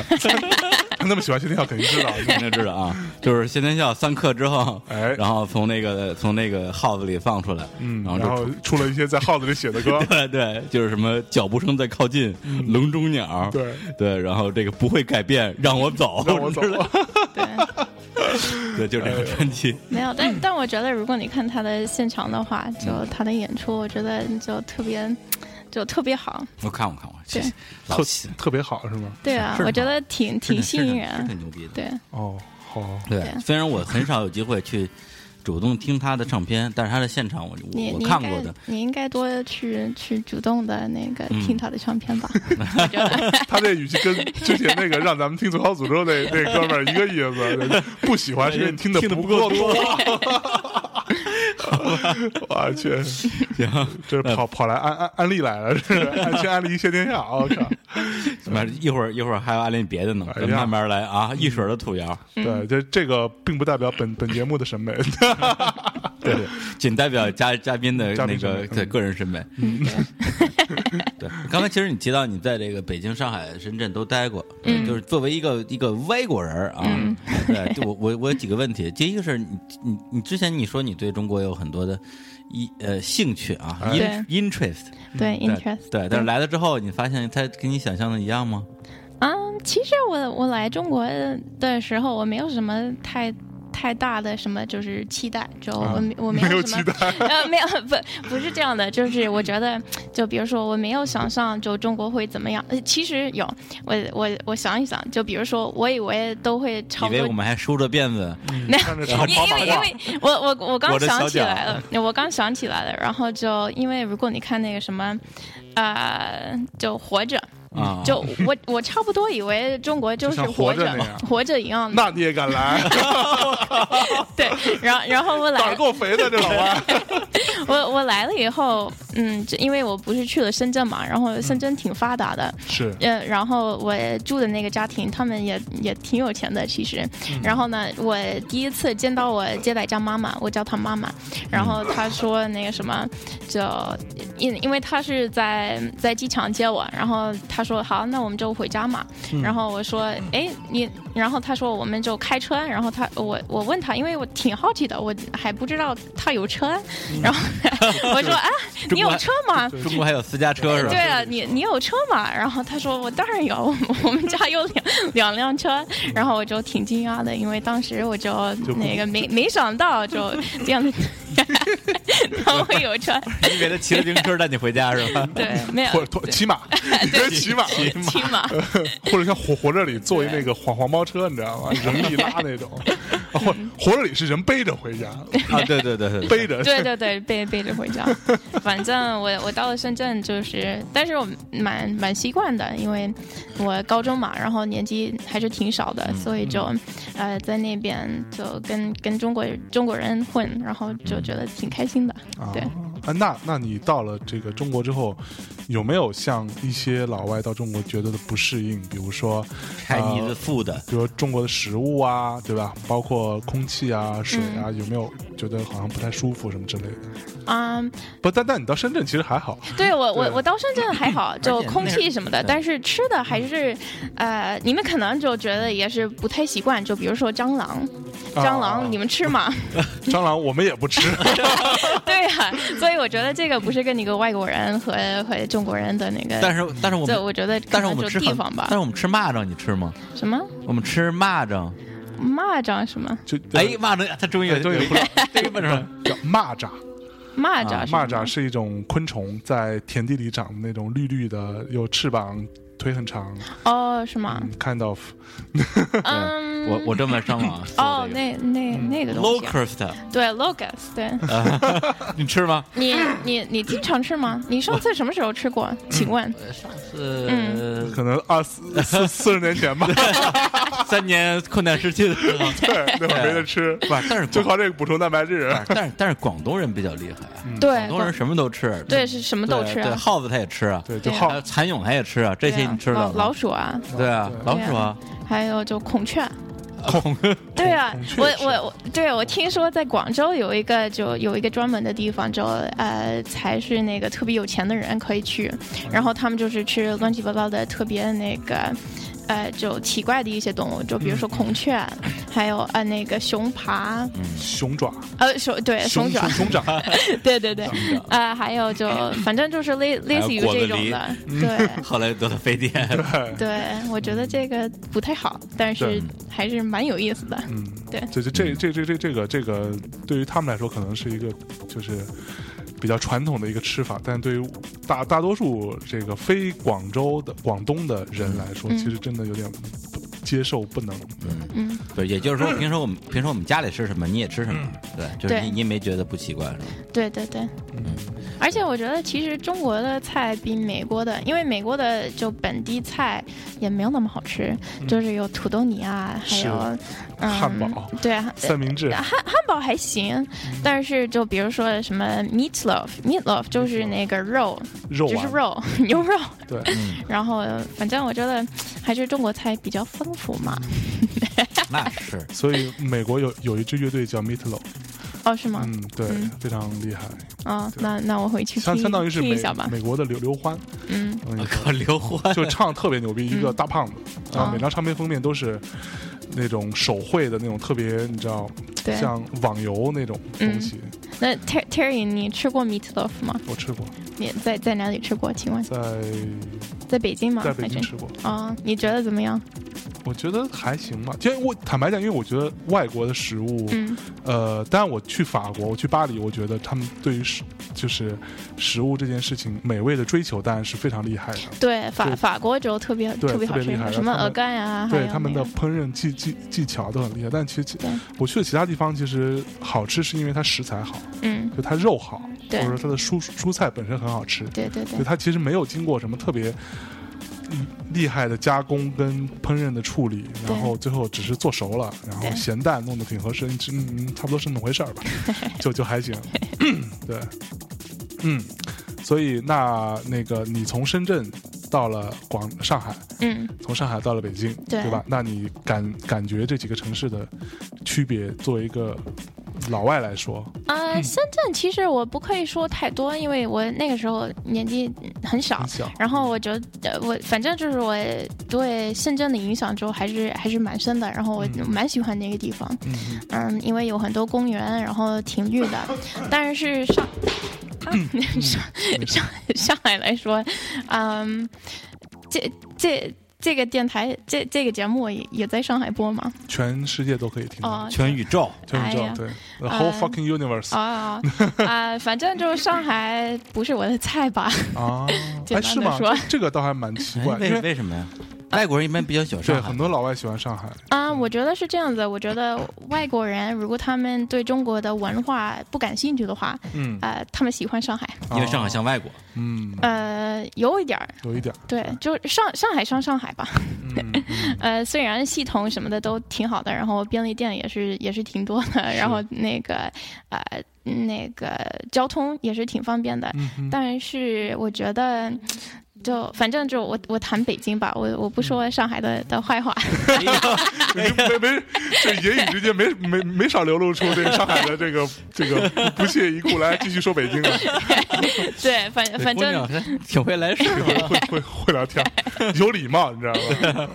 [SPEAKER 3] 他那么喜欢谢天笑，肯定知 道。
[SPEAKER 2] 你都知道啊，就是谢天笑三克之后，
[SPEAKER 3] 哎
[SPEAKER 2] 然后从那个从那个号子里放出来，
[SPEAKER 3] 嗯，
[SPEAKER 2] 然后
[SPEAKER 3] 然
[SPEAKER 2] 就，
[SPEAKER 3] 后出了一些在号子里写的歌
[SPEAKER 2] 对对，就是什么脚步声在靠近，笼中鸟，
[SPEAKER 3] 对
[SPEAKER 2] 对，然后这个不会改变，让我走，
[SPEAKER 3] 让我走
[SPEAKER 2] 之类的，
[SPEAKER 1] 对，
[SPEAKER 2] 对，就这个专辑，
[SPEAKER 1] 没有。但
[SPEAKER 2] 嗯
[SPEAKER 1] 但我觉得，如果你看他的现场的话，就他的演出，我觉得就特别就特别好。
[SPEAKER 2] 我看我看我，谢
[SPEAKER 1] 对
[SPEAKER 2] 谢老
[SPEAKER 3] 特
[SPEAKER 2] 谢，
[SPEAKER 3] 特别好是吗？
[SPEAKER 1] 对啊
[SPEAKER 2] 是，吗
[SPEAKER 1] 我觉得挺挺吸引
[SPEAKER 2] 是
[SPEAKER 1] 人。
[SPEAKER 2] 挺牛逼的。
[SPEAKER 1] 对，
[SPEAKER 3] 哦，好，
[SPEAKER 2] 对，
[SPEAKER 1] 对
[SPEAKER 2] 虽然我很少有机会去主动听他的唱片，但是他的现场我
[SPEAKER 1] 你
[SPEAKER 2] 我我
[SPEAKER 1] 你
[SPEAKER 2] 看
[SPEAKER 1] 应
[SPEAKER 2] 过
[SPEAKER 1] 该
[SPEAKER 2] 的，
[SPEAKER 1] 你应该多去去主动的那个
[SPEAKER 2] 嗯
[SPEAKER 1] 听他的唱 片吧。我觉得
[SPEAKER 3] 他这语气跟之前那个让咱们听《最好诅咒》那那哥们儿一个意思，不喜欢是因为听的
[SPEAKER 5] 听得不够
[SPEAKER 3] 够多。我去，这跑跑来安安安利来了，是安去安利谢天下，我靠！
[SPEAKER 2] 反正一会儿一会儿还有安利别的呢，
[SPEAKER 3] 哎
[SPEAKER 2] 咱
[SPEAKER 3] 呀
[SPEAKER 2] 们慢慢来啊，一水儿的土窑，
[SPEAKER 3] 对，
[SPEAKER 1] 嗯
[SPEAKER 3] 这这个并不代表本本节目的审美。
[SPEAKER 2] 对对，仅代表嘉嘉宾的
[SPEAKER 3] 嘉
[SPEAKER 2] 那
[SPEAKER 3] 宾审美
[SPEAKER 2] 个对
[SPEAKER 3] 嗯
[SPEAKER 2] 个人审美。 对，刚才其实你提到你在这个北京、上海、深圳都待过，嗯，就是作为一个一个外国人儿啊，
[SPEAKER 1] 嗯
[SPEAKER 2] 对，就我我我有几个问题，第一个是你你你之前你说你对中国有很多的一呃兴趣啊
[SPEAKER 3] 哎
[SPEAKER 1] 对
[SPEAKER 2] ，in interest，
[SPEAKER 1] 对
[SPEAKER 2] 对
[SPEAKER 1] ，interest。
[SPEAKER 2] 对，但是来了之后，你发现它跟你想象的一样吗？
[SPEAKER 1] 嗯，其实我我来中国的时候，我没有什么太太大的什么就是期待，就我没、我没
[SPEAKER 3] 啊 没有
[SPEAKER 1] 有什
[SPEAKER 3] 期
[SPEAKER 1] 么
[SPEAKER 3] 待，
[SPEAKER 1] 呃， 没有，不，不是这样的，就是我觉得，就比如说，我没有想象就中国会怎么样。呃，其实有，我我我想一想，就比如说，我以为都会差
[SPEAKER 2] 以
[SPEAKER 1] 不
[SPEAKER 2] 为我
[SPEAKER 1] 多。
[SPEAKER 2] 们还梳着辫子，啊
[SPEAKER 3] 看着长啊
[SPEAKER 1] 因
[SPEAKER 3] 跑
[SPEAKER 1] 因
[SPEAKER 3] 马
[SPEAKER 1] 为因
[SPEAKER 3] 褂，
[SPEAKER 1] 为我我我
[SPEAKER 2] 我
[SPEAKER 1] 刚
[SPEAKER 2] 的
[SPEAKER 1] 想
[SPEAKER 2] 小啊
[SPEAKER 1] 起
[SPEAKER 2] 脚
[SPEAKER 1] 来了，我刚想起来了，然后就因为如果你看那个什么，呃，就活着，
[SPEAKER 2] 啊，
[SPEAKER 1] 嗯就我我差不多以为中国就
[SPEAKER 3] 哦就是像活
[SPEAKER 1] 活
[SPEAKER 3] 着
[SPEAKER 1] 着
[SPEAKER 3] 那样
[SPEAKER 1] 活着一样的，
[SPEAKER 3] 那你也敢来？
[SPEAKER 1] 对，然后然后我来
[SPEAKER 3] 胆儿够肥的这老 外。
[SPEAKER 1] 我我来了以后，嗯，这因为我不是去了深圳嘛，然
[SPEAKER 3] 嗯
[SPEAKER 1] 后深圳挺发达的，
[SPEAKER 3] 是
[SPEAKER 1] 嗯，然后我住的那个家庭，他们也也挺有钱的，其实。然后呢，我第一次见到我接待家妈妈，我叫她妈妈，然后她说那个什么，就因因为她是在在机场接我，然后她说好，那我们就回家嘛。然后我说，哎，你，然后她说我们就开车，然后她我我问她，因为我挺好奇的，我还不知道她有车，然后 我说啊，你有车吗？
[SPEAKER 2] 中国还有私家车是吧？
[SPEAKER 1] 对啊，你你有车吗？然后他说我当然有， 我我们家有两两辆车。然后我就挺惊讶的，因为当时我就那个没没想到就这 样的，他会有车，
[SPEAKER 2] 你以为他骑着自行车带你回家是吧？
[SPEAKER 1] 对，没有
[SPEAKER 3] 或者拖骑马， 你别骑马，
[SPEAKER 1] 骑马，
[SPEAKER 3] 或者像火火这里坐一那个黄黄包车，你知道吗？人力 拉那种，啊或
[SPEAKER 1] 嗯
[SPEAKER 3] 火这里是人背着回家，
[SPEAKER 2] 啊，对对对对，
[SPEAKER 3] 背 着。
[SPEAKER 1] 对对对，背背着回家。 反正我我到了深圳就是，但是我蛮蛮习惯的，因为我高中嘛，然后年纪还是挺少的，所以就呃在那边就跟跟中国中国人混，然后就觉得挺开心的。
[SPEAKER 3] 啊
[SPEAKER 1] 对，
[SPEAKER 3] 啊，那那你到了这个中国之后，有没有像一些老外到中国觉得的不适应？比如说，
[SPEAKER 2] 开你的富的，
[SPEAKER 3] 比如中国的食物啊，对吧？包括空气啊、水啊，有没有觉得好像不太舒服什么之类的？
[SPEAKER 1] 嗯、
[SPEAKER 3] 不，但但你到深圳其实还好，啊
[SPEAKER 1] 对我
[SPEAKER 3] 对
[SPEAKER 1] 我我到深圳还好，就空气什么的，
[SPEAKER 2] 对
[SPEAKER 1] 但是吃的还是，呃，你们可能就觉得也是不太习惯，就比如说蟑螂，
[SPEAKER 3] 啊
[SPEAKER 1] 蟑螂你们吃吗？
[SPEAKER 3] 蟑螂我们也不吃。
[SPEAKER 1] 对呀、所以我觉得这个不是跟你一个外国人和和中国人的那个，
[SPEAKER 2] 但是但是我
[SPEAKER 1] 这
[SPEAKER 2] 们
[SPEAKER 1] 我觉得可
[SPEAKER 2] 但是我
[SPEAKER 1] 能
[SPEAKER 2] 们
[SPEAKER 1] 就
[SPEAKER 2] 吃
[SPEAKER 1] 地
[SPEAKER 2] 很
[SPEAKER 1] 方
[SPEAKER 2] 但是
[SPEAKER 1] 吧。
[SPEAKER 2] 我们吃蚂蚱，你吃吗？
[SPEAKER 1] 什么
[SPEAKER 2] 我们吃蚂蚱，
[SPEAKER 1] 蚂蚱什么
[SPEAKER 3] 就
[SPEAKER 2] 哎，蚂蚱，他终于
[SPEAKER 3] 对对
[SPEAKER 2] 有一个这个问出来了，
[SPEAKER 3] 叫蚂蚱，
[SPEAKER 1] 蚂蚱
[SPEAKER 2] 啊
[SPEAKER 3] 蚂
[SPEAKER 1] 是什么
[SPEAKER 3] 蚱是一种昆虫，在田地里长的那种绿绿的，有翅膀，腿很长。
[SPEAKER 1] 哦是吗？
[SPEAKER 3] 嗯，kind of
[SPEAKER 1] 嗯，
[SPEAKER 2] 我我正在上网啊搜
[SPEAKER 1] 哦
[SPEAKER 2] 这个嗯
[SPEAKER 1] 那那那个东西啊，
[SPEAKER 2] locust，呃
[SPEAKER 1] 对 locust，对
[SPEAKER 2] 你吃吗？
[SPEAKER 1] 你你你经常吃吗？你上次什么时候吃过？请问
[SPEAKER 2] 上
[SPEAKER 1] 嗯
[SPEAKER 2] 次
[SPEAKER 3] 可能二四四四十年前吧，
[SPEAKER 2] 三年困难时期的时候，
[SPEAKER 3] 对，那会儿没得吃，
[SPEAKER 2] 不是，但是
[SPEAKER 3] 就
[SPEAKER 2] 广
[SPEAKER 3] 靠
[SPEAKER 2] 啊
[SPEAKER 3] 这个补充蛋白质。
[SPEAKER 2] 但是但是广东人比较厉害啊，
[SPEAKER 1] 对
[SPEAKER 2] 广东人什么都吃，
[SPEAKER 1] 对是什么
[SPEAKER 2] 对
[SPEAKER 1] 都吃
[SPEAKER 2] 对
[SPEAKER 1] 啊？
[SPEAKER 2] 耗子他也吃啊，
[SPEAKER 3] 对，就
[SPEAKER 1] 对啊
[SPEAKER 2] 还
[SPEAKER 3] 好
[SPEAKER 2] 有蚕蛹他也吃啊，这
[SPEAKER 1] 对
[SPEAKER 2] 些
[SPEAKER 1] 啊
[SPEAKER 2] 你吃到
[SPEAKER 1] 老
[SPEAKER 2] 吗
[SPEAKER 1] 老鼠啊，
[SPEAKER 2] 对啊，
[SPEAKER 3] 对
[SPEAKER 2] 老鼠啊，
[SPEAKER 1] 还有就孔雀，
[SPEAKER 2] 孔
[SPEAKER 1] 对啊
[SPEAKER 3] 孔，雀
[SPEAKER 1] 我
[SPEAKER 3] 是
[SPEAKER 1] 我我，对我听说在广州有一个就有一个专门的地方，就呃才是那个特别有钱的人可以去，然后他们就是吃乱七八糟的特别那个。呃，就奇怪的一些动物，就比如说孔雀，还有呃那个熊爬，
[SPEAKER 3] 熊爪、
[SPEAKER 1] 呃熊对
[SPEAKER 3] 嗯熊
[SPEAKER 1] 熊爪，
[SPEAKER 3] 熊掌，
[SPEAKER 1] 对对对，呃还有就反正就是类类似于
[SPEAKER 2] 果子
[SPEAKER 1] 这种
[SPEAKER 2] 狸
[SPEAKER 1] 的，对
[SPEAKER 2] 后来得了非 典，
[SPEAKER 1] 对，我觉得这个不太好，但
[SPEAKER 3] 对
[SPEAKER 1] 是还是蛮有意思的，
[SPEAKER 3] 嗯，
[SPEAKER 1] 对
[SPEAKER 3] 这这这这这这这个这个，对于他们来说，可能是一个就是比较传统的一个吃法，但对于大大多数这个非广州的广东的人来说，
[SPEAKER 1] 嗯
[SPEAKER 3] 其实真的有点不接受不能。
[SPEAKER 2] 嗯对，也就是说，平时我们平时我们家里吃什么，你也吃什么，对，就是
[SPEAKER 1] 对
[SPEAKER 2] 你你也没觉得不奇 怪，是吧？
[SPEAKER 1] 对对对，而且我觉得其实中国的菜比美国的，因为美国的就本地菜也没有那么好吃，就是有土豆泥啊，还
[SPEAKER 3] 嗯是
[SPEAKER 1] 有嗯
[SPEAKER 3] 汉堡
[SPEAKER 1] 对啊。
[SPEAKER 3] 三明治，
[SPEAKER 1] 汉汉堡还行，
[SPEAKER 3] 嗯
[SPEAKER 1] 但是就比如说什么 meat loaf，meat loaf 就是那个肉，
[SPEAKER 3] 肉
[SPEAKER 1] 就是
[SPEAKER 3] 丸，
[SPEAKER 1] 肉 牛肉，
[SPEAKER 3] 对，
[SPEAKER 2] 嗯
[SPEAKER 1] 然后反正我觉得还是中国菜比较丰富嘛。
[SPEAKER 3] 嗯
[SPEAKER 2] 那是
[SPEAKER 3] 所以美国有有一支乐队叫 Meatloaf，
[SPEAKER 1] 哦，是 吗？
[SPEAKER 3] 嗯，对，
[SPEAKER 1] 嗯
[SPEAKER 3] 非常厉害，
[SPEAKER 1] 哦，那那我回去听
[SPEAKER 3] 相相当于是
[SPEAKER 1] 听
[SPEAKER 3] 美
[SPEAKER 1] 一下吧。
[SPEAKER 3] 美国的刘刘欢，
[SPEAKER 1] 嗯，
[SPEAKER 3] 嗯
[SPEAKER 2] 我靠，刘欢
[SPEAKER 3] 就唱特别牛逼，一个大胖子，然
[SPEAKER 1] 嗯
[SPEAKER 3] 后每张唱片封面都是那种手绘的那种特别，你知道，
[SPEAKER 1] 对。嗯
[SPEAKER 3] 像网游那种东西，
[SPEAKER 1] 那 Ter- Terry，你吃过 meat loaf 吗？
[SPEAKER 3] 我吃过，
[SPEAKER 1] 你在在哪里吃过？请问
[SPEAKER 3] 在
[SPEAKER 1] 在北京吗？
[SPEAKER 3] 在北京
[SPEAKER 1] 还是
[SPEAKER 3] 吃过，
[SPEAKER 1] 啊、你觉得怎么样？
[SPEAKER 3] 我觉得还行吧。其实我坦白讲，因为我觉得外国的食物，
[SPEAKER 1] 嗯
[SPEAKER 3] 呃，当然我去法国，我去巴黎，我觉得他们对于食就是食物这件事情美味的追求，当然是非常厉害的。
[SPEAKER 1] 对，法
[SPEAKER 3] 对
[SPEAKER 1] 法国州特别
[SPEAKER 3] 对
[SPEAKER 1] 特别好
[SPEAKER 3] 特别厉害
[SPEAKER 1] 吃，什么
[SPEAKER 3] 然后他们
[SPEAKER 1] 鹅肝啊，还
[SPEAKER 3] 对
[SPEAKER 1] 有
[SPEAKER 3] 他们
[SPEAKER 1] 那
[SPEAKER 3] 的
[SPEAKER 1] 个
[SPEAKER 3] 烹饪技技技巧都很厉害，但其实
[SPEAKER 1] 对
[SPEAKER 3] 我去的其他地方，其实好吃是因为它食材好，
[SPEAKER 1] 嗯，
[SPEAKER 3] 就它肉好，或
[SPEAKER 1] 对
[SPEAKER 3] 者说它的蔬蔬菜本身很好吃，
[SPEAKER 1] 对对
[SPEAKER 3] 就
[SPEAKER 1] 对
[SPEAKER 3] 它其实没有经过什么特别嗯厉害的加工跟烹饪的处理，
[SPEAKER 1] 对
[SPEAKER 3] 然后最后只是做熟了，然后
[SPEAKER 1] 对
[SPEAKER 3] 咸淡弄得挺合适，你吃嗯嗯差不多是那么回事 儿吧，就就还行，对，嗯，所以那那个你从深圳到了广上海，
[SPEAKER 1] 嗯，
[SPEAKER 3] 从上海到了北京，
[SPEAKER 1] 对
[SPEAKER 3] 吧？那你感感觉这几个城市的区别，作为一个老外来说，嗯
[SPEAKER 1] 呃，深圳其实我不可以说太多，因为我那个时候年纪很小
[SPEAKER 3] 很，小，
[SPEAKER 1] 然后我觉得呃我反正就是我对深圳的影响就还是还是蛮深的，然后我
[SPEAKER 3] 嗯
[SPEAKER 1] 蛮喜欢那个地方，
[SPEAKER 3] 嗯
[SPEAKER 1] 嗯，因为有很多公园，然后挺绿的，但是 上、 啊、上
[SPEAKER 3] 没事
[SPEAKER 1] 上 上海来说，嗯，这这。这个电台这这个节目也也在上海播嘛？
[SPEAKER 3] 全世界都可以听到，
[SPEAKER 1] 哦，
[SPEAKER 5] 全宇宙，
[SPEAKER 3] 全宇
[SPEAKER 1] 哎
[SPEAKER 3] 宙
[SPEAKER 1] 呀
[SPEAKER 3] 对，the whole
[SPEAKER 1] 呃
[SPEAKER 3] fucking universe
[SPEAKER 1] 哦哦哦啊，反正就是上海不是我的菜吧？
[SPEAKER 3] 啊，哎
[SPEAKER 1] 简单地
[SPEAKER 3] 是吗
[SPEAKER 1] 说？
[SPEAKER 3] 这个倒还蛮奇
[SPEAKER 2] 哎
[SPEAKER 3] 怪，因
[SPEAKER 2] 为
[SPEAKER 3] 为
[SPEAKER 2] 为什么呀？外国人一般比较喜欢
[SPEAKER 3] 对
[SPEAKER 2] 上海
[SPEAKER 3] 很，多老外喜欢上海，
[SPEAKER 1] 啊，我觉得是这样子。我觉得外国人如果他们对中国的文化不感兴趣的话，
[SPEAKER 3] 嗯，
[SPEAKER 1] 呃，他们喜欢上海，
[SPEAKER 2] 因为上海像外国，
[SPEAKER 3] 啊嗯
[SPEAKER 1] 呃，有一点儿，
[SPEAKER 3] 有一点儿，
[SPEAKER 1] 对，就是上上海上上海吧。
[SPEAKER 3] 嗯嗯
[SPEAKER 1] 呃，虽然系统什么的都挺好的，然后便利店也是也是挺多的，然后那个呃那个交通也是挺方便的，
[SPEAKER 3] 嗯哼，
[SPEAKER 1] 但是我觉得。就反正就我我谈北京吧，我我不说上海的的坏话，
[SPEAKER 3] 没没，这言语之间没没没少流露出这个上海的这个这 个不屑一顾，来继续说北京了。
[SPEAKER 1] 对，反反
[SPEAKER 2] 姑
[SPEAKER 1] 正
[SPEAKER 2] 娘还挺会来事儿
[SPEAKER 3] 会会会会聊天，有礼貌，你知道吧？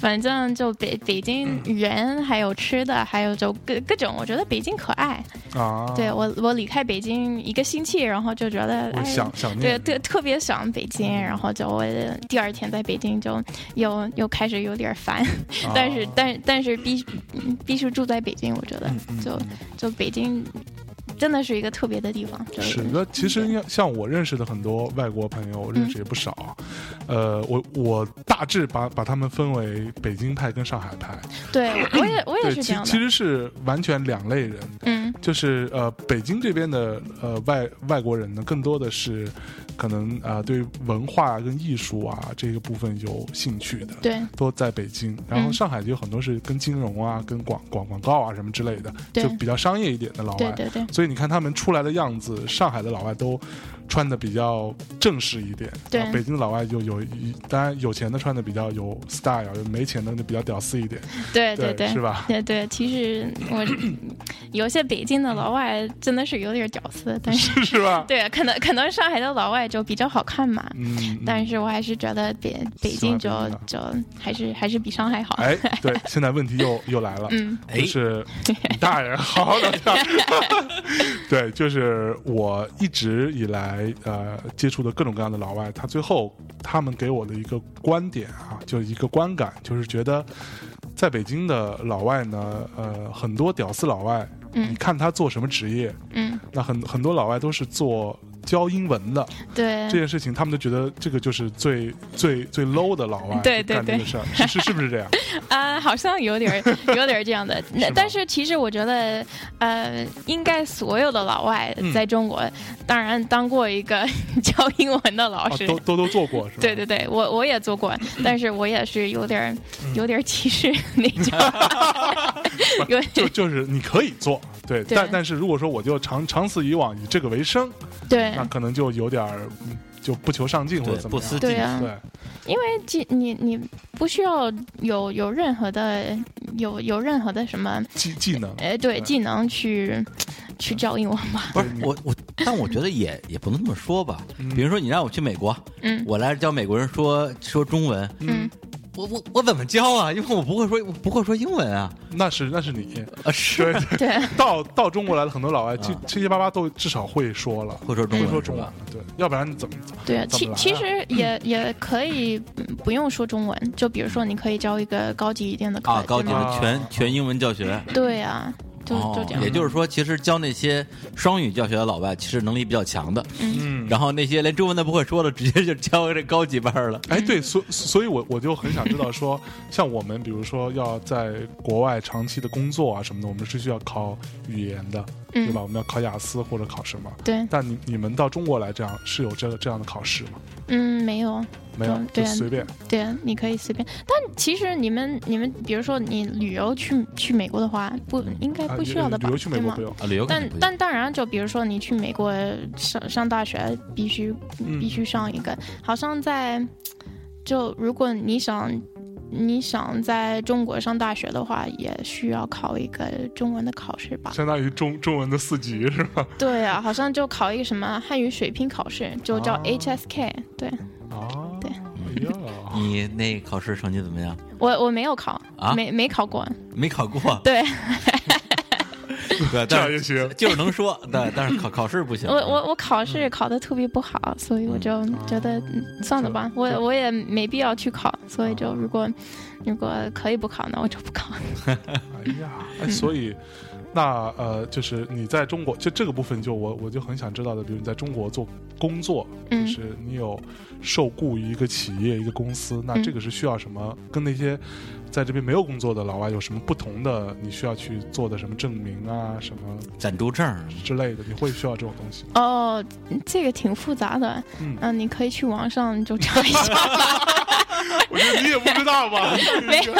[SPEAKER 1] 反正就北北京人，还有吃的，还有就各各种，我觉得北京可爱。
[SPEAKER 3] 啊，
[SPEAKER 1] 对我我离开北京一个星期，然后就觉得
[SPEAKER 3] 我
[SPEAKER 1] 哎，
[SPEAKER 3] 想想
[SPEAKER 1] 对
[SPEAKER 3] 念，
[SPEAKER 1] 特特别想北京，然后就我第二天在北京就又又开始有点烦，
[SPEAKER 3] 啊
[SPEAKER 1] 但是但但是必须嗯必须住在北京，我觉
[SPEAKER 3] 嗯
[SPEAKER 1] 得就就北京真的是一个特别的地方，就是
[SPEAKER 3] 那其实应该像我认识的很多外国朋友，我认识也不少。
[SPEAKER 1] 嗯
[SPEAKER 3] 呃，我我大致把把他们分为北京派跟上海派，
[SPEAKER 1] 对我也我也
[SPEAKER 3] 对，
[SPEAKER 1] 是这
[SPEAKER 3] 其
[SPEAKER 1] 样
[SPEAKER 3] 其
[SPEAKER 1] 的，
[SPEAKER 3] 实是完全两类人，
[SPEAKER 1] 嗯
[SPEAKER 3] 就是呃，北京这边的呃外外国人呢，更多的是可能啊、呃对文化跟艺术啊这个部分有兴趣的，
[SPEAKER 1] 对
[SPEAKER 3] 都在北京，然后
[SPEAKER 1] 嗯
[SPEAKER 3] 上海就有很多是跟金融啊、跟广广广告啊什么之类的，
[SPEAKER 1] 对
[SPEAKER 3] 就比较商业一点的老
[SPEAKER 1] 对
[SPEAKER 3] 外。
[SPEAKER 1] 对对
[SPEAKER 3] 所以你看他们出来的样子，上海的老外都穿的比较正式一点，
[SPEAKER 1] 对
[SPEAKER 3] 然后北京的老外就有一，当然有钱的穿的比较有 style，没钱的就比较屌丝一点，
[SPEAKER 1] 对
[SPEAKER 3] 对
[SPEAKER 1] 对
[SPEAKER 3] 是。吧？
[SPEAKER 1] 对对，其实我有些北京的老外真的是有点屌丝，但是
[SPEAKER 3] 是吧？
[SPEAKER 1] 对，可能可能上海的老外就比较好看嘛。
[SPEAKER 3] 嗯，嗯
[SPEAKER 1] 但是我还是觉得北北
[SPEAKER 3] 喜
[SPEAKER 1] 京
[SPEAKER 3] 欢
[SPEAKER 1] 就
[SPEAKER 3] 北京的
[SPEAKER 1] 就还是还是比上海好。
[SPEAKER 3] 哎，对，现在问题又又来了，
[SPEAKER 1] 嗯
[SPEAKER 3] 就是你大爷，好好聊天。 对，就是我一直以来呃接触的各种各样的老外，他最后他们给我的一个观点啊，就是一个观感，就是觉得在北京的老外呢，呃，很多屌丝老外你看他做什么职业，
[SPEAKER 1] 嗯，
[SPEAKER 3] 那很很多老外都是做教英文的
[SPEAKER 1] 对
[SPEAKER 3] 这，件事情，他们就觉得这个就是最最最 low 的老外
[SPEAKER 1] 对对
[SPEAKER 3] 干这个
[SPEAKER 1] 对
[SPEAKER 3] 事儿，是是是不是这样？
[SPEAKER 1] 啊、好像有 点儿有点儿这样的。那
[SPEAKER 3] 是吗
[SPEAKER 1] 但是其实我觉得，呃，应该所有的老外
[SPEAKER 3] 嗯
[SPEAKER 1] 在中国，当然当过一个 教英文的老
[SPEAKER 3] 啊，
[SPEAKER 1] 师。
[SPEAKER 3] 都都都做过是吧？嗯
[SPEAKER 1] 对对对，我我也做过，但是我也是有点儿有点儿歧视 那种，有
[SPEAKER 3] 就就是你可以做，对，
[SPEAKER 1] 对
[SPEAKER 3] 但但是如果说我就长长此以往以这个为生，
[SPEAKER 1] 对
[SPEAKER 3] 那可能就有点儿嗯就不求上进或者
[SPEAKER 2] 对，
[SPEAKER 3] 怎
[SPEAKER 2] 不
[SPEAKER 3] 么
[SPEAKER 2] 思
[SPEAKER 3] 样。
[SPEAKER 2] 进
[SPEAKER 1] 对啊，
[SPEAKER 3] 对，
[SPEAKER 1] 因为其你你不需要有有任何的有有任何的什么
[SPEAKER 3] 技技能，
[SPEAKER 1] 呃对
[SPEAKER 3] 对
[SPEAKER 1] 技能去去教英文吧，
[SPEAKER 2] 不是我我，但我觉得也也不能这么说吧。比如说你让我去美国，
[SPEAKER 1] 嗯
[SPEAKER 2] 我来教美国人说说中文，
[SPEAKER 1] 嗯，
[SPEAKER 2] 我我我怎么教啊？因为我不会说我不会说英文啊。
[SPEAKER 3] 那是那是你，
[SPEAKER 2] 啊，是
[SPEAKER 3] 对，对
[SPEAKER 1] 对
[SPEAKER 3] 到到中国来的很多老外，七
[SPEAKER 2] 啊
[SPEAKER 3] 七七八八都至少会说了，
[SPEAKER 2] 会说中
[SPEAKER 3] 会
[SPEAKER 2] 文，
[SPEAKER 3] 说中文
[SPEAKER 2] 吧
[SPEAKER 3] 了，对，要不然你怎么怎么
[SPEAKER 1] 对，
[SPEAKER 3] 怎
[SPEAKER 1] 其
[SPEAKER 3] 么来
[SPEAKER 1] 其
[SPEAKER 3] 啊
[SPEAKER 1] 实也也可以嗯不用说中文，就比如说你可以教一个高级一点的课，
[SPEAKER 2] 啊，高级
[SPEAKER 1] 对吗
[SPEAKER 2] 的全全英文教学。
[SPEAKER 1] 对啊，就就
[SPEAKER 2] 哦
[SPEAKER 1] 这样
[SPEAKER 2] 也。就是说，其实教那些双语教学的老外，其实能力比较强的。嗯，然后那些连中文都不会说的，直接就教这高级班儿了。
[SPEAKER 3] 哎，对，所所以我，我就很想知道说，像我们比如说要在国外长期的工作啊什么的，我们是需要考语言的，
[SPEAKER 1] 嗯
[SPEAKER 3] 对吧？我们要考雅思或者考什么？
[SPEAKER 1] 对，
[SPEAKER 3] 但你你们到中国来，这样是有这个这样的考试吗？
[SPEAKER 1] 嗯，没有，
[SPEAKER 3] 没有
[SPEAKER 1] 嗯，
[SPEAKER 3] 就
[SPEAKER 1] 对啊
[SPEAKER 3] 随便。
[SPEAKER 1] 对啊，你可以随便。但其实你们你们，比如说你旅游去去美国的话，不应该
[SPEAKER 3] 啊
[SPEAKER 1] 不需要的吧？
[SPEAKER 3] 旅游去美
[SPEAKER 1] 对
[SPEAKER 3] 国
[SPEAKER 1] 吗
[SPEAKER 3] 不用。
[SPEAKER 2] 啊，旅游肯
[SPEAKER 1] 但
[SPEAKER 2] 定不行
[SPEAKER 1] 但当然，就比如说你去美国上上大学，必须
[SPEAKER 3] 嗯
[SPEAKER 1] 必须上一个，好像在就如果你想你想在中国上大学的话，也需要考一个中文的考试吧？
[SPEAKER 3] 相当于中中文的四级是吧？
[SPEAKER 1] 对啊，好像就考一个什么汉语水平考试，就叫
[SPEAKER 3] 哦
[SPEAKER 1] HSK、对
[SPEAKER 3] 啊，
[SPEAKER 1] 对
[SPEAKER 3] 哎呀，
[SPEAKER 2] 你那考试成绩怎么样？
[SPEAKER 1] 我我没有考，
[SPEAKER 2] 啊
[SPEAKER 1] 没没考过，
[SPEAKER 2] 没考 过，
[SPEAKER 1] 对。
[SPEAKER 3] 这
[SPEAKER 2] 对，但
[SPEAKER 3] 样
[SPEAKER 2] 是
[SPEAKER 3] 也行。
[SPEAKER 2] 就是能说， 但但是考考试不行。
[SPEAKER 1] 我我我考试
[SPEAKER 3] 嗯
[SPEAKER 1] 考得特别不好，所以我就觉得嗯算了吧，我我也没必要去考，所以
[SPEAKER 3] 哦
[SPEAKER 1] 就如果如果可以不考，那我就不考。
[SPEAKER 3] 哎呀，哎，所以。那呃，就是你在中国，就这个部分，就我我就很想知道的，比如你在中国做工作，就
[SPEAKER 1] 嗯
[SPEAKER 3] 是你有受雇于一个企业、一个公司，那
[SPEAKER 1] 嗯
[SPEAKER 3] 这个是需要什么？跟那些在这边没有工作的老外有什么不同的？你需要去做的什么证明啊，什么
[SPEAKER 2] 暂住证儿，
[SPEAKER 3] 之类的？你会需要这种东西吗？
[SPEAKER 1] 哦，这个挺复杂的，
[SPEAKER 3] 嗯
[SPEAKER 1] 嗯、你可以去网上就查一下。
[SPEAKER 3] 我觉得你也不知道吧？
[SPEAKER 1] 没有，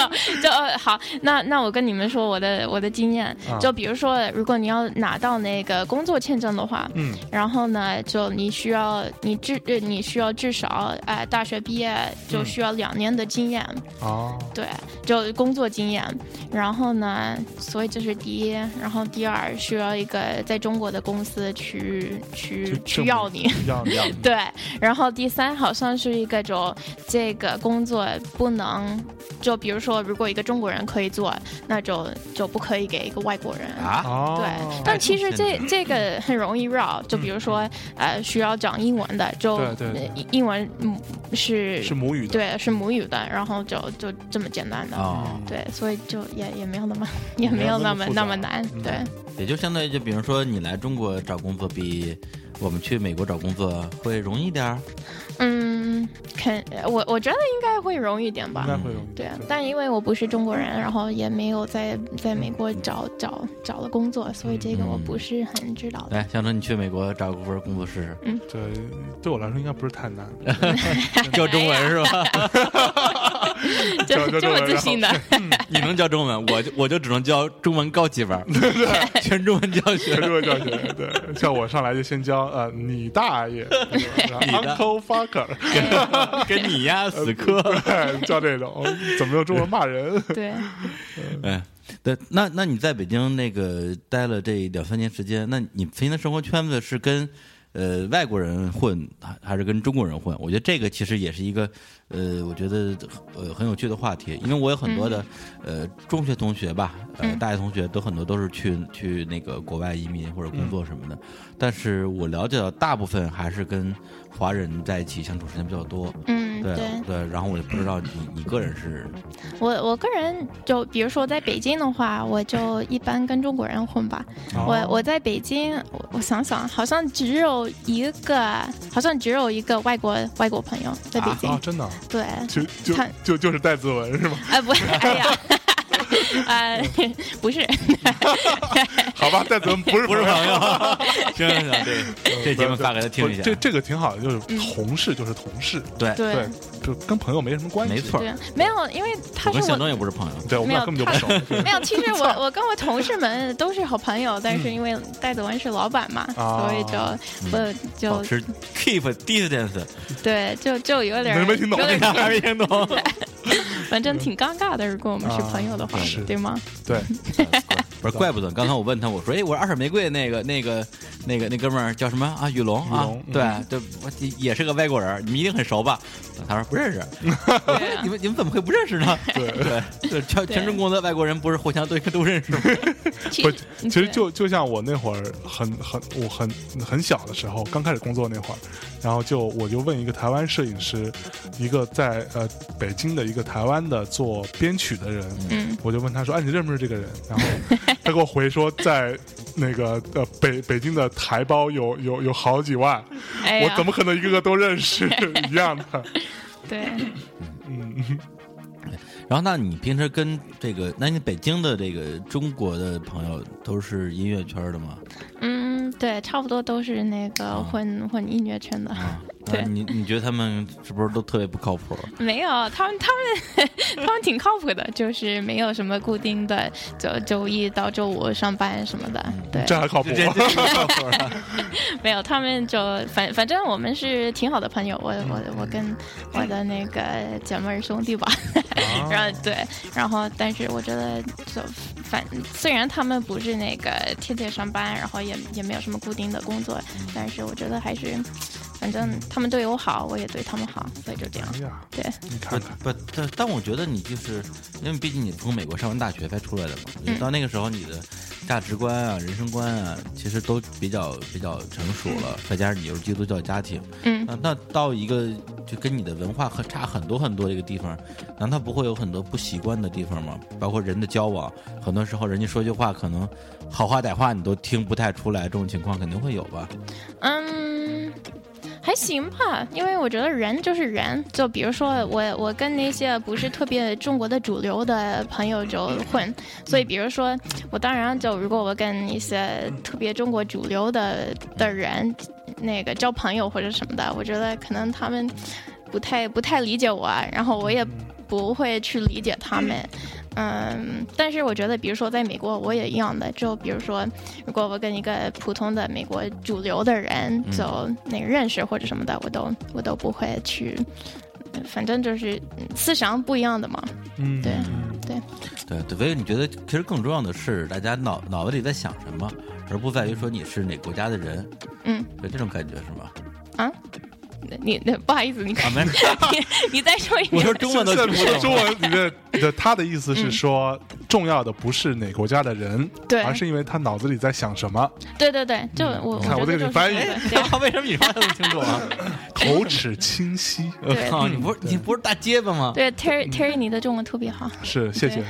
[SPEAKER 1] 就、呃、好。那那我跟你们说我的我的经验
[SPEAKER 3] 啊，
[SPEAKER 1] 就比如说，如果你要拿到那个工作签证的话，
[SPEAKER 3] 嗯，
[SPEAKER 1] 然后呢，就你需要你至呃你需要至少呃大学毕业就
[SPEAKER 3] 嗯
[SPEAKER 1] 需要两年的经验。
[SPEAKER 3] 啊，，
[SPEAKER 1] 对，就工作经验。然后呢，所以这是第一，然后第二需要一个在中国的公司去去去嗯要你。
[SPEAKER 3] 要你，要你
[SPEAKER 1] 对，然后第三好像是一个就这个工作不能，就比如说如果一个中国人可以做，那就就不可以给一个外国人。
[SPEAKER 2] 啊，
[SPEAKER 3] 啊，
[SPEAKER 1] 对，但其实这这个很容易绕，就比如说，呃，需要讲英文的，就
[SPEAKER 3] 嗯对对对
[SPEAKER 1] 呃英文嗯是
[SPEAKER 3] 是母语的，
[SPEAKER 1] 对，是母语的，然后就就这么简单的。
[SPEAKER 2] 哦，
[SPEAKER 1] 对，所以就也也没有那么也
[SPEAKER 3] 没
[SPEAKER 1] 没
[SPEAKER 3] 有
[SPEAKER 1] 有
[SPEAKER 3] 那么
[SPEAKER 1] 那么
[SPEAKER 3] 复杂
[SPEAKER 1] 那么难，
[SPEAKER 3] 嗯
[SPEAKER 1] 对，
[SPEAKER 2] 也就相当于就比如说你来中国找工作比我们去美国找工作会容易点儿，
[SPEAKER 1] 嗯，肯我我觉得应该会容易一点
[SPEAKER 3] 应
[SPEAKER 1] 吧
[SPEAKER 3] 该，会容易。
[SPEAKER 1] 对，啊但因为我不是中国人，然后也没有在在
[SPEAKER 3] 嗯
[SPEAKER 1] 美国找找找了工作，所以这个我不是很知
[SPEAKER 3] 嗯
[SPEAKER 1] 道的。
[SPEAKER 2] 来，想成你去美国找个份工作试
[SPEAKER 1] 嗯
[SPEAKER 3] 对，对我来说应该不是太难。
[SPEAKER 2] 试，教中文是吧？
[SPEAKER 3] 这这
[SPEAKER 1] 这这么
[SPEAKER 3] 这
[SPEAKER 1] 自信的，
[SPEAKER 2] 你能教中 文，我就我就只能教中文高级班儿，全中文教学
[SPEAKER 3] 全。中文 教学，对，像我上来就先教呃，你大爷然后
[SPEAKER 2] 你的
[SPEAKER 3] ，Uncle fucker，
[SPEAKER 2] 跟你呀，死磕。
[SPEAKER 3] 对，教这种怎么用中文骂人。
[SPEAKER 1] 对，
[SPEAKER 2] 哎，对，那那你在北京那个待了这两三年时间，那你平的生活圈子是跟呃外国人混，还还是跟中国人混？我觉得这个其实也是一个呃，我觉得呃很有趣的话题，因为我有很多的、呃中学同学吧，呃大学同学都很多都是去去那个国外移民或者工作什么的，但是我了解到大部分还是跟华人在一起相处时间比较多。
[SPEAKER 1] 嗯，嗯，
[SPEAKER 3] 啊
[SPEAKER 2] 对啊
[SPEAKER 1] 对。
[SPEAKER 2] 对，然后我就不知道你你个人是
[SPEAKER 1] 我我个人就比如说在北京的话，我就一般跟中国人混吧。
[SPEAKER 3] 哦
[SPEAKER 1] 我我在北京，我我想想，好像只有一个，好像只有一个外国外国朋友在北京。
[SPEAKER 3] 啊，真的啊
[SPEAKER 1] 对，
[SPEAKER 3] 就就
[SPEAKER 1] 看
[SPEAKER 3] 就就是戴子文是吗？
[SPEAKER 1] 哎、不，哎呀，呃，不是，
[SPEAKER 3] 好吧，戴子文不是
[SPEAKER 5] 不是朋 友，行行行，对，这节目发给他听一下，
[SPEAKER 3] 这这个挺好的，就是同事就是同事，
[SPEAKER 2] 对，
[SPEAKER 1] 嗯对
[SPEAKER 3] 对，就跟朋友没什么关系，
[SPEAKER 2] 没错
[SPEAKER 1] 对，没有，因为他
[SPEAKER 2] 我
[SPEAKER 1] 是
[SPEAKER 2] 跟向
[SPEAKER 1] 我
[SPEAKER 2] 东也不是朋友，
[SPEAKER 3] 对，我们俩根本就不熟。
[SPEAKER 1] 没有，其实我我跟我同事们都是好朋友，但
[SPEAKER 3] 嗯
[SPEAKER 1] 是因为戴子文是老板嘛，
[SPEAKER 3] 啊
[SPEAKER 1] 所以就我
[SPEAKER 2] 保
[SPEAKER 1] 就
[SPEAKER 2] 持 keep distance，
[SPEAKER 1] 对就就有点
[SPEAKER 3] 没没听懂
[SPEAKER 1] 有点
[SPEAKER 5] 还没听懂，
[SPEAKER 1] 反正挺尴尬的。如果我们是朋友的话
[SPEAKER 3] 啊是，
[SPEAKER 1] 对吗？
[SPEAKER 3] 对，
[SPEAKER 2] 不是，怪不得刚才我问他，我说，哎，我说二手玫瑰那个那个那个那哥们儿叫什么啊？雨龙啊
[SPEAKER 3] 雨龙，
[SPEAKER 5] 嗯
[SPEAKER 2] 对对，我也是个外国人，你们一定很熟吧？他说不认识，我
[SPEAKER 1] 啊
[SPEAKER 2] 说你们你们怎么会不认 识呢？
[SPEAKER 3] 对
[SPEAKER 2] 对，对全全中国的外国人不是互相都 都认识吗？
[SPEAKER 1] 其
[SPEAKER 3] 不
[SPEAKER 1] 实
[SPEAKER 3] 是，其实就就像我那会儿很很我很很小的时候，刚开始工作那会儿，然后就我就问一个台湾摄影师，一个在呃北京的一个台湾的做编曲的人，
[SPEAKER 1] 嗯
[SPEAKER 3] 我就问他说：“哎，你认不认识这个人？”然后他给我回说，在那个呃北北京的台胞有有有好几万，
[SPEAKER 1] 哎
[SPEAKER 3] 我
[SPEAKER 1] 呀，
[SPEAKER 3] 怎么可能一个个都认 识一样的？
[SPEAKER 1] 对
[SPEAKER 3] 嗯，
[SPEAKER 2] 然后，那你平时跟这个，那你北京的这个中国的朋友都是音乐圈的吗？
[SPEAKER 1] 嗯对，差不多都是那个
[SPEAKER 2] 啊
[SPEAKER 1] 混混音乐圈的。
[SPEAKER 2] 啊，那
[SPEAKER 1] 对
[SPEAKER 2] 你你觉得他们是不是都特别不靠谱？
[SPEAKER 1] 没有，他们他们 他们挺靠谱的，就是没有什么固定的，就周一到周五上班什么的。对，
[SPEAKER 3] 这还靠谱啊吗？
[SPEAKER 1] 没有，他们就反反正我们是挺好的朋友，我我我跟我的那个姐妹儿兄弟吧，然后对， 然后但是我觉得就反虽然他们不是那个天天上班，然后也也没有什么固定的工作，但是我觉得还是反正他们对我好，我也对他们好，所以就这样
[SPEAKER 3] 哎。呀，
[SPEAKER 1] 对，
[SPEAKER 3] 你
[SPEAKER 2] 不
[SPEAKER 3] 看看，
[SPEAKER 2] 不，但但我觉得你就是，因为毕竟你从美国上完大学才出来的嘛，
[SPEAKER 3] 嗯
[SPEAKER 2] 你到那个时候你的价值观啊、人生观啊，其实都比较比较成熟
[SPEAKER 3] 嗯
[SPEAKER 2] 了，再加上你又是基督教家庭，
[SPEAKER 1] 嗯
[SPEAKER 2] 那那到一个就跟你的文化很差很多很多的一个地方，难道不会有很多不习惯的地方吗？包括人的交往，很多时候人家说句话，可能好话歹话你都听不太出来，这种情况肯定会有吧？
[SPEAKER 1] 嗯，还行吧，因为我觉得人就是人，就比如说我我跟那些不是特别中国的主流的朋友就混，所以比如说我当然就如果我跟一些特别中国主流的的人那个交朋友或者什么的，我觉得可能他们不太不太理解我，啊然后我也不会去理解他们。嗯，但是我觉得，比如说在美国，我也一样的。就比如说，如果我跟一个普通的美国主流的人就那个认识或者什么的，我都我都不会去，反正就是嗯思想不一样的嘛。
[SPEAKER 3] 嗯，
[SPEAKER 1] 对
[SPEAKER 2] 对对，所以你觉得其实更重要的是大家脑脑子里在想什么，而不在于说你是哪国家的人，
[SPEAKER 1] 嗯，
[SPEAKER 2] 对这种感觉是吗？
[SPEAKER 1] 你你不好意思，你可以、
[SPEAKER 2] 啊没
[SPEAKER 1] 你再说一遍。
[SPEAKER 2] 我说中文都听不
[SPEAKER 3] 是中
[SPEAKER 2] 懂，
[SPEAKER 3] 文，你的你的他的意思是说，重要的不是哪国家的人，
[SPEAKER 1] 对
[SPEAKER 3] 而是因为他脑子里在想什 么，
[SPEAKER 1] 对对对，就
[SPEAKER 2] 嗯
[SPEAKER 1] 我、
[SPEAKER 3] 你看
[SPEAKER 1] 我
[SPEAKER 3] 我
[SPEAKER 1] 觉
[SPEAKER 3] 再给
[SPEAKER 1] 得就
[SPEAKER 3] 你
[SPEAKER 1] 是
[SPEAKER 3] 翻译
[SPEAKER 1] 这个对啊
[SPEAKER 2] 为什么你说的那么清楚啊？
[SPEAKER 3] 口齿清晰。
[SPEAKER 2] 我
[SPEAKER 1] 对
[SPEAKER 2] 靠，你不是你不是大结巴吗？
[SPEAKER 1] 对 Terry Terry，你的中文特别好
[SPEAKER 3] 是，谢谢。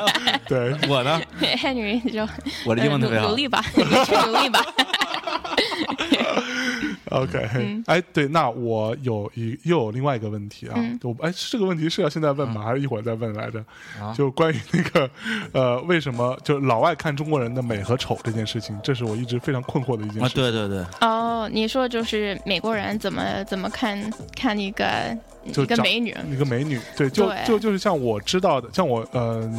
[SPEAKER 3] 对，
[SPEAKER 2] 我呢，
[SPEAKER 1] ，Henry 就
[SPEAKER 2] 我的英文特别
[SPEAKER 1] 呃努
[SPEAKER 2] 好
[SPEAKER 1] 努。力吧， 你去努力吧。
[SPEAKER 3] OK，、哎，
[SPEAKER 2] 嗯
[SPEAKER 3] 对，那我有一又有另外一个问题啊，
[SPEAKER 1] 嗯
[SPEAKER 3] 我哎，是这个问题是要现在
[SPEAKER 2] 嗯
[SPEAKER 3] 问吗？还是一会儿再问来着？
[SPEAKER 2] 啊
[SPEAKER 3] 就关于那个呃，为什么就老外看中国人的美和丑这件事情，这是我一直非常困惑的一件
[SPEAKER 2] 啊，
[SPEAKER 3] 事情。
[SPEAKER 2] 对对对，
[SPEAKER 1] 哦，你说就是美国人怎么怎么看看一个
[SPEAKER 3] 就
[SPEAKER 1] 一个
[SPEAKER 3] 长
[SPEAKER 1] 美女？
[SPEAKER 3] 一个美女，对，就
[SPEAKER 1] 对
[SPEAKER 3] 就就是像我知道的，像我呃，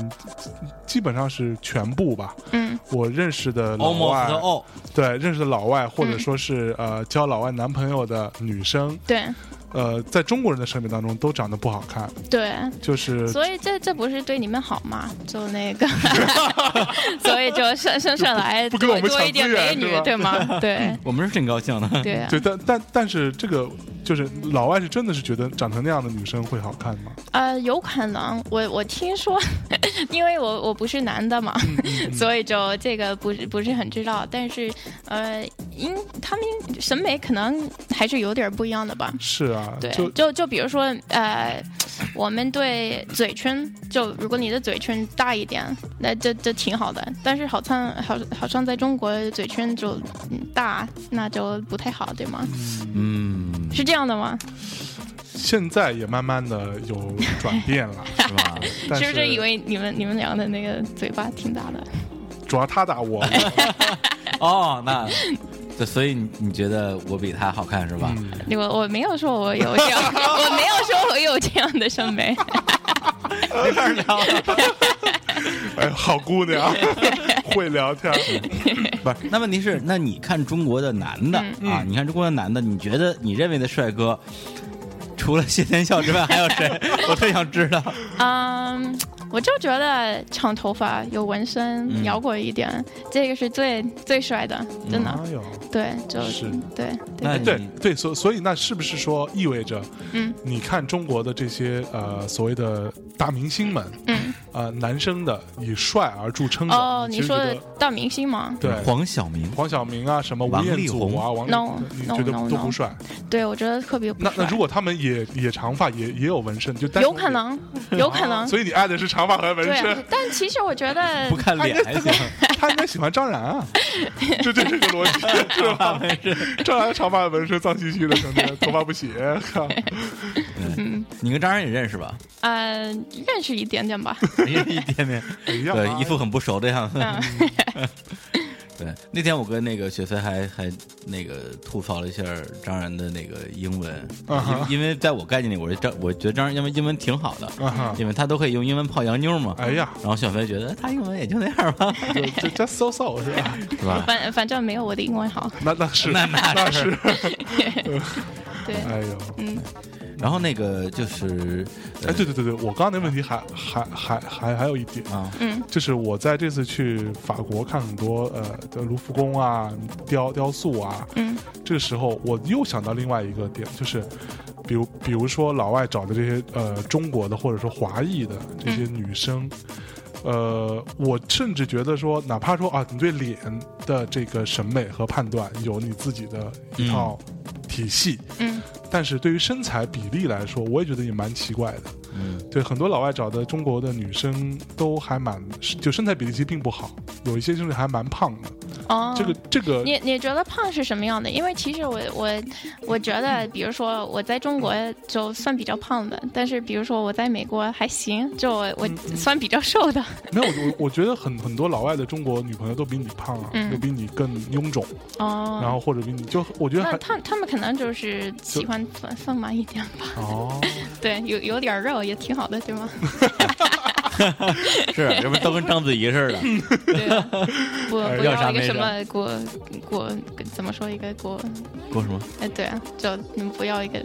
[SPEAKER 3] 基本上是全部吧，
[SPEAKER 1] 嗯
[SPEAKER 3] 我认识的老
[SPEAKER 2] almost 哦
[SPEAKER 3] 外，
[SPEAKER 2] all，
[SPEAKER 3] 对，认识的老外或者
[SPEAKER 1] 嗯
[SPEAKER 3] 说是、呃交老外男朋友的女生，，
[SPEAKER 1] 对
[SPEAKER 3] 呃，在中国人的审美当中都长得不好看，
[SPEAKER 1] 对，
[SPEAKER 3] 就是
[SPEAKER 1] 所以这这不是对你们好吗？就 那个，所以就剩剩下来
[SPEAKER 3] 不不跟我
[SPEAKER 1] 多
[SPEAKER 3] 们
[SPEAKER 1] 多
[SPEAKER 3] 抢
[SPEAKER 1] 一点
[SPEAKER 3] 资源
[SPEAKER 1] 美
[SPEAKER 3] 是
[SPEAKER 1] 女
[SPEAKER 3] 吧，
[SPEAKER 1] 对吗？对
[SPEAKER 2] 我们是挺高兴 的。
[SPEAKER 1] 对啊，
[SPEAKER 3] 对，但但但是这个就是老外是真的是觉得长成那样的女生会好看吗？
[SPEAKER 1] 呃，有可能，我我听说， 因为我
[SPEAKER 3] 嗯
[SPEAKER 1] 我不是男的嘛，所以就这个不是不是很知道。但是，呃，因他们审美可能还是有点不一样的吧。
[SPEAKER 3] 是啊，
[SPEAKER 1] 对，
[SPEAKER 3] 就
[SPEAKER 1] 就就比如说，呃，我们对嘴唇，就如果你的嘴唇大一点，那这这挺好的。但是好像好好像在中国嘴唇就嗯大，那就不太好，对吗？
[SPEAKER 2] 嗯，
[SPEAKER 1] 是这样的吗？
[SPEAKER 3] 现在也慢慢的有转变 了，
[SPEAKER 2] 是吧？
[SPEAKER 3] 但
[SPEAKER 1] 是不
[SPEAKER 3] 是
[SPEAKER 1] 是因为你们你们俩的那个嘴巴挺大的？
[SPEAKER 3] 主要他打 我，
[SPEAKER 2] 哦，那对，所以你你觉得我比他好看是吧？
[SPEAKER 1] 我我没有说我有这样，我没有说我有这样的审美。
[SPEAKER 2] 没法聊了。
[SPEAKER 3] 哎，好姑 娘，会聊天，
[SPEAKER 2] 不是，那问题是，那你看中国的男的、
[SPEAKER 3] 嗯
[SPEAKER 2] 啊，你看中国的男的，你觉得你认为的帅哥， 除了谢天笑之外还 有谁？我特想知道。
[SPEAKER 1] 嗯，我就觉得长头发、有纹身、摇滚一点，这个是最最帅的， 真的。
[SPEAKER 3] 哪
[SPEAKER 2] 哎
[SPEAKER 3] 有？
[SPEAKER 1] 对，就是对
[SPEAKER 2] 那
[SPEAKER 1] 对
[SPEAKER 2] 你
[SPEAKER 3] 对对，所所以那是不是说意味着，嗯，你看中国的这些呃所谓的大明星们，嗯，呃，男生的以帅而著称的，
[SPEAKER 1] 哦，你
[SPEAKER 3] 嗯其实
[SPEAKER 1] 说
[SPEAKER 3] 觉
[SPEAKER 1] 的
[SPEAKER 3] 得
[SPEAKER 1] 大明星吗？
[SPEAKER 3] 对
[SPEAKER 2] 黄晓明，
[SPEAKER 3] 黄晓明啊，什么吴
[SPEAKER 2] 王
[SPEAKER 3] 彦
[SPEAKER 2] 力
[SPEAKER 3] 祖
[SPEAKER 2] 宏
[SPEAKER 3] 啊，王力
[SPEAKER 1] No，
[SPEAKER 3] 你
[SPEAKER 1] no，
[SPEAKER 3] 觉得
[SPEAKER 1] no，
[SPEAKER 3] 都
[SPEAKER 1] no
[SPEAKER 3] 不帅？
[SPEAKER 1] 对，我觉得特别不
[SPEAKER 3] 那那
[SPEAKER 1] 帅
[SPEAKER 3] 如果他们也也长发，也也有纹身，就单
[SPEAKER 1] 有
[SPEAKER 3] 纯
[SPEAKER 1] 可
[SPEAKER 3] 也
[SPEAKER 1] 能，有可
[SPEAKER 3] 啊
[SPEAKER 1] 能。
[SPEAKER 3] 所以你爱的是长发和纹
[SPEAKER 1] 对啊
[SPEAKER 3] 身，，
[SPEAKER 1] 但其实我觉 得
[SPEAKER 2] 不看
[SPEAKER 3] 他应
[SPEAKER 2] 脸
[SPEAKER 3] 该
[SPEAKER 2] 还行。
[SPEAKER 3] 他应该喜欢张然 啊，就就这个逻辑，是吧？ 张然长发纹身，脏兮兮的，整天头发不洗，靠
[SPEAKER 2] 你跟张然也认 识吧？
[SPEAKER 1] 呃，认识一点点吧。
[SPEAKER 2] 一点点，
[SPEAKER 3] 一样啊
[SPEAKER 2] 对，一副很不熟的 样子。
[SPEAKER 1] 嗯，
[SPEAKER 2] 对，那天我跟那个雪飞还还那个吐槽了一下张然的那个英文，
[SPEAKER 3] 啊哈
[SPEAKER 2] 因为因为在我概念里，我张我觉得张然英文英文挺好的，
[SPEAKER 3] 啊哈
[SPEAKER 2] 因为他都可以用英文泡洋妞嘛。
[SPEAKER 3] 哎呀，
[SPEAKER 2] 然后小飞觉得他英文也就那样吧，
[SPEAKER 3] 哎就就 just so so 是吧？
[SPEAKER 2] 是吧？
[SPEAKER 1] 反反正没有我的英文好。
[SPEAKER 3] 那那是
[SPEAKER 2] 那那
[SPEAKER 3] 那是，
[SPEAKER 1] 对，
[SPEAKER 3] 哎呦，
[SPEAKER 2] 然后那个就是，
[SPEAKER 3] 哎，对对对对，我刚刚那问题还还还还还有一点，
[SPEAKER 2] 啊，
[SPEAKER 3] 就是我在这次去法国看很多呃的卢浮宫啊、雕雕塑啊，
[SPEAKER 1] 嗯，
[SPEAKER 3] 这个时候我又想到另外一个点，就是比如比如说老外找的这些呃中国的或者说华裔的这些女生。呃，我甚至觉得说，哪怕说啊，你对脸的这个审美和判断有你自己的一套体系，
[SPEAKER 1] 嗯，
[SPEAKER 3] 但是对于身材比例来说，我也觉得也蛮奇怪的。
[SPEAKER 2] 嗯
[SPEAKER 3] 对，很多老外找的中国的女生都还蛮，就身材比例其实并不好，有一些甚至还蛮胖的。
[SPEAKER 1] 哦，
[SPEAKER 3] 这个这个，
[SPEAKER 1] 你你觉得胖是什么样的？因为其实我我我觉得，比如说我在中国就算比较胖的，但是比如说我在美国还行，就我我算比较瘦的。
[SPEAKER 3] 没有我我觉得很很多老外的中国女朋友都比你胖啊，
[SPEAKER 1] 嗯
[SPEAKER 3] 都比你更臃肿，
[SPEAKER 1] 哦，
[SPEAKER 3] 然后或者比你就我觉得
[SPEAKER 1] 那
[SPEAKER 3] 还
[SPEAKER 1] 他他们可能就是喜欢丰丰满一点吧，
[SPEAKER 3] 哦，
[SPEAKER 1] 对，有有点肉也挺好的，对吗？
[SPEAKER 2] 是，啊要不都跟章子怡似 的，
[SPEAKER 1] 对，不
[SPEAKER 3] 哎
[SPEAKER 1] 不
[SPEAKER 2] 要
[SPEAKER 1] 要
[SPEAKER 2] 啥
[SPEAKER 1] 一个
[SPEAKER 2] 没
[SPEAKER 1] 什
[SPEAKER 2] 啥
[SPEAKER 1] 么国国怎么说一个国
[SPEAKER 2] 过什么？
[SPEAKER 1] 哎对啊，就你们不要一个，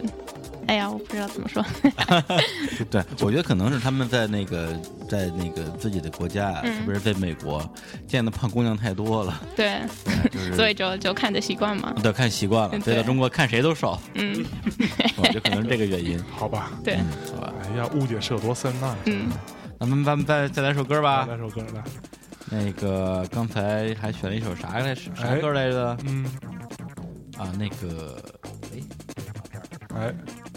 [SPEAKER 1] 哎呀，我不知道怎么说。
[SPEAKER 2] 对，我觉得可能是他们在那个在那个自己的国家啊，
[SPEAKER 1] 嗯
[SPEAKER 2] 特别是在美国，见的胖姑娘太多了，
[SPEAKER 1] 对，
[SPEAKER 2] 就是嗯
[SPEAKER 1] 所以就就看着习惯嘛。
[SPEAKER 2] 对看习惯了，
[SPEAKER 1] 对
[SPEAKER 2] 所以到中国看谁都瘦，
[SPEAKER 1] 嗯，
[SPEAKER 2] 我觉得可能是这个原因，嗯
[SPEAKER 3] 好吧，
[SPEAKER 1] 对，
[SPEAKER 2] 好吧？
[SPEAKER 3] 哎呀，误解是有多深呐、
[SPEAKER 1] 嗯。
[SPEAKER 2] 那咱们咱们再再来首歌吧。
[SPEAKER 3] 来首歌来，
[SPEAKER 2] 那个刚才还选了一首啥来啥
[SPEAKER 3] 哎
[SPEAKER 2] 歌来着？
[SPEAKER 3] 嗯，
[SPEAKER 2] 啊，那个
[SPEAKER 3] 哎，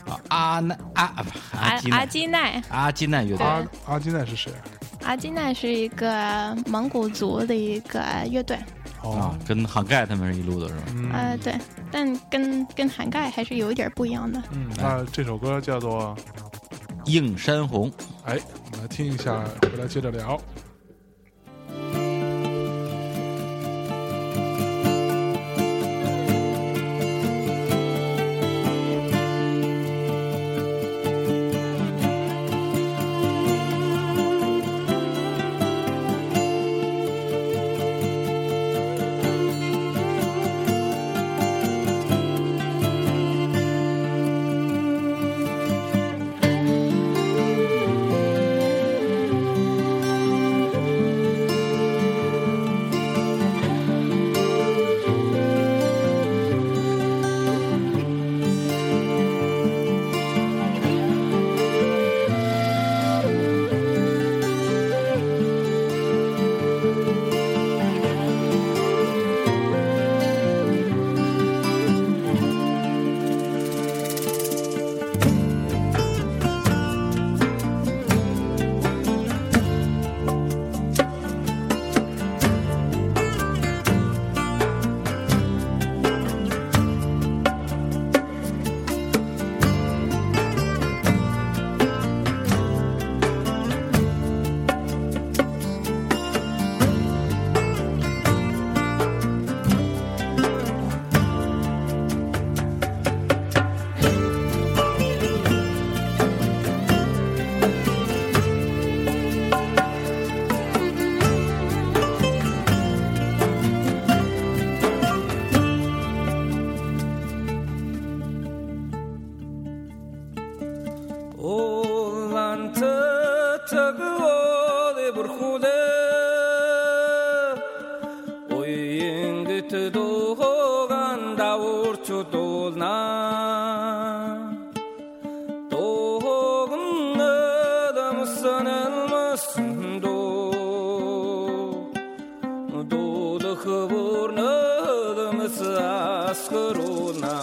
[SPEAKER 2] 啊阿奈阿啊不阿
[SPEAKER 1] 阿
[SPEAKER 2] 基
[SPEAKER 1] 阿
[SPEAKER 2] 奈
[SPEAKER 1] 基奈，
[SPEAKER 2] 阿基奈乐队
[SPEAKER 1] 哎
[SPEAKER 3] 阿阿金奈是谁？啊
[SPEAKER 1] 阿基奈是一个蒙古族的一个乐队，
[SPEAKER 3] 哦
[SPEAKER 2] 啊，，跟杭盖他们是一路的是吧？
[SPEAKER 3] 嗯、
[SPEAKER 1] 呃，对，但跟跟涵盖还是有一点不一样的。
[SPEAKER 3] 嗯，那这首歌叫做，
[SPEAKER 2] 映山红。
[SPEAKER 3] 哎，我们来听一下，回来接着聊。
[SPEAKER 6] 啊，
[SPEAKER 4] Olan tabi ole burkude Oyun gütü doğan davurçu dolna Doğun adam e sanılmasın do Doğdu kıvırnalımız askır olna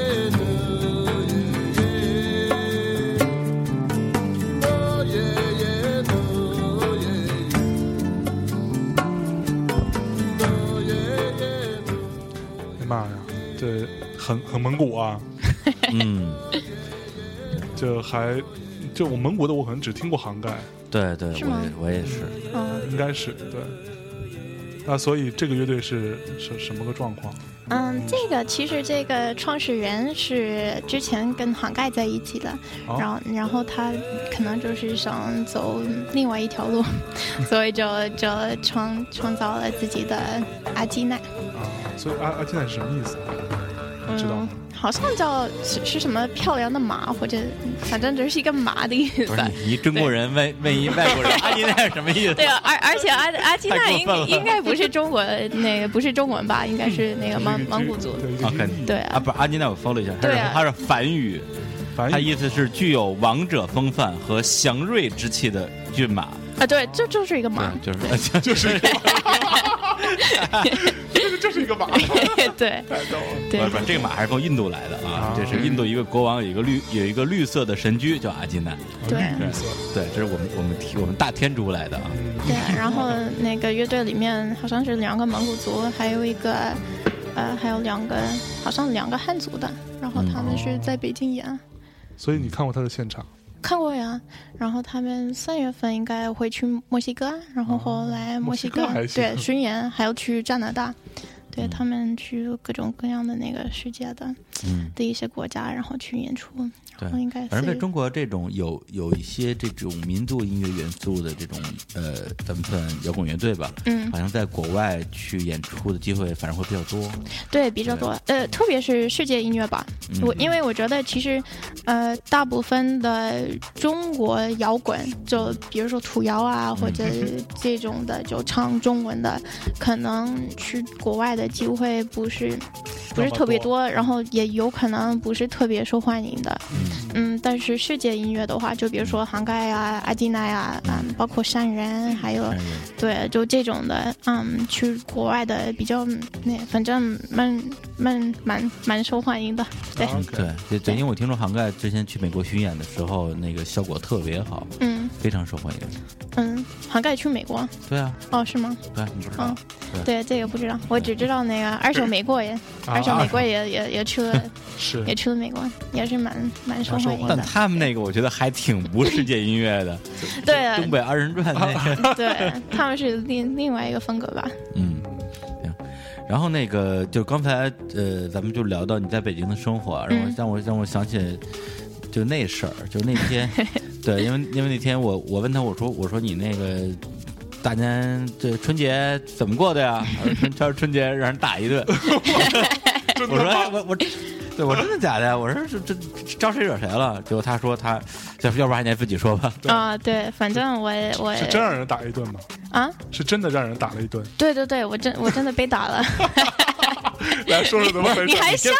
[SPEAKER 4] Oh, Oh,
[SPEAKER 3] 哎妈呀，这很很蒙古啊！
[SPEAKER 2] 嗯，
[SPEAKER 3] 就还就我蒙古的，我可能只听过杭盖，
[SPEAKER 2] 对对，
[SPEAKER 1] 是
[SPEAKER 2] 我
[SPEAKER 1] 吗
[SPEAKER 2] 也我也是，
[SPEAKER 3] 应该是对。那所以这个乐队是是什么个状况？
[SPEAKER 1] 嗯，这个其实这个创始人是之前跟杭盖在一起的，
[SPEAKER 3] 哦
[SPEAKER 1] 然后然后他可能就是想走另外一条路， 所以就就创创造了自己的阿基奈，
[SPEAKER 3] 啊，所以阿阿基奶是什么意思？你知道
[SPEAKER 1] 嗯
[SPEAKER 3] 吗？，
[SPEAKER 1] 好像叫是是什么漂亮的马或者反正就是一个马的意
[SPEAKER 2] 不
[SPEAKER 1] 思
[SPEAKER 2] 是。你一中国人问问一 外国人，阿金那是什么意思？
[SPEAKER 1] 对啊，而而且阿阿基奈应
[SPEAKER 2] 太过分了
[SPEAKER 1] 应该不是中国那个不是中文吧，应该是那
[SPEAKER 3] 这
[SPEAKER 1] 个啊蒙
[SPEAKER 3] 是一个
[SPEAKER 1] 蒙古族。
[SPEAKER 3] 对一个
[SPEAKER 2] 啊，肯
[SPEAKER 1] 对
[SPEAKER 2] 啊，
[SPEAKER 1] 啊，
[SPEAKER 2] 不是阿金那我搜了一下，它
[SPEAKER 1] 对
[SPEAKER 2] 是
[SPEAKER 1] 啊
[SPEAKER 2] 它是梵语，
[SPEAKER 3] 反
[SPEAKER 2] 它
[SPEAKER 3] 正
[SPEAKER 2] 意思是具有王者风范和祥瑞之气的骏马，
[SPEAKER 1] 啊对，这就是一个马，
[SPEAKER 2] 对， 就是
[SPEAKER 3] 就是一个马，就是一个马，
[SPEAKER 1] 对
[SPEAKER 3] 太逗了。
[SPEAKER 1] 对嗯
[SPEAKER 2] 不是不是，这个马还是从印度来的
[SPEAKER 3] 啊，
[SPEAKER 2] 啊这是印度一个国王有一个绿有一个绿色的神驹叫阿金那，
[SPEAKER 1] 对。
[SPEAKER 3] 绿色
[SPEAKER 2] 对，这是我们我们提我们大天竺来的啊，
[SPEAKER 1] 对，然后那个乐队里面好像是两个蒙古族，还有一个，呃，还有两个好像两个汉族的，然后他们是在北京演，
[SPEAKER 3] 所以你看过他的现场？
[SPEAKER 1] 看过呀。然后他们三月份应该会去墨西哥，然后后来墨西哥,、
[SPEAKER 3] 墨西哥还行
[SPEAKER 1] 对巡演，还要去加拿大，对他们去各种各样的那个世界的
[SPEAKER 2] 嗯。
[SPEAKER 1] 的一些国家，然后去演出，
[SPEAKER 2] 对
[SPEAKER 1] 然后应该
[SPEAKER 2] 反正在
[SPEAKER 1] 是
[SPEAKER 2] 中国这种有有一些这种民族音乐元素的这种呃，咱们算摇滚乐队吧，
[SPEAKER 1] 嗯
[SPEAKER 2] 好像在国外去演出的机会反而会比较多。
[SPEAKER 1] 对，比较多。呃，特别是世界音乐吧，
[SPEAKER 2] 嗯
[SPEAKER 1] 我因为我觉得其实，呃，大部分的中国摇滚，就比如说土窑啊，或者这种的，就唱中文的，可能去国外的机会不是不是特别多，然后也有可能不是特别受欢迎的。嗯，但是世界音乐的话，就比如说杭盖啊、阿迪奈啊，嗯，包括山人，还有对，就这种的，嗯，去国外的比较那，反正蛮蛮蛮蛮受欢迎的。对，
[SPEAKER 3] 啊
[SPEAKER 2] 对对对，因为我听说杭盖之前去美国巡演的时候，那个效果特别好，
[SPEAKER 1] 嗯
[SPEAKER 2] 非常受欢迎。
[SPEAKER 1] 嗯，杭盖去美国
[SPEAKER 2] 对啊，
[SPEAKER 1] 哦，是吗？
[SPEAKER 2] 对啊，你不知道
[SPEAKER 1] 嗯？，对，这个不知道，我只知道那个二手玫瑰，
[SPEAKER 3] 啊
[SPEAKER 1] 二手玫瑰也也也去了，
[SPEAKER 3] 是
[SPEAKER 1] 也去了美国，也是蛮蛮受欢迎
[SPEAKER 2] 但
[SPEAKER 1] 的。
[SPEAKER 2] 他们那个我觉得还挺不世界音乐 的，东
[SPEAKER 1] 对
[SPEAKER 2] 北二人转那个。
[SPEAKER 1] 对，他们是另另外一个风格吧？
[SPEAKER 2] 嗯，行。然后那个就是刚才呃，咱们就聊到你在北京的生活，啊让我
[SPEAKER 1] 嗯
[SPEAKER 2] 让我让我想起就那事儿，就那 天，对，因为因为那天我我问他我说我说你那个大年这春节怎么过的呀？他说他说春节让人打 一顿，我说哎我我。对，我真的假的呀？我说这这这招谁惹谁了？结果他说他，要不要不然你自己说吧。
[SPEAKER 1] 啊，对，反正我我
[SPEAKER 3] 是真让人打一顿吗？
[SPEAKER 1] 啊，
[SPEAKER 3] 是真的让人打了一顿。
[SPEAKER 1] 对对对，我真我真的被打 了，
[SPEAKER 3] 来说说怎么回
[SPEAKER 1] 你
[SPEAKER 3] 事？
[SPEAKER 1] 还笑？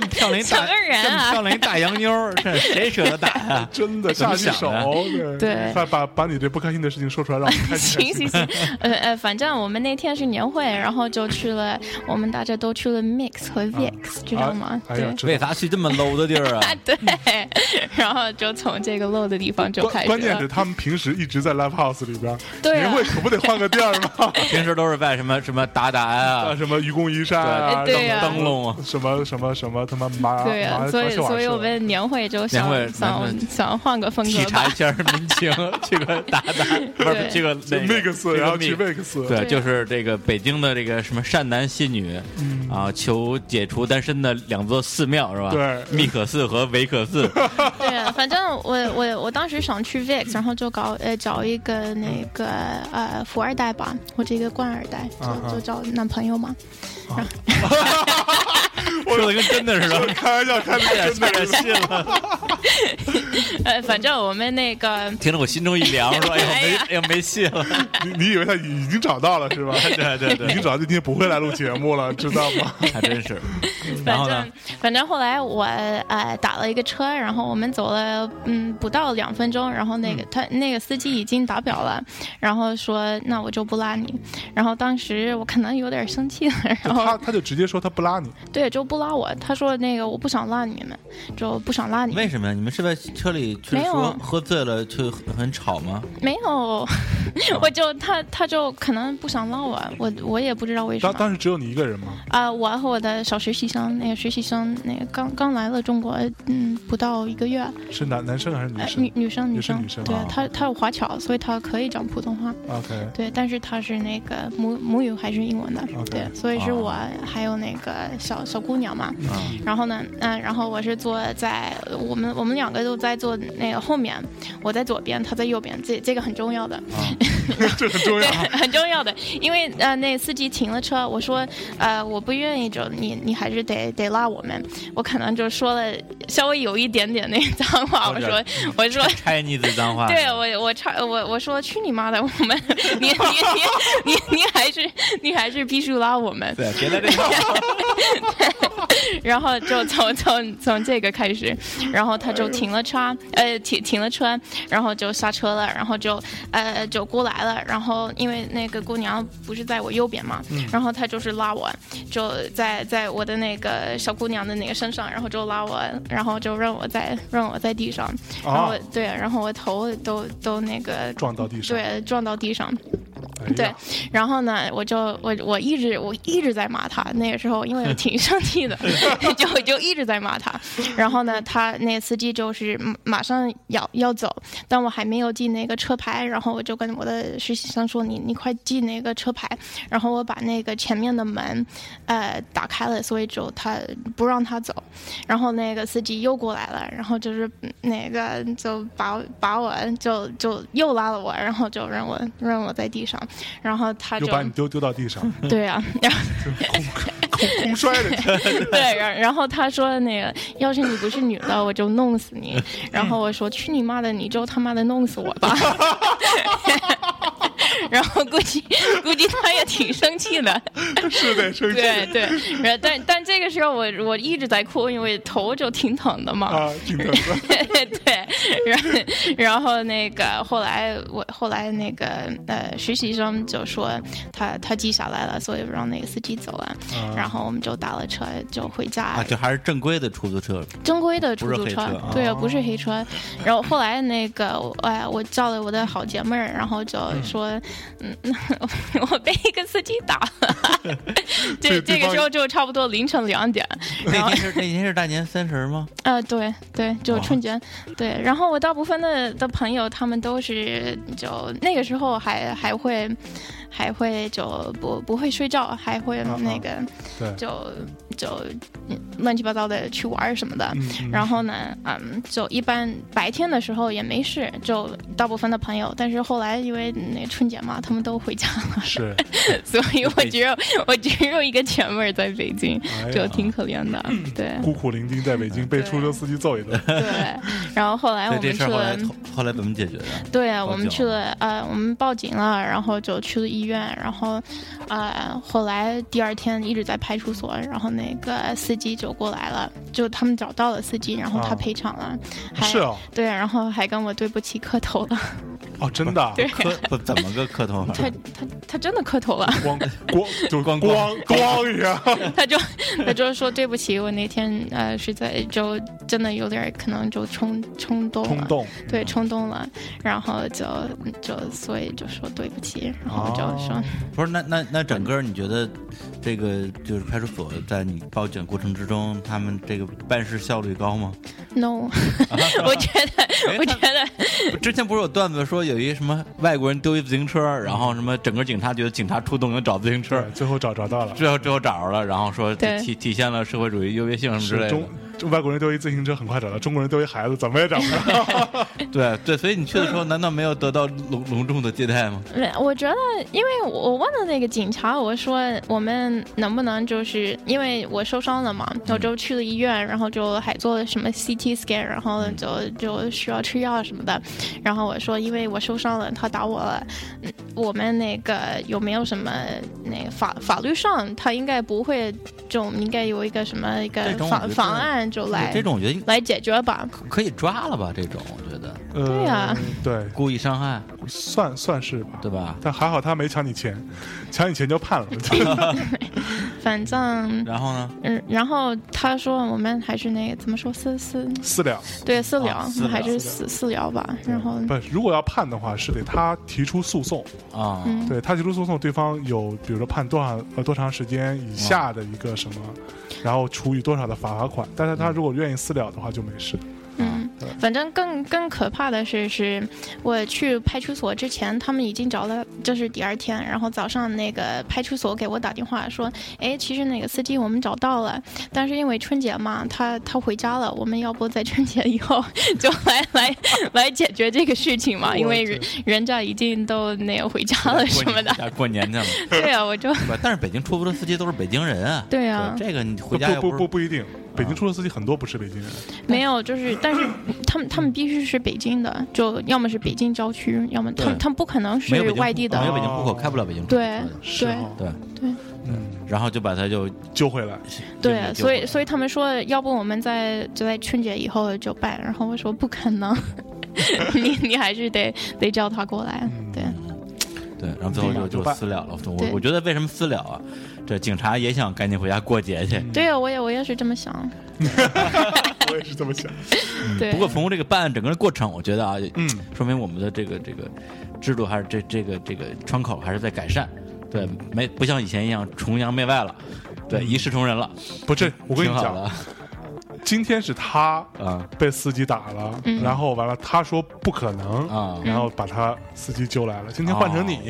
[SPEAKER 2] 么漂亮一大，
[SPEAKER 1] 什么人啊
[SPEAKER 2] 这么漂亮一大洋妞儿，这谁舍得打呀？
[SPEAKER 3] 真的下起手
[SPEAKER 2] 怎么，
[SPEAKER 1] 对
[SPEAKER 3] 快把把你这不开心的事情说出来，让我们开心开
[SPEAKER 1] 行
[SPEAKER 3] 心。
[SPEAKER 1] 行行，呃呃，反正我们那天是年会，然后就去了，我们大家都去了 Mix
[SPEAKER 3] 啊
[SPEAKER 1] 和 VX，知道吗？
[SPEAKER 3] 哎
[SPEAKER 1] 对
[SPEAKER 3] 呀，。知
[SPEAKER 2] 为
[SPEAKER 3] 道
[SPEAKER 2] 啥去这么 low 的地儿啊？
[SPEAKER 1] 对，然后就从这个漏的地方 就
[SPEAKER 3] 关
[SPEAKER 1] 开始
[SPEAKER 3] 关键
[SPEAKER 1] 了
[SPEAKER 3] 是他们平时一直在 live house 里边，
[SPEAKER 1] 对
[SPEAKER 3] 年
[SPEAKER 1] 啊
[SPEAKER 3] 会可不得换个地儿吗？
[SPEAKER 2] 平时都是在什么什么达达
[SPEAKER 3] 啊，
[SPEAKER 2] 呀、
[SPEAKER 3] 什么愚公移山啊，
[SPEAKER 1] 对对
[SPEAKER 3] 什么
[SPEAKER 1] 呀
[SPEAKER 2] 灯笼啊，
[SPEAKER 3] 什么什么什么他妈麻
[SPEAKER 1] 对呀、
[SPEAKER 3] 麻
[SPEAKER 1] 所以
[SPEAKER 3] 麻秀尔
[SPEAKER 1] 所以
[SPEAKER 3] 社
[SPEAKER 1] 我们年会就
[SPEAKER 2] 年
[SPEAKER 1] 想
[SPEAKER 2] 会年
[SPEAKER 1] 想
[SPEAKER 2] 会
[SPEAKER 1] 想换个风
[SPEAKER 2] 体
[SPEAKER 1] 格
[SPEAKER 2] 察
[SPEAKER 1] 吧
[SPEAKER 2] 一，下民情， 去个达达，不是
[SPEAKER 1] 对
[SPEAKER 2] 去个
[SPEAKER 3] 就
[SPEAKER 2] 那个
[SPEAKER 3] mix，然后去
[SPEAKER 2] mix
[SPEAKER 3] mix，
[SPEAKER 2] 对，
[SPEAKER 1] 对啊
[SPEAKER 2] 就是这个北京的这个什么善男信女
[SPEAKER 3] 嗯
[SPEAKER 2] 啊，求解除单身的两座寺庙是吧？
[SPEAKER 3] 对
[SPEAKER 2] 密可寺和维 可寺。
[SPEAKER 1] 对啊，反正我我我当时想去 VIX，然后就搞呃找一个那
[SPEAKER 3] 嗯
[SPEAKER 1] 个呃富二代吧，或者一个官二代，
[SPEAKER 3] 啊啊
[SPEAKER 1] 就就找男朋友嘛。
[SPEAKER 2] 说的跟真的似的，
[SPEAKER 3] 开玩笑，开玩笑， 真
[SPEAKER 2] 差
[SPEAKER 3] 的
[SPEAKER 2] 点
[SPEAKER 3] 是
[SPEAKER 2] 信了，
[SPEAKER 1] 呃，反正我们那个
[SPEAKER 2] 听得我心中一凉，说哎呀
[SPEAKER 1] 哎
[SPEAKER 2] 没
[SPEAKER 1] 呀
[SPEAKER 2] 哎呀没戏 了，
[SPEAKER 3] 你你以为他已经找到了是吧？
[SPEAKER 2] 对对对
[SPEAKER 3] 已经找到今天不会来录节目了，知道吗？
[SPEAKER 2] 还真是。然
[SPEAKER 1] 反
[SPEAKER 2] 后呢
[SPEAKER 1] 正？反正后来我呃打了一个车，然后我们走了嗯不到两分钟，然后那个、他那个司机已经打表了，然后说那我就不拉你。然后当时我可能有点生气了， 然后
[SPEAKER 3] 他他就直接说他不拉你，
[SPEAKER 1] 对就不拉我，他说那个我不想拉你们，就不想拉你。
[SPEAKER 2] 为什么呀？你们是在车里就是
[SPEAKER 1] 没有啊
[SPEAKER 2] 说喝醉了就很吵吗？
[SPEAKER 1] 没有， 我就他他就可能不想拉我，我我也不知道为什
[SPEAKER 3] 当
[SPEAKER 1] 么。
[SPEAKER 3] 当时只有你一个人吗？
[SPEAKER 1] 啊、我和我的小实习生，那个实习生，那个刚刚来了中国，嗯，不到一个月，
[SPEAKER 3] 是男男生还是女
[SPEAKER 1] 呃，
[SPEAKER 3] 生
[SPEAKER 1] 女女生
[SPEAKER 3] 也
[SPEAKER 1] 女
[SPEAKER 3] 是
[SPEAKER 1] 生，
[SPEAKER 3] 女生
[SPEAKER 1] 对
[SPEAKER 3] 啊
[SPEAKER 1] 她她有华侨，所以她可以讲普通话，
[SPEAKER 3] ？OK，哎
[SPEAKER 1] 对，但是她是那个母母语还是英文的
[SPEAKER 3] OK 哦
[SPEAKER 1] 对，所以是我还有那个小小姑娘嘛，然后呢，嗯、然后我是坐在我们我们两个都在坐那个后面，我在左边，她在右边，这这个很重要的，
[SPEAKER 3] 啊 这很重要
[SPEAKER 1] 对，。很重要的，因为呃，那司机停了车，我说呃，我不愿意，就你你还是得得拉我们，我可能就说了稍微有一点点那脏话，
[SPEAKER 2] 或
[SPEAKER 1] 我
[SPEAKER 2] 者
[SPEAKER 1] 说我说。
[SPEAKER 2] Chinese 的脏话。
[SPEAKER 1] 对我，我差我我说去你妈的！我们你你你你你还是你还是必须拉我们，
[SPEAKER 2] 对，别来 这套。
[SPEAKER 1] 然后就从从从这个开始，然后他就停了车，呃停停了车，然后就刹车了，然后就呃就过来了，然后因为那个姑娘不是在我右边嘛，
[SPEAKER 3] 嗯
[SPEAKER 1] 然后他就是拉我，就在在我的那个小姑娘的那个身上，然后就拉我，然后就让我在让我在地上，然后、
[SPEAKER 3] 啊
[SPEAKER 1] 对，然后我头都都那个
[SPEAKER 3] 撞到地上，
[SPEAKER 1] 对撞到地上，
[SPEAKER 3] 哎呀
[SPEAKER 1] 对，然后呢，我就我我一直我一直在骂他，那个时候因为我挺生气的，就就一直在骂他。然后呢，他那个司机就是马马上要要走，但我还没有记那个车牌，然后我就跟我的实习生说：“你你快记那个车牌。”然后我把那个前面的门，呃，打开了，所以就他不让他走。然后那个司机又过来了，然后就是嗯那个就把我把我就就又拉了我，然后就让我让我在地上，然后他
[SPEAKER 3] 又
[SPEAKER 1] 就
[SPEAKER 3] 把你丢丢到 地上，
[SPEAKER 1] 对啊，然后
[SPEAKER 3] 空空摔的，
[SPEAKER 1] 对，然然后他说那个，要是你不是女的，我就弄死你。然后我说去你妈的，你就他妈的弄死我吧。然后估计估计他也挺生气的，
[SPEAKER 3] 是得生气
[SPEAKER 1] 对对，然后但但这个时候我我一直在哭，因为头就挺疼的嘛。
[SPEAKER 3] 啊，挺疼的。
[SPEAKER 1] 对，然后然后那个后来我后来那个呃实习生就说他他记下来了，所以让那个司机走了，
[SPEAKER 3] 啊
[SPEAKER 1] 然后我们就打了车就回家。
[SPEAKER 2] 啊，就还是正规的出租车，
[SPEAKER 1] 正规的出
[SPEAKER 2] 不是
[SPEAKER 1] 租
[SPEAKER 2] 黑
[SPEAKER 1] 车，
[SPEAKER 2] 车啊
[SPEAKER 1] 对啊，不是黑车。然后后来那个，我哎，我叫了我的好姐妹儿，然后就说，嗯， 我被一个司机打了。
[SPEAKER 3] 这
[SPEAKER 1] 这
[SPEAKER 3] 地
[SPEAKER 1] 这
[SPEAKER 3] 方
[SPEAKER 1] 个时候就差不多凌晨两点，
[SPEAKER 2] 那天是那天是大年三十吗？
[SPEAKER 1] 呃，对对，就春节，对。然后我大部分的的朋友，他们都是就那个时候还还会还会就不不会睡觉，还会
[SPEAKER 3] 啊
[SPEAKER 1] 那个、
[SPEAKER 3] 对
[SPEAKER 1] 就就嗯乱七八糟的去玩儿什么的。
[SPEAKER 3] 嗯嗯
[SPEAKER 1] 然后呢，嗯，就一般白天的时候也没事，就大部分的朋友。但是后来因为那春节嘛，他们都回家了，
[SPEAKER 3] 是，
[SPEAKER 1] 所以我只 有我只有一个前妹儿在北京，
[SPEAKER 3] 哎
[SPEAKER 1] 就
[SPEAKER 3] 呀
[SPEAKER 1] 挺可 怜的。对
[SPEAKER 3] 孤苦伶仃，在北京被
[SPEAKER 1] 对
[SPEAKER 3] 出租车司机揍一顿，
[SPEAKER 1] 对，然后后来我
[SPEAKER 2] 那
[SPEAKER 1] 们
[SPEAKER 2] 这
[SPEAKER 1] 去
[SPEAKER 2] 事儿后
[SPEAKER 1] 了
[SPEAKER 2] 来。后后来怎么解决的？
[SPEAKER 1] 对啊，
[SPEAKER 2] 报
[SPEAKER 1] 我们
[SPEAKER 2] 警
[SPEAKER 1] 去了，呃，我们报警了，然后就去了医院，然后，呃，后来第二天一直在派出所，然后那个司机就过来了，就他们找到了司机，然后
[SPEAKER 3] 啊
[SPEAKER 1] 他赔偿了，还
[SPEAKER 3] 是哦，
[SPEAKER 1] 对，然后还跟我对不起磕头了，
[SPEAKER 3] 哦，真 的啊，
[SPEAKER 2] 磕不怎么个磕头啊 法？
[SPEAKER 1] 他他他真的磕头了，
[SPEAKER 3] 光 光就
[SPEAKER 2] 光
[SPEAKER 3] 光光一样，
[SPEAKER 1] 他就他就说对不起，我那天呃是在就真的有点儿可能就冲冲动了，
[SPEAKER 3] 冲动，
[SPEAKER 1] 对，冲动了，然后就就所以就说对不起，然后就说、
[SPEAKER 3] 哦
[SPEAKER 2] 不是，那那那整个你觉得这个就是派出所在你报警过程之中，他们这个办事效率高 吗？
[SPEAKER 1] no，我觉得我觉得
[SPEAKER 2] 之前不是有段子说有一什么外国人丢一自行车，然后什么整个警察觉得警察出动能找自行车
[SPEAKER 3] 对，，最后找找到了，
[SPEAKER 2] 最后最后找着了，然后说
[SPEAKER 1] 对
[SPEAKER 2] 体体现了社会主义优越性什
[SPEAKER 3] 是
[SPEAKER 2] 么之类
[SPEAKER 3] 中
[SPEAKER 2] 的。
[SPEAKER 3] 中外国人丢一自行车很快找到，中国人丢一孩子怎么也找不 到，
[SPEAKER 2] 对对，所以你去的时候难道没有得到隆隆重的接待吗？
[SPEAKER 1] 没我觉得，因为我我问了那个警察，我说我们能不能就是因为我受伤了嘛，
[SPEAKER 2] 嗯
[SPEAKER 1] 我就去了医院，然后就还做了什么 CT scan，然后
[SPEAKER 2] 嗯
[SPEAKER 1] 就就需要吃药什么的。然后我说，因为我受伤了，他打我了，嗯，我们那个有没有什么那个法法律上他应该不会这种，应该有一个什么一个
[SPEAKER 2] 这种我觉
[SPEAKER 1] 方
[SPEAKER 2] 得
[SPEAKER 1] 方案就来
[SPEAKER 2] 这种我觉得
[SPEAKER 1] 来解决吧。
[SPEAKER 2] 可以抓了吧？这种我觉得
[SPEAKER 3] 对
[SPEAKER 1] 呀
[SPEAKER 3] 呃对，
[SPEAKER 2] 故意伤害，
[SPEAKER 3] 算算是吧，
[SPEAKER 2] 对吧？
[SPEAKER 3] 但还好他没抢你钱，抢你钱就判了，
[SPEAKER 1] 反正，
[SPEAKER 2] 然后呢？
[SPEAKER 1] 嗯，然后他说我们还是那个怎么说，私私
[SPEAKER 3] 私了。
[SPEAKER 1] 对，私聊、
[SPEAKER 2] 私聊
[SPEAKER 1] 还是
[SPEAKER 3] 私
[SPEAKER 1] 私私聊吧。 然后
[SPEAKER 3] 不，如果要判的话，是得他提出诉讼，
[SPEAKER 2] 啊，
[SPEAKER 1] 嗯
[SPEAKER 3] 对他提出诉讼，对方有比如说判多少呃多长时间以下的一个什么，然后处以多少的罚款，但是他如果愿意私了的话就没事。
[SPEAKER 1] 嗯，反正更更可怕的是，是我去派出所之前，他们已经找了，就是第二天，然后早上那个派出所给我打电话说，哎，其实那个司机我们找到了，但是因为春节嘛，他他回家了，我们要不在春节以后就来来来解决这个事情嘛，因为人人家已经都那个回家了什么的。
[SPEAKER 2] 过年 过年去了。
[SPEAKER 1] 对啊，我就
[SPEAKER 2] 对吧？但是北京出租车司机都是北京人啊。
[SPEAKER 1] 对啊
[SPEAKER 2] 这个你
[SPEAKER 3] 不
[SPEAKER 2] 回家又
[SPEAKER 3] 不啊
[SPEAKER 2] 是
[SPEAKER 3] 不不一定，北京出租车司机很多不是北京人，
[SPEAKER 1] 没有，就是，但是他们他们必须是北京的，就要么是北京郊区，要么他们
[SPEAKER 2] 对
[SPEAKER 1] 他们不可能
[SPEAKER 2] 没有
[SPEAKER 1] 是
[SPEAKER 2] 北京
[SPEAKER 1] 外地
[SPEAKER 2] 没
[SPEAKER 1] 的
[SPEAKER 2] 有，北京户口啊开不了北京出租
[SPEAKER 1] 对
[SPEAKER 2] 车的。
[SPEAKER 3] 是
[SPEAKER 1] 对
[SPEAKER 3] 哈，
[SPEAKER 2] 对
[SPEAKER 3] 嗯，
[SPEAKER 2] 然后就把他就
[SPEAKER 3] 揪回来，
[SPEAKER 1] 对，所以所
[SPEAKER 2] 以
[SPEAKER 1] 以他们说，要不我们在就在春节以后就办，然后我说不可能， 你你还是得得叫他过来，
[SPEAKER 2] 嗯
[SPEAKER 1] 对，
[SPEAKER 2] 对，然后最后
[SPEAKER 3] 立马
[SPEAKER 2] 就
[SPEAKER 3] 就
[SPEAKER 2] 就
[SPEAKER 3] 办
[SPEAKER 2] 私了了。我
[SPEAKER 1] 对
[SPEAKER 2] 我觉得为什么私了啊？这警察也想赶紧回家过节去。
[SPEAKER 1] 对啊，我也我也是这么想，
[SPEAKER 3] 我也是这么想。
[SPEAKER 1] 对，
[SPEAKER 2] 嗯不过冯过这个办案整个过程，我觉得啊，
[SPEAKER 3] 嗯，
[SPEAKER 2] 说明我们的这个这个制度还是这这个这个窗口还是在改善。对，没不像以前一样崇洋媚外了，对，一视同仁了。
[SPEAKER 3] 不，这我跟你
[SPEAKER 2] 挺好
[SPEAKER 3] 讲，
[SPEAKER 2] 了
[SPEAKER 3] 今天是他
[SPEAKER 2] 啊
[SPEAKER 3] 被司机打了，然后完了他说不可能。
[SPEAKER 2] 啊！哦
[SPEAKER 3] 然后把他司机揪来了。今天换成你，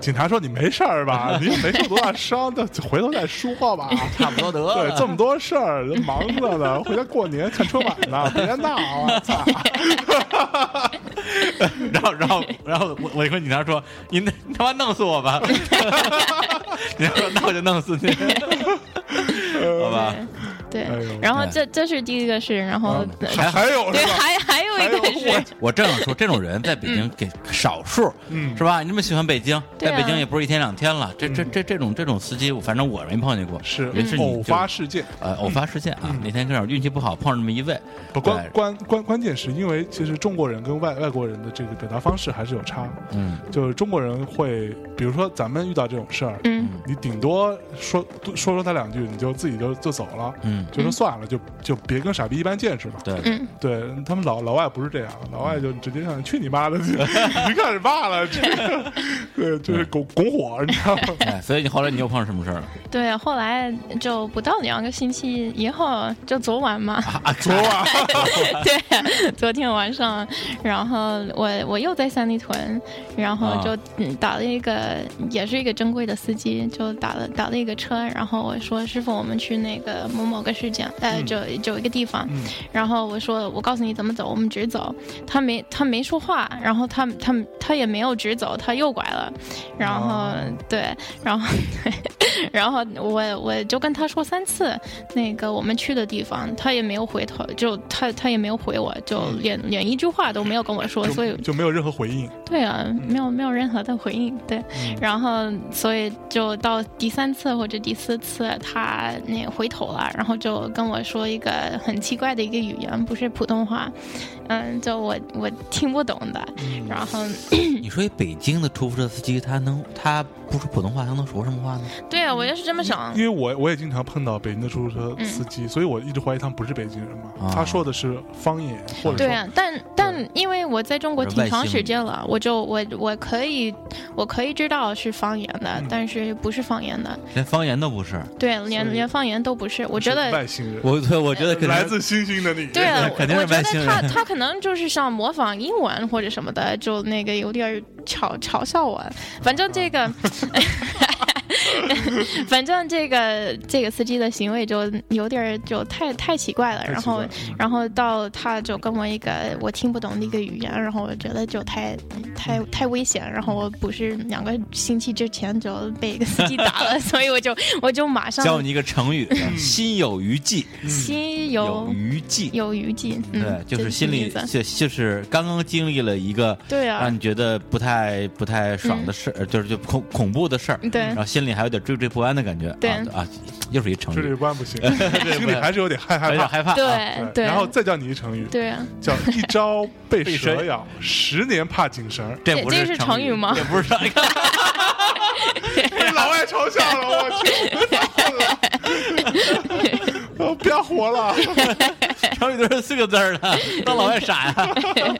[SPEAKER 3] 警察说你没事儿吧？ 你也没受多大伤，但回头再说吧。
[SPEAKER 2] 差不多得了
[SPEAKER 3] 对，这么多事儿，人忙着呢，回家过年看春晚呢，别闹啊！操，
[SPEAKER 2] 然后，然后，然后我我就跟警察说：“你那你他妈弄死我吧！” 警察说：“那我就弄死你，好吧
[SPEAKER 1] 对？”对
[SPEAKER 3] 哎呦，
[SPEAKER 1] 然后这这是第一个事，然后
[SPEAKER 3] 嗯
[SPEAKER 1] 呃
[SPEAKER 3] 还还有
[SPEAKER 1] 对，
[SPEAKER 3] 是吧？
[SPEAKER 1] 还还有一
[SPEAKER 3] 还
[SPEAKER 1] 个
[SPEAKER 3] 有
[SPEAKER 1] 是，
[SPEAKER 2] 我正想说，这种人在北京给少数，
[SPEAKER 3] 嗯
[SPEAKER 2] 是吧？你那么喜欢北京，
[SPEAKER 1] 对
[SPEAKER 2] 在
[SPEAKER 1] 啊
[SPEAKER 2] 北京也不是一天两天了。这这这这种这种司机，反正我没碰见过，
[SPEAKER 3] 是
[SPEAKER 2] 也是你
[SPEAKER 3] 偶
[SPEAKER 2] 就
[SPEAKER 3] 发事件。
[SPEAKER 2] 呃偶发事件啊。那天正好运气不好，碰上这么一位，
[SPEAKER 3] 不
[SPEAKER 2] 对
[SPEAKER 3] 关关关关键是因为其实中国人跟外外国人的这个表达方式还是有差，
[SPEAKER 2] 嗯，
[SPEAKER 3] 就是中国人会，比如说咱们遇到这种事儿，
[SPEAKER 1] 嗯
[SPEAKER 3] 你顶多说多说说他两句，你就自己就就走了，
[SPEAKER 2] 嗯
[SPEAKER 3] 就说算了，就就别跟傻逼一般见识吧。
[SPEAKER 2] 对，
[SPEAKER 1] 嗯，
[SPEAKER 3] 对他们老老外不是这样，老外就直接上去 你妈的，你你开始骂了，这个 对，就是拱拱火，你知道吗？
[SPEAKER 2] 哎，所以你后来你又碰上什么事儿了？
[SPEAKER 1] 对，后来就不到两个星期以后，就昨晚嘛，
[SPEAKER 2] 啊，昨晚
[SPEAKER 1] 对，昨天晚上，然后我我又在三里屯，然后就、
[SPEAKER 2] 啊
[SPEAKER 1] 嗯打了一个，也是一个正规的司机，就打了打了一个车，然后我说师傅，我们去那个某某个事件，呃，就就一个地方，
[SPEAKER 3] 嗯
[SPEAKER 1] 然后我说我告诉你怎么走，我们直走，他没他没说话，然后他他他也没有直走，他右拐了，然后、
[SPEAKER 3] 哦
[SPEAKER 1] 对，然后 然后我我就跟他说三次，那个我们去的地方，他也没有回头，就他他也没有回我，就连连一句话都没有跟我说，所以
[SPEAKER 3] 嗯就就没有任何回应，
[SPEAKER 1] 对啊，没有没有任何的回应，对，然后所以就到第三次或者第四次，他那回头了，然后就跟我说一个很奇怪的一个语言，不是普通话，嗯，就我我听不懂的，
[SPEAKER 3] 嗯
[SPEAKER 1] 然后
[SPEAKER 2] 你说一北京的出租车司机，他能他不说普通话，他能说什么话呢？
[SPEAKER 1] 对啊，我也是这么想
[SPEAKER 3] 因，为我我也经常碰到北京的出租车司机，
[SPEAKER 1] 嗯
[SPEAKER 3] 所以我一直怀疑他们不是北京人嘛，
[SPEAKER 2] 啊
[SPEAKER 3] 他说的是方言，或者
[SPEAKER 1] 对
[SPEAKER 3] 说
[SPEAKER 1] 啊，但但因为我在中国挺长时间了，我就我我可以我可以知道是方言的，但是不是方言的，
[SPEAKER 2] 连方言都不是。
[SPEAKER 1] 对，
[SPEAKER 3] 所
[SPEAKER 1] 连
[SPEAKER 3] 以
[SPEAKER 1] 连方言都不是，我
[SPEAKER 3] 我
[SPEAKER 1] 觉得
[SPEAKER 3] 外星人，
[SPEAKER 2] 我对，我觉得可能
[SPEAKER 3] 来自星星的你，
[SPEAKER 1] 对啊，
[SPEAKER 2] 肯定是
[SPEAKER 1] 我觉
[SPEAKER 2] 外
[SPEAKER 1] 得
[SPEAKER 2] 星
[SPEAKER 1] 他
[SPEAKER 2] 人
[SPEAKER 1] 他可能就是想模仿英文或者什么的，就那个有点儿嘲嘲笑我。反正这个， 反正这个这个司机的行为就有点儿就太太奇怪了。
[SPEAKER 3] 太
[SPEAKER 1] 然
[SPEAKER 3] 奇怪
[SPEAKER 1] 后
[SPEAKER 3] 了
[SPEAKER 1] 然后到他就跟我一个我听不懂的一个语言，然后我觉得就太太太危险。然后我不是两个星期之前就被一个司机打 了，所以我就我就马上
[SPEAKER 2] 教你一个成语，心有余悸，
[SPEAKER 3] 嗯
[SPEAKER 1] 心
[SPEAKER 2] 有
[SPEAKER 1] 有
[SPEAKER 2] 余悸。
[SPEAKER 1] 有余悸。嗯、
[SPEAKER 2] 对，就是心
[SPEAKER 1] 这
[SPEAKER 2] 里
[SPEAKER 1] 意思
[SPEAKER 2] 就就是刚刚经历了一个
[SPEAKER 1] 对啊嗯
[SPEAKER 2] 让你觉得不太不太爽的事儿，呃就是就恐恐怖的事儿，
[SPEAKER 1] 对
[SPEAKER 2] 然后心里还有点惴惴不安的感觉，
[SPEAKER 1] 对
[SPEAKER 2] 啊啊，又是一成
[SPEAKER 3] 这里
[SPEAKER 2] 语，
[SPEAKER 3] 不安不 行， 心里还是有点害
[SPEAKER 2] 有
[SPEAKER 3] 害
[SPEAKER 2] 点
[SPEAKER 3] 怕。
[SPEAKER 2] 害怕，啊
[SPEAKER 1] 对对，
[SPEAKER 3] 然后再教你一成语，
[SPEAKER 1] 对啊，
[SPEAKER 3] 叫“一朝被
[SPEAKER 2] 被
[SPEAKER 3] 蛇
[SPEAKER 2] 蛇
[SPEAKER 3] 咬，十年怕井 绳儿
[SPEAKER 2] 这不
[SPEAKER 1] 这这是
[SPEAKER 2] 成
[SPEAKER 1] 成语吗
[SPEAKER 2] 这不是成语，”，
[SPEAKER 3] 被哎老外嘲笑了，我去， 我不要活了。
[SPEAKER 2] 成语都是四个字儿的，让老外 傻呀。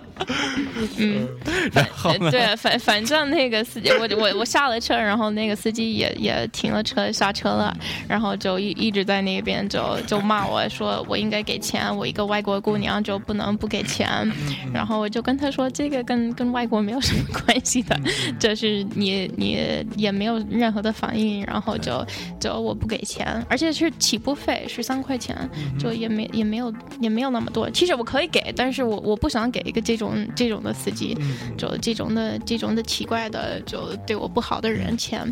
[SPEAKER 2] 然后呢？
[SPEAKER 1] 嗯呃对，反反正那个司机，我我我下了车，然后那个司机也也停了车，下车了，然后就一一直在那边就就骂我说我应该给钱，我一个外国姑娘就不能不给钱，然后我就跟他说这个跟跟外国没有什么关系的， 就是你你也没有任何的反应，然后就就我不给钱，而且是起步费十三块钱，就也没也没有也没有那么多，其实我可以给，但是我我不想给一个这种这种的司机，就这种的这种的奇怪的，就对我不好的人钱，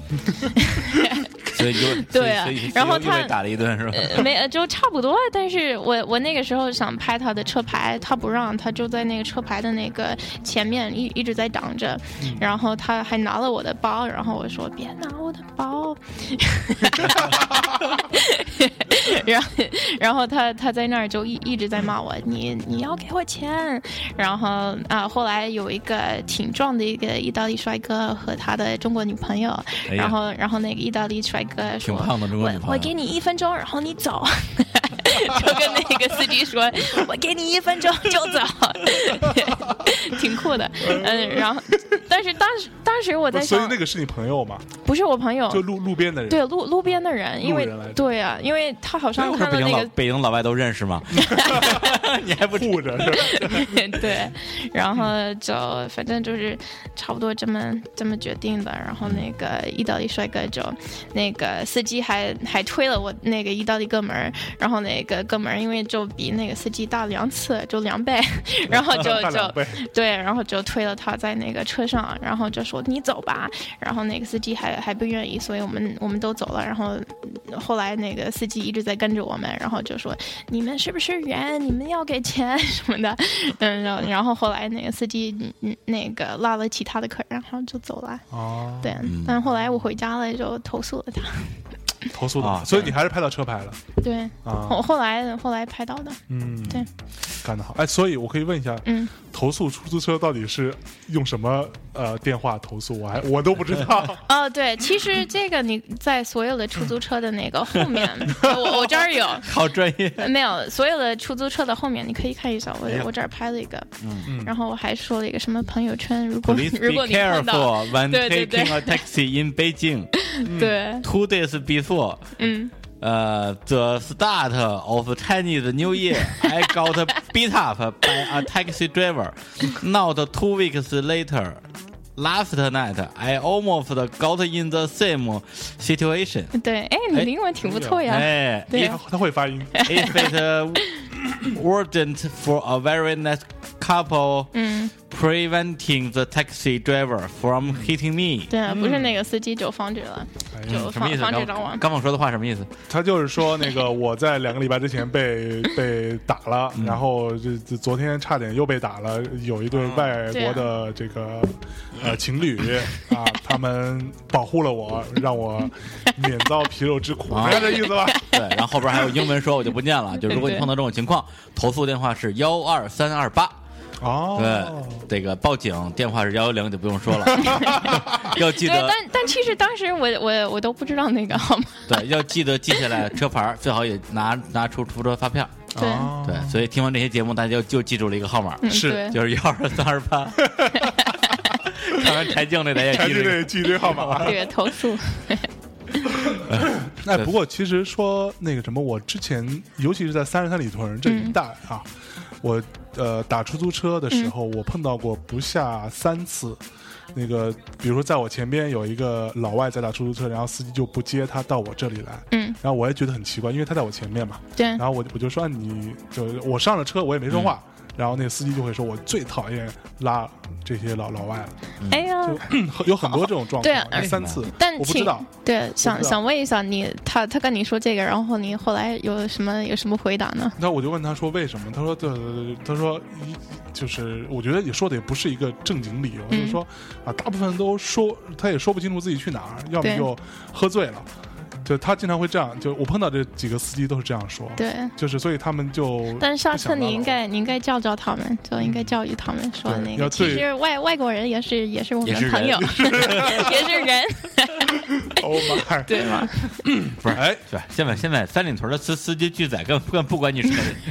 [SPEAKER 2] 所以就
[SPEAKER 1] 对啊
[SPEAKER 2] 所以所以
[SPEAKER 1] 然后
[SPEAKER 2] 所以又
[SPEAKER 1] 他
[SPEAKER 2] 被打了一顿是吧？
[SPEAKER 1] 没呃就差不多。但是我我那个时候想拍他的车牌，他不让，他就在那个车牌的那个前面一一直在挡着，
[SPEAKER 2] 嗯
[SPEAKER 1] 然后他还拿了我的包，然后我说别拿我的包， 然后然后他他在那儿就一一直在骂我，你你要给我钱。然后啊、后来有一个挺壮的一个意大利帅哥和他的中国女朋友，
[SPEAKER 2] 哎呀
[SPEAKER 1] 然后然后那个意大利帅哥说，
[SPEAKER 2] 挺胖的中国女朋友
[SPEAKER 1] 我我给你一分钟，然后你走。 就跟那个司 机说：“我给你一分钟就走。” 挺酷的，嗯，然后，但是当时当时我在
[SPEAKER 3] 所以
[SPEAKER 1] 想，
[SPEAKER 3] 那个是你朋友嘛？
[SPEAKER 1] 不是我朋友，
[SPEAKER 3] 就路路边的人。
[SPEAKER 1] 对路路边的人，因为
[SPEAKER 3] 路人来着
[SPEAKER 1] 对啊，因为他好像
[SPEAKER 2] 不是
[SPEAKER 1] 看
[SPEAKER 2] 哎北
[SPEAKER 1] 到那
[SPEAKER 2] 京老
[SPEAKER 1] 个
[SPEAKER 2] 北京老外都认识吗？ 你 还不
[SPEAKER 3] 护着是吧
[SPEAKER 1] 对，然后就反正就是差不多这么这么决定的。然后那个意大利帅哥就那个司机还还推了我那个意大利哥们儿，然后那个哥们儿因为就比那个司机大两次，就两倍，然后就
[SPEAKER 3] 大
[SPEAKER 1] 就
[SPEAKER 3] 两倍，
[SPEAKER 1] 对，然后就推了他在那个车上，然后就说你走吧，然后那个司机还还不愿意，所以我们我们都走了，然后后来那个司机一直在跟着我们，然后就说你们是不是人？你们要给钱什么的， 嗯，然后然后后来那个司机嗯嗯那个拉了其他的客人，然后就走了，
[SPEAKER 3] 哦，
[SPEAKER 1] 对，但后来我回家了就投诉了他，
[SPEAKER 3] 投诉
[SPEAKER 2] 啊哦
[SPEAKER 3] 的，所以你还是拍到车牌了
[SPEAKER 1] 对，后
[SPEAKER 3] 啊，
[SPEAKER 1] 后来后来拍到的，
[SPEAKER 3] 嗯，
[SPEAKER 1] 对，
[SPEAKER 3] 干得好，哎，所以我可以问一下，
[SPEAKER 1] 嗯，
[SPEAKER 3] 投诉出租车到底是用什么呃电话投诉？我还我都不知 道
[SPEAKER 1] 哦，对，其实这个你在所有的出租车的那个后面，我我这儿有，
[SPEAKER 2] 好专业。
[SPEAKER 1] 呃没有，所有的出租车的后面你可以看一下，我、我这儿拍了一个，
[SPEAKER 3] 哎嗯
[SPEAKER 1] 然后我还说了一个什么朋友圈，如果
[SPEAKER 2] Please
[SPEAKER 1] 如
[SPEAKER 2] be
[SPEAKER 1] 果你碰到，
[SPEAKER 2] careful when
[SPEAKER 1] 对对对
[SPEAKER 2] taking a taxi in Beijing.
[SPEAKER 3] 嗯
[SPEAKER 1] 对，
[SPEAKER 2] Two days before,
[SPEAKER 1] 嗯，
[SPEAKER 2] uh, the start of Chinese New Year, I got beat up by a taxi driver. Not two weeks later, last night, I almost got in the same situation.
[SPEAKER 1] 对，哎，
[SPEAKER 2] 哎
[SPEAKER 1] 你英文挺不错呀，
[SPEAKER 2] 哎
[SPEAKER 1] 对
[SPEAKER 2] ，if
[SPEAKER 1] 呀
[SPEAKER 3] 他会发音
[SPEAKER 2] if it uh, weren't for a very nice couple
[SPEAKER 1] 嗯，
[SPEAKER 2] preventing the taxi driver from hitting me，
[SPEAKER 1] 对，啊不
[SPEAKER 3] 嗯
[SPEAKER 1] 是那个司机就防止了，就
[SPEAKER 2] 哎嗯什么
[SPEAKER 1] 防
[SPEAKER 2] 意思？
[SPEAKER 1] 防止
[SPEAKER 2] 刚
[SPEAKER 1] 着我，
[SPEAKER 2] 刚我说的话什么 意思？
[SPEAKER 3] 他就是说那 个我在两个礼拜之前被被打了，
[SPEAKER 2] 嗯
[SPEAKER 3] 然后这这昨天差点又被打了。有一对外国的这个呃情侣啊， 他们保护了我，让我免遭皮肉之苦，
[SPEAKER 2] 啊
[SPEAKER 3] 是这意思吧？
[SPEAKER 2] 对，然后后边还有英文说，我就不念 了。就如果你
[SPEAKER 1] 对
[SPEAKER 2] 碰到这种情况，投诉电话是幺二三二八。
[SPEAKER 3] 哦，
[SPEAKER 2] 对，这个报警电话是幺幺零，就不用说了。 要记
[SPEAKER 1] 对，
[SPEAKER 2] 得
[SPEAKER 1] 但但其实当时我我我都不知道那个号码，
[SPEAKER 2] 对，要记得记下来车牌，最好也拿拿出出租车发票。
[SPEAKER 1] 对，
[SPEAKER 3] 哦
[SPEAKER 2] 对，所以听完这些节目，大家就就记住了一个号码。
[SPEAKER 1] 嗯，
[SPEAKER 3] 是
[SPEAKER 1] 对，
[SPEAKER 2] 就是幺 二三二 八。看完柴静那咱也
[SPEAKER 3] 还
[SPEAKER 2] 记
[SPEAKER 3] 是
[SPEAKER 2] 得，
[SPEAKER 3] 得记这号码。
[SPEAKER 1] 这个投诉，
[SPEAKER 3] 哎，不过其实说那个什么，我之前尤其是在三十三里屯这一带啊，我呃打出租车的时候，我碰到过不下三次。那个，比如说，在我前边有一个老外在打出租车，然后司机就不接他到我这里来，
[SPEAKER 1] 嗯，
[SPEAKER 3] 然后我也觉得很奇怪，因为他在我前面嘛，
[SPEAKER 1] 对，
[SPEAKER 3] 然后我就我就说啊你就我上了车，我也没说话，然后那个司机就会说，我最讨厌拉这些老老外了，
[SPEAKER 1] 哎呀，
[SPEAKER 3] 就有很多这种状况，
[SPEAKER 1] 对啊
[SPEAKER 3] 有三次，
[SPEAKER 1] 但
[SPEAKER 3] 我不
[SPEAKER 1] 请
[SPEAKER 3] 知道
[SPEAKER 1] 对，
[SPEAKER 3] 不
[SPEAKER 1] 想
[SPEAKER 3] 知道
[SPEAKER 1] 想问一下你，他他跟你说这个，然后你后来有什么有什么回答呢？
[SPEAKER 3] 那我就问他说为什么？他说对对对，对他说一就是我觉得也说的也不是一个正经理由，
[SPEAKER 1] 嗯
[SPEAKER 3] 就是说啊，大部分都说他也说不清楚自己去哪儿，要么
[SPEAKER 1] 对
[SPEAKER 3] 就喝醉了，就他经常会这样，就我碰到这几个司机都是这样说，
[SPEAKER 1] 对，
[SPEAKER 3] 就是所以他们就
[SPEAKER 1] 但是下
[SPEAKER 3] 不
[SPEAKER 1] 次
[SPEAKER 3] 想
[SPEAKER 1] 你
[SPEAKER 3] 拉
[SPEAKER 1] 应
[SPEAKER 3] 拢
[SPEAKER 1] 该你应该教教他们，就应该教育他们说
[SPEAKER 3] 对
[SPEAKER 1] 那
[SPEAKER 3] 要
[SPEAKER 1] 个，其
[SPEAKER 3] 对
[SPEAKER 1] 实外外国人也是也是我
[SPEAKER 2] 也
[SPEAKER 1] 们
[SPEAKER 2] 是
[SPEAKER 1] 朋
[SPEAKER 2] 人
[SPEAKER 1] 友， 也是人，
[SPEAKER 3] Oh my，
[SPEAKER 1] 对吗？
[SPEAKER 2] 不是
[SPEAKER 3] 哎，
[SPEAKER 2] 对，现在现在三里屯的司司机拒载，根本不管你 是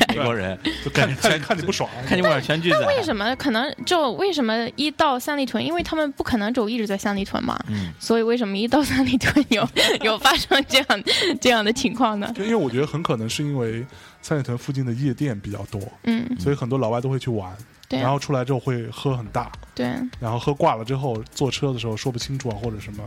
[SPEAKER 2] 美国人，
[SPEAKER 3] 就看看看你不爽，
[SPEAKER 2] 看你外面全拒载。
[SPEAKER 1] 为什么可能就为什么一到三里屯，因为他们不可能就一直在三里屯嘛，
[SPEAKER 2] 嗯
[SPEAKER 1] 所以为什么一到三里屯有 有发生这样这样的情况呢？
[SPEAKER 3] 就因为我觉得很可能是因为三里屯附近的夜店比较多，
[SPEAKER 1] 嗯，
[SPEAKER 3] 所以很多老外都会去玩，
[SPEAKER 1] 对
[SPEAKER 3] 然后出来之后会喝很大，
[SPEAKER 1] 对，
[SPEAKER 2] 啊
[SPEAKER 3] 然后喝挂了之后坐车的时候说不清楚啊，或者什么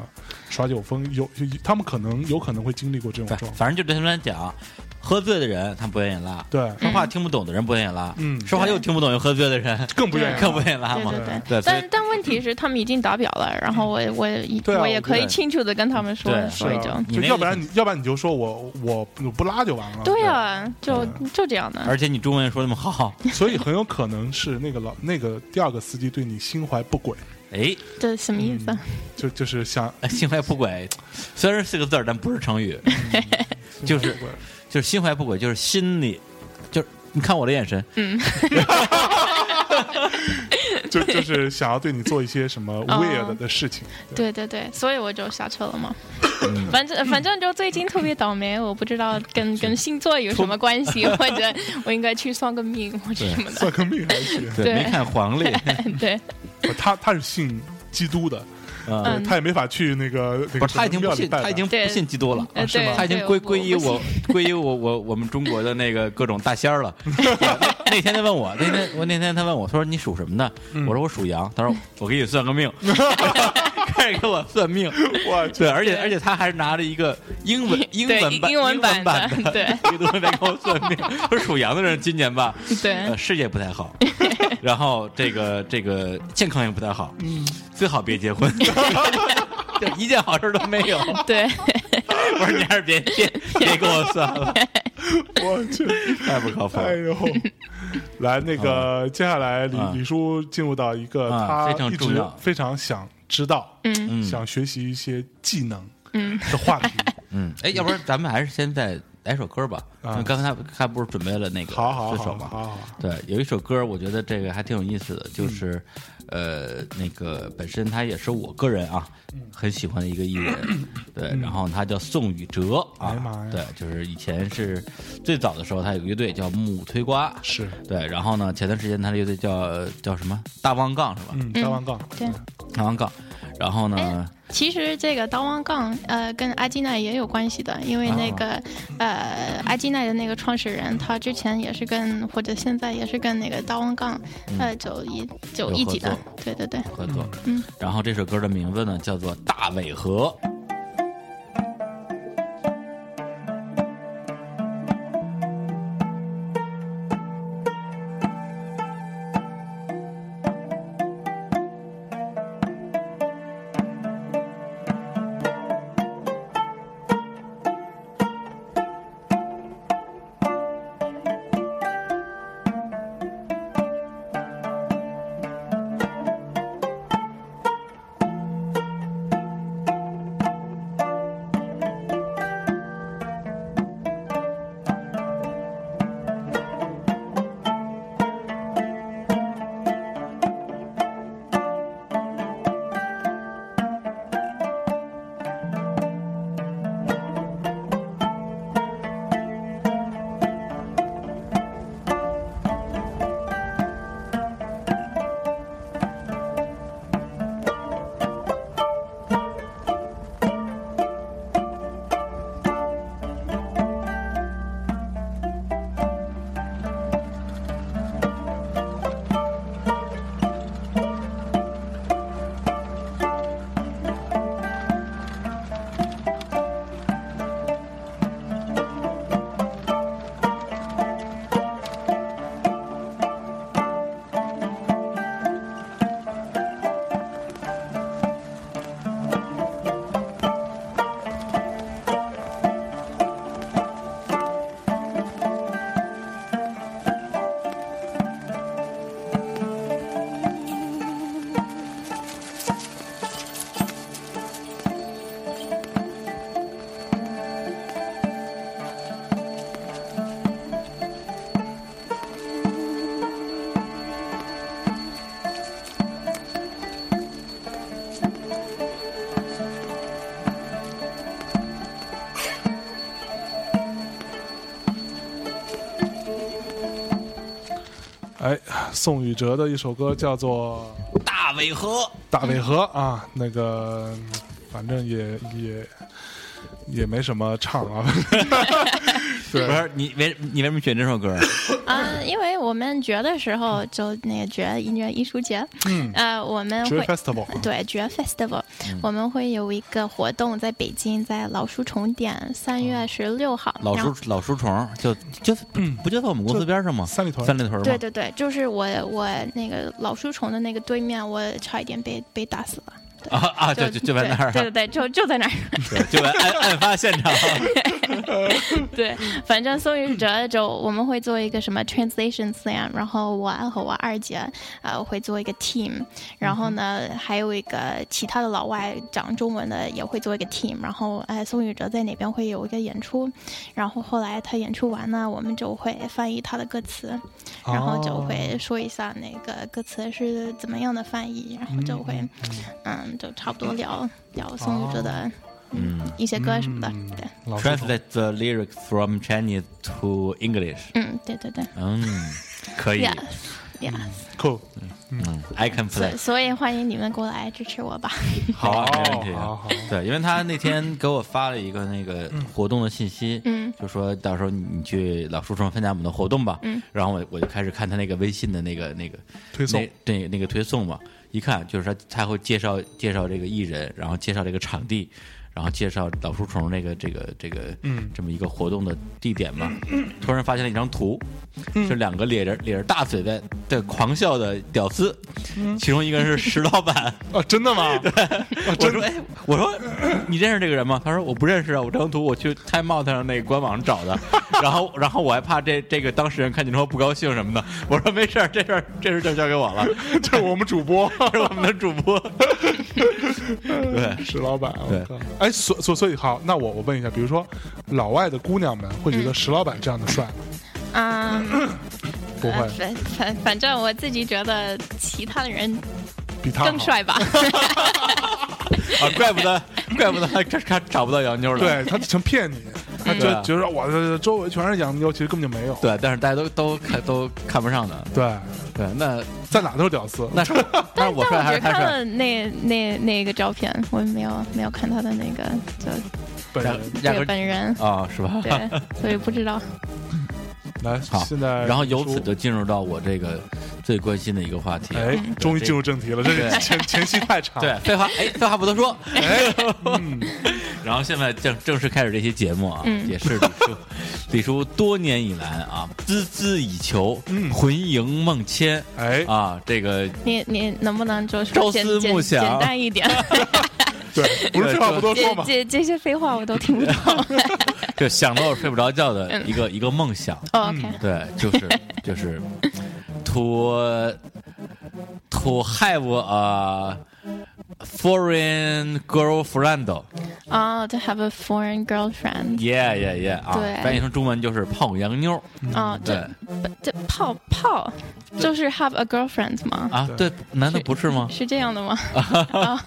[SPEAKER 3] 耍酒疯，有有他们可能有可能会经历过这种
[SPEAKER 2] 反
[SPEAKER 3] 状况。
[SPEAKER 2] 反正就对他们来讲，喝醉的人他不愿意拉，
[SPEAKER 3] 对，
[SPEAKER 2] 说话听不懂的人不愿意拉，
[SPEAKER 3] 嗯
[SPEAKER 2] 说话又听不懂又喝醉的人
[SPEAKER 3] 更不愿意
[SPEAKER 2] 更
[SPEAKER 3] 了。
[SPEAKER 2] 不愿意拉
[SPEAKER 1] 对
[SPEAKER 2] 嘛。
[SPEAKER 1] 对对。
[SPEAKER 2] 对，所以
[SPEAKER 1] 但但问题是，他们已经打表了，然后我我一
[SPEAKER 3] 对啊
[SPEAKER 1] 我
[SPEAKER 3] 我
[SPEAKER 1] 也
[SPEAKER 3] 觉
[SPEAKER 1] 可以
[SPEAKER 2] 得
[SPEAKER 1] 清楚的跟他们说
[SPEAKER 2] 对，
[SPEAKER 1] 所以
[SPEAKER 3] 是
[SPEAKER 1] 就
[SPEAKER 3] 啊，
[SPEAKER 2] 你
[SPEAKER 3] 就
[SPEAKER 2] 那
[SPEAKER 3] 要
[SPEAKER 2] 意
[SPEAKER 3] 不然
[SPEAKER 2] 思
[SPEAKER 3] 你要不然你就说我我我不拉就完了。
[SPEAKER 1] 对啊，就
[SPEAKER 3] 对
[SPEAKER 1] 就这样的，
[SPEAKER 2] 而且你中文说那么好，
[SPEAKER 3] 对， 所以很有可能是那个老那个第二个司机对你心怀不轨，
[SPEAKER 2] 哎，
[SPEAKER 1] 这什么意思？
[SPEAKER 3] 就就是想
[SPEAKER 2] 心怀不轨，虽然是四个字儿，但不是成语，就是
[SPEAKER 3] 心怀不轨
[SPEAKER 2] 就是心怀不轨，就是心里，就是你看我的眼神，
[SPEAKER 3] 就就是想要对你做一些什么 weird
[SPEAKER 2] 哦
[SPEAKER 3] 的事情。
[SPEAKER 1] 对对对，所以我就下车了嘛。反正反正就最近特别倒霉，我不知道跟跟星座有什么关系，或者我应该去算个命或者什么的。
[SPEAKER 3] 算个命还 行，
[SPEAKER 2] 对，
[SPEAKER 1] 对
[SPEAKER 2] 没 看黄历，
[SPEAKER 1] 对，
[SPEAKER 3] 不他他是信基督的，
[SPEAKER 2] 嗯，
[SPEAKER 1] 嗯
[SPEAKER 3] 他也没法去那个那
[SPEAKER 2] 不
[SPEAKER 3] 个
[SPEAKER 2] 是，他已经不
[SPEAKER 3] 庙里
[SPEAKER 2] 信，
[SPEAKER 3] 拜
[SPEAKER 2] 他已
[SPEAKER 3] 拜
[SPEAKER 2] 经不信基督了，啊
[SPEAKER 1] 呃
[SPEAKER 3] 是吗
[SPEAKER 1] 对，
[SPEAKER 2] 他已经
[SPEAKER 1] 对
[SPEAKER 2] 归
[SPEAKER 1] 不
[SPEAKER 2] 归依
[SPEAKER 1] 不信
[SPEAKER 2] 我归依我我我们中国的那个各种大仙儿 了。那那天他问我，那嗯 天我那天他问我，他说你属什么的？我说我属羊。他说我给你算个命，
[SPEAKER 5] 开始给我算命，
[SPEAKER 3] 我
[SPEAKER 5] 对，而且而且他还是拿着一个英文英
[SPEAKER 1] 对
[SPEAKER 5] 文版
[SPEAKER 1] 英文版的
[SPEAKER 5] 版的
[SPEAKER 1] 对
[SPEAKER 5] 一个东西在给我算 命。我说属羊的人今年吧，
[SPEAKER 1] 对
[SPEAKER 2] 嗯
[SPEAKER 5] 呃，事业不太 好，然后这个这个健康也不太好，
[SPEAKER 3] 嗯
[SPEAKER 5] 最好别结婚， 就一件好事都没有。
[SPEAKER 1] 对，
[SPEAKER 5] 我说你还是别别别给我算了，
[SPEAKER 3] 我去，
[SPEAKER 5] 太不靠谱了。
[SPEAKER 3] 哎呦！ 来，那个接下来李
[SPEAKER 5] 啊
[SPEAKER 3] 李叔进入到一个
[SPEAKER 5] 啊
[SPEAKER 3] 他
[SPEAKER 5] 非常
[SPEAKER 3] 一
[SPEAKER 5] 重
[SPEAKER 3] 直
[SPEAKER 5] 要
[SPEAKER 3] 非常想知道，
[SPEAKER 5] 嗯
[SPEAKER 3] 想学习一些技能的话题。
[SPEAKER 5] 嗯，
[SPEAKER 2] 哎，要不然咱们还是先再来首歌吧。
[SPEAKER 3] 啊
[SPEAKER 2] 咱刚才他不是准备了那个
[SPEAKER 3] 好好
[SPEAKER 2] 四首
[SPEAKER 3] 好，
[SPEAKER 2] 吗？
[SPEAKER 3] 好好，
[SPEAKER 2] 对，有一首歌，我觉得这个还挺有意思的，就是，呃，那个本身他也是我个人啊，
[SPEAKER 3] 嗯
[SPEAKER 2] 很喜欢的一个艺人， 对，然后他叫宋雨哲
[SPEAKER 3] 哎呀
[SPEAKER 2] 啊
[SPEAKER 3] 妈呀，
[SPEAKER 2] 对，就是以前是最早的时候，他有个乐队叫木推瓜，
[SPEAKER 3] 是，
[SPEAKER 2] 对，然后呢，前段时间他的乐队叫叫什么大望杠是吧？
[SPEAKER 3] 嗯，大王杠，
[SPEAKER 1] 对
[SPEAKER 2] 大望杠，然后呢
[SPEAKER 1] 哎，其实这个刀王杠呃跟阿基奈也有关系的，因为那个、呃阿基奈的那个创始人，他之前也是跟或者现在也是跟那个刀王杠、呃就一就
[SPEAKER 2] 有
[SPEAKER 1] 一
[SPEAKER 2] 合
[SPEAKER 1] 起的
[SPEAKER 2] 作，
[SPEAKER 1] 对对对，
[SPEAKER 2] 合作，嗯，然后这首歌的名字呢叫做《大尾河》。
[SPEAKER 3] 哎，宋雨哲的一首歌叫做
[SPEAKER 2] 大尾河，
[SPEAKER 3] 《大尾河》啊，那个嗯反正也也也没什么唱啊， 对
[SPEAKER 2] 不是你为你为什么选这首歌？
[SPEAKER 1] 啊，因为我们觉的时候
[SPEAKER 2] 嗯
[SPEAKER 1] 就那个觉音乐艺术节，嗯，呃，我们
[SPEAKER 3] 爵
[SPEAKER 1] 会
[SPEAKER 3] Festival 啊
[SPEAKER 1] 对爵 Festival，、我
[SPEAKER 2] 嗯
[SPEAKER 1] 们会有一个活动在北京，在老书虫店，三月十六号，
[SPEAKER 2] 哦老
[SPEAKER 1] 然后
[SPEAKER 2] 书老书虫，就就不就在我们公司边上吗？
[SPEAKER 3] 嗯三里屯
[SPEAKER 2] 三里屯吗？
[SPEAKER 1] 对对对，就是我我那个老书虫的那个对面，我差一点被被打死了。对
[SPEAKER 2] 啊啊，就就就在那儿啊，
[SPEAKER 1] 对对对，就就在那儿。
[SPEAKER 2] 对就在案案发现 场。啊
[SPEAKER 1] 对，反正宋雨哲就我们会做一个什么 translation slam，然后我和我二姐呃会做一个 team，然后呢还有一个其他的老外讲中文的也会做一个 team，然后呃宋雨哲在那边会有一个演出，然后后来他演出完呢，我们就会翻译他的歌词，然后就会说一下那个歌词是怎么样的翻译，然后就会嗯就差不多聊聊宋雨哲的嗯一些歌什么的，对。
[SPEAKER 3] 老师
[SPEAKER 2] Translate the lyrics from Chinese to English。
[SPEAKER 1] 嗯，对对对
[SPEAKER 2] 嗯，可以嗯
[SPEAKER 1] ，yes yes，
[SPEAKER 3] cool，
[SPEAKER 2] ，I can
[SPEAKER 1] 所
[SPEAKER 2] play。
[SPEAKER 1] 所以欢迎你们过来支持我吧。
[SPEAKER 2] 好啊，没问题。
[SPEAKER 3] 好好嗯
[SPEAKER 2] 对，因为他那天给我发了一个那个活动的信息，嗯，就说到时候你你去老书虫参加我们的活动吧，嗯，然后我我就开始看他那个微信的那个那个
[SPEAKER 3] 推送
[SPEAKER 2] 那对那个推送嘛，一看就是说他会介绍介绍这个艺人，然后介绍这个场地，然后介绍老书虫这个这个这个
[SPEAKER 3] 嗯
[SPEAKER 2] 这么一个活动的地点嘛。突然发现了一张图，
[SPEAKER 3] 嗯
[SPEAKER 2] 是两个咧着咧着大嘴在在狂笑的屌丝，
[SPEAKER 3] 嗯
[SPEAKER 2] 其中一个人是石老板。
[SPEAKER 3] 啊，真 的吗？啊，
[SPEAKER 2] 我
[SPEAKER 3] 真
[SPEAKER 2] 说，哎，我说你认识这个人吗？他说我不认识啊，我这张图我去 Time Out 上那个官网上找的。然后，然后我还怕这这个当事人看见之后不高兴什么的。我说没事儿，这事儿这事儿就交给我了，
[SPEAKER 3] 这是我们主播
[SPEAKER 2] 是我们的主播。 对，
[SPEAKER 3] 石老板，我
[SPEAKER 2] 对
[SPEAKER 3] 靠！哎，所所所以好，那我我问一下，比如说老外的姑娘们会觉得石老板这样的帅吗，
[SPEAKER 1] 嗯，
[SPEAKER 3] 不会
[SPEAKER 1] 反反反正我自己觉得其他的人
[SPEAKER 3] 比他好
[SPEAKER 1] 更。帅吧。
[SPEAKER 2] 啊，怪不得，怪不得他这他找不到洋妞了。
[SPEAKER 3] 对他想骗 你，他就
[SPEAKER 2] 对啊
[SPEAKER 3] 觉得我的周围全是洋妞，其实根本就没有。
[SPEAKER 2] 对，但是大家都都看都看不上的。
[SPEAKER 3] 对，
[SPEAKER 2] 对，那
[SPEAKER 3] 在哪都是屌丝。
[SPEAKER 2] 那是 那是我帅
[SPEAKER 1] 但我
[SPEAKER 2] 还
[SPEAKER 1] 只
[SPEAKER 2] 是他
[SPEAKER 1] 看
[SPEAKER 2] 帅？
[SPEAKER 1] 了那那那个照片，我没有没有看他的那个就
[SPEAKER 3] 本
[SPEAKER 2] 然
[SPEAKER 3] 人
[SPEAKER 1] 这
[SPEAKER 2] 压根
[SPEAKER 1] 个
[SPEAKER 2] 儿
[SPEAKER 1] 本人，
[SPEAKER 2] 啊，是吧？
[SPEAKER 1] 对，所以不知道。
[SPEAKER 3] 来，
[SPEAKER 2] 好
[SPEAKER 3] 现在
[SPEAKER 2] 然后由
[SPEAKER 3] 说
[SPEAKER 2] 此就进入到我这个最关心的一个话题。
[SPEAKER 3] 哎，
[SPEAKER 1] 嗯
[SPEAKER 3] 终于进入正题了，这
[SPEAKER 2] 对
[SPEAKER 3] 是前前戏太长。
[SPEAKER 2] 对，，废话，哎，废话不多说。
[SPEAKER 3] 啊哎， 嗯，
[SPEAKER 2] 然后现在正正式开始这期节目啊，
[SPEAKER 1] 嗯
[SPEAKER 2] 也是李叔， 李叔多年以来啊，孜孜以求，
[SPEAKER 3] 嗯
[SPEAKER 2] 魂萦梦牵
[SPEAKER 3] 哎，
[SPEAKER 2] 啊，这个
[SPEAKER 1] 你你能不能就是
[SPEAKER 2] 朝
[SPEAKER 1] 简
[SPEAKER 2] 思暮
[SPEAKER 1] 简
[SPEAKER 2] 想
[SPEAKER 1] 简单一 点？
[SPEAKER 3] 对，不是废话不多说
[SPEAKER 1] 这
[SPEAKER 3] 嘛，
[SPEAKER 1] 这这些废话我都听 不懂。
[SPEAKER 2] 就想到我睡不着觉的
[SPEAKER 3] 嗯
[SPEAKER 2] 一个一个梦想，
[SPEAKER 1] 哦 OK，
[SPEAKER 2] 对，就是就是，to to have a 啊 foreign girlfriend。
[SPEAKER 1] 哦，to have a foreign girlfriend，
[SPEAKER 2] Yeah yeah yeah 啊，
[SPEAKER 1] 对
[SPEAKER 2] 翻译成中文就是泡洋妞儿，
[SPEAKER 1] 哦，
[SPEAKER 2] 嗯对
[SPEAKER 1] 这不这泡泡就是 have a girlfriend 吗？
[SPEAKER 3] 嗯
[SPEAKER 2] 啊，对，难道不是吗？
[SPEAKER 1] 是这样的吗？哦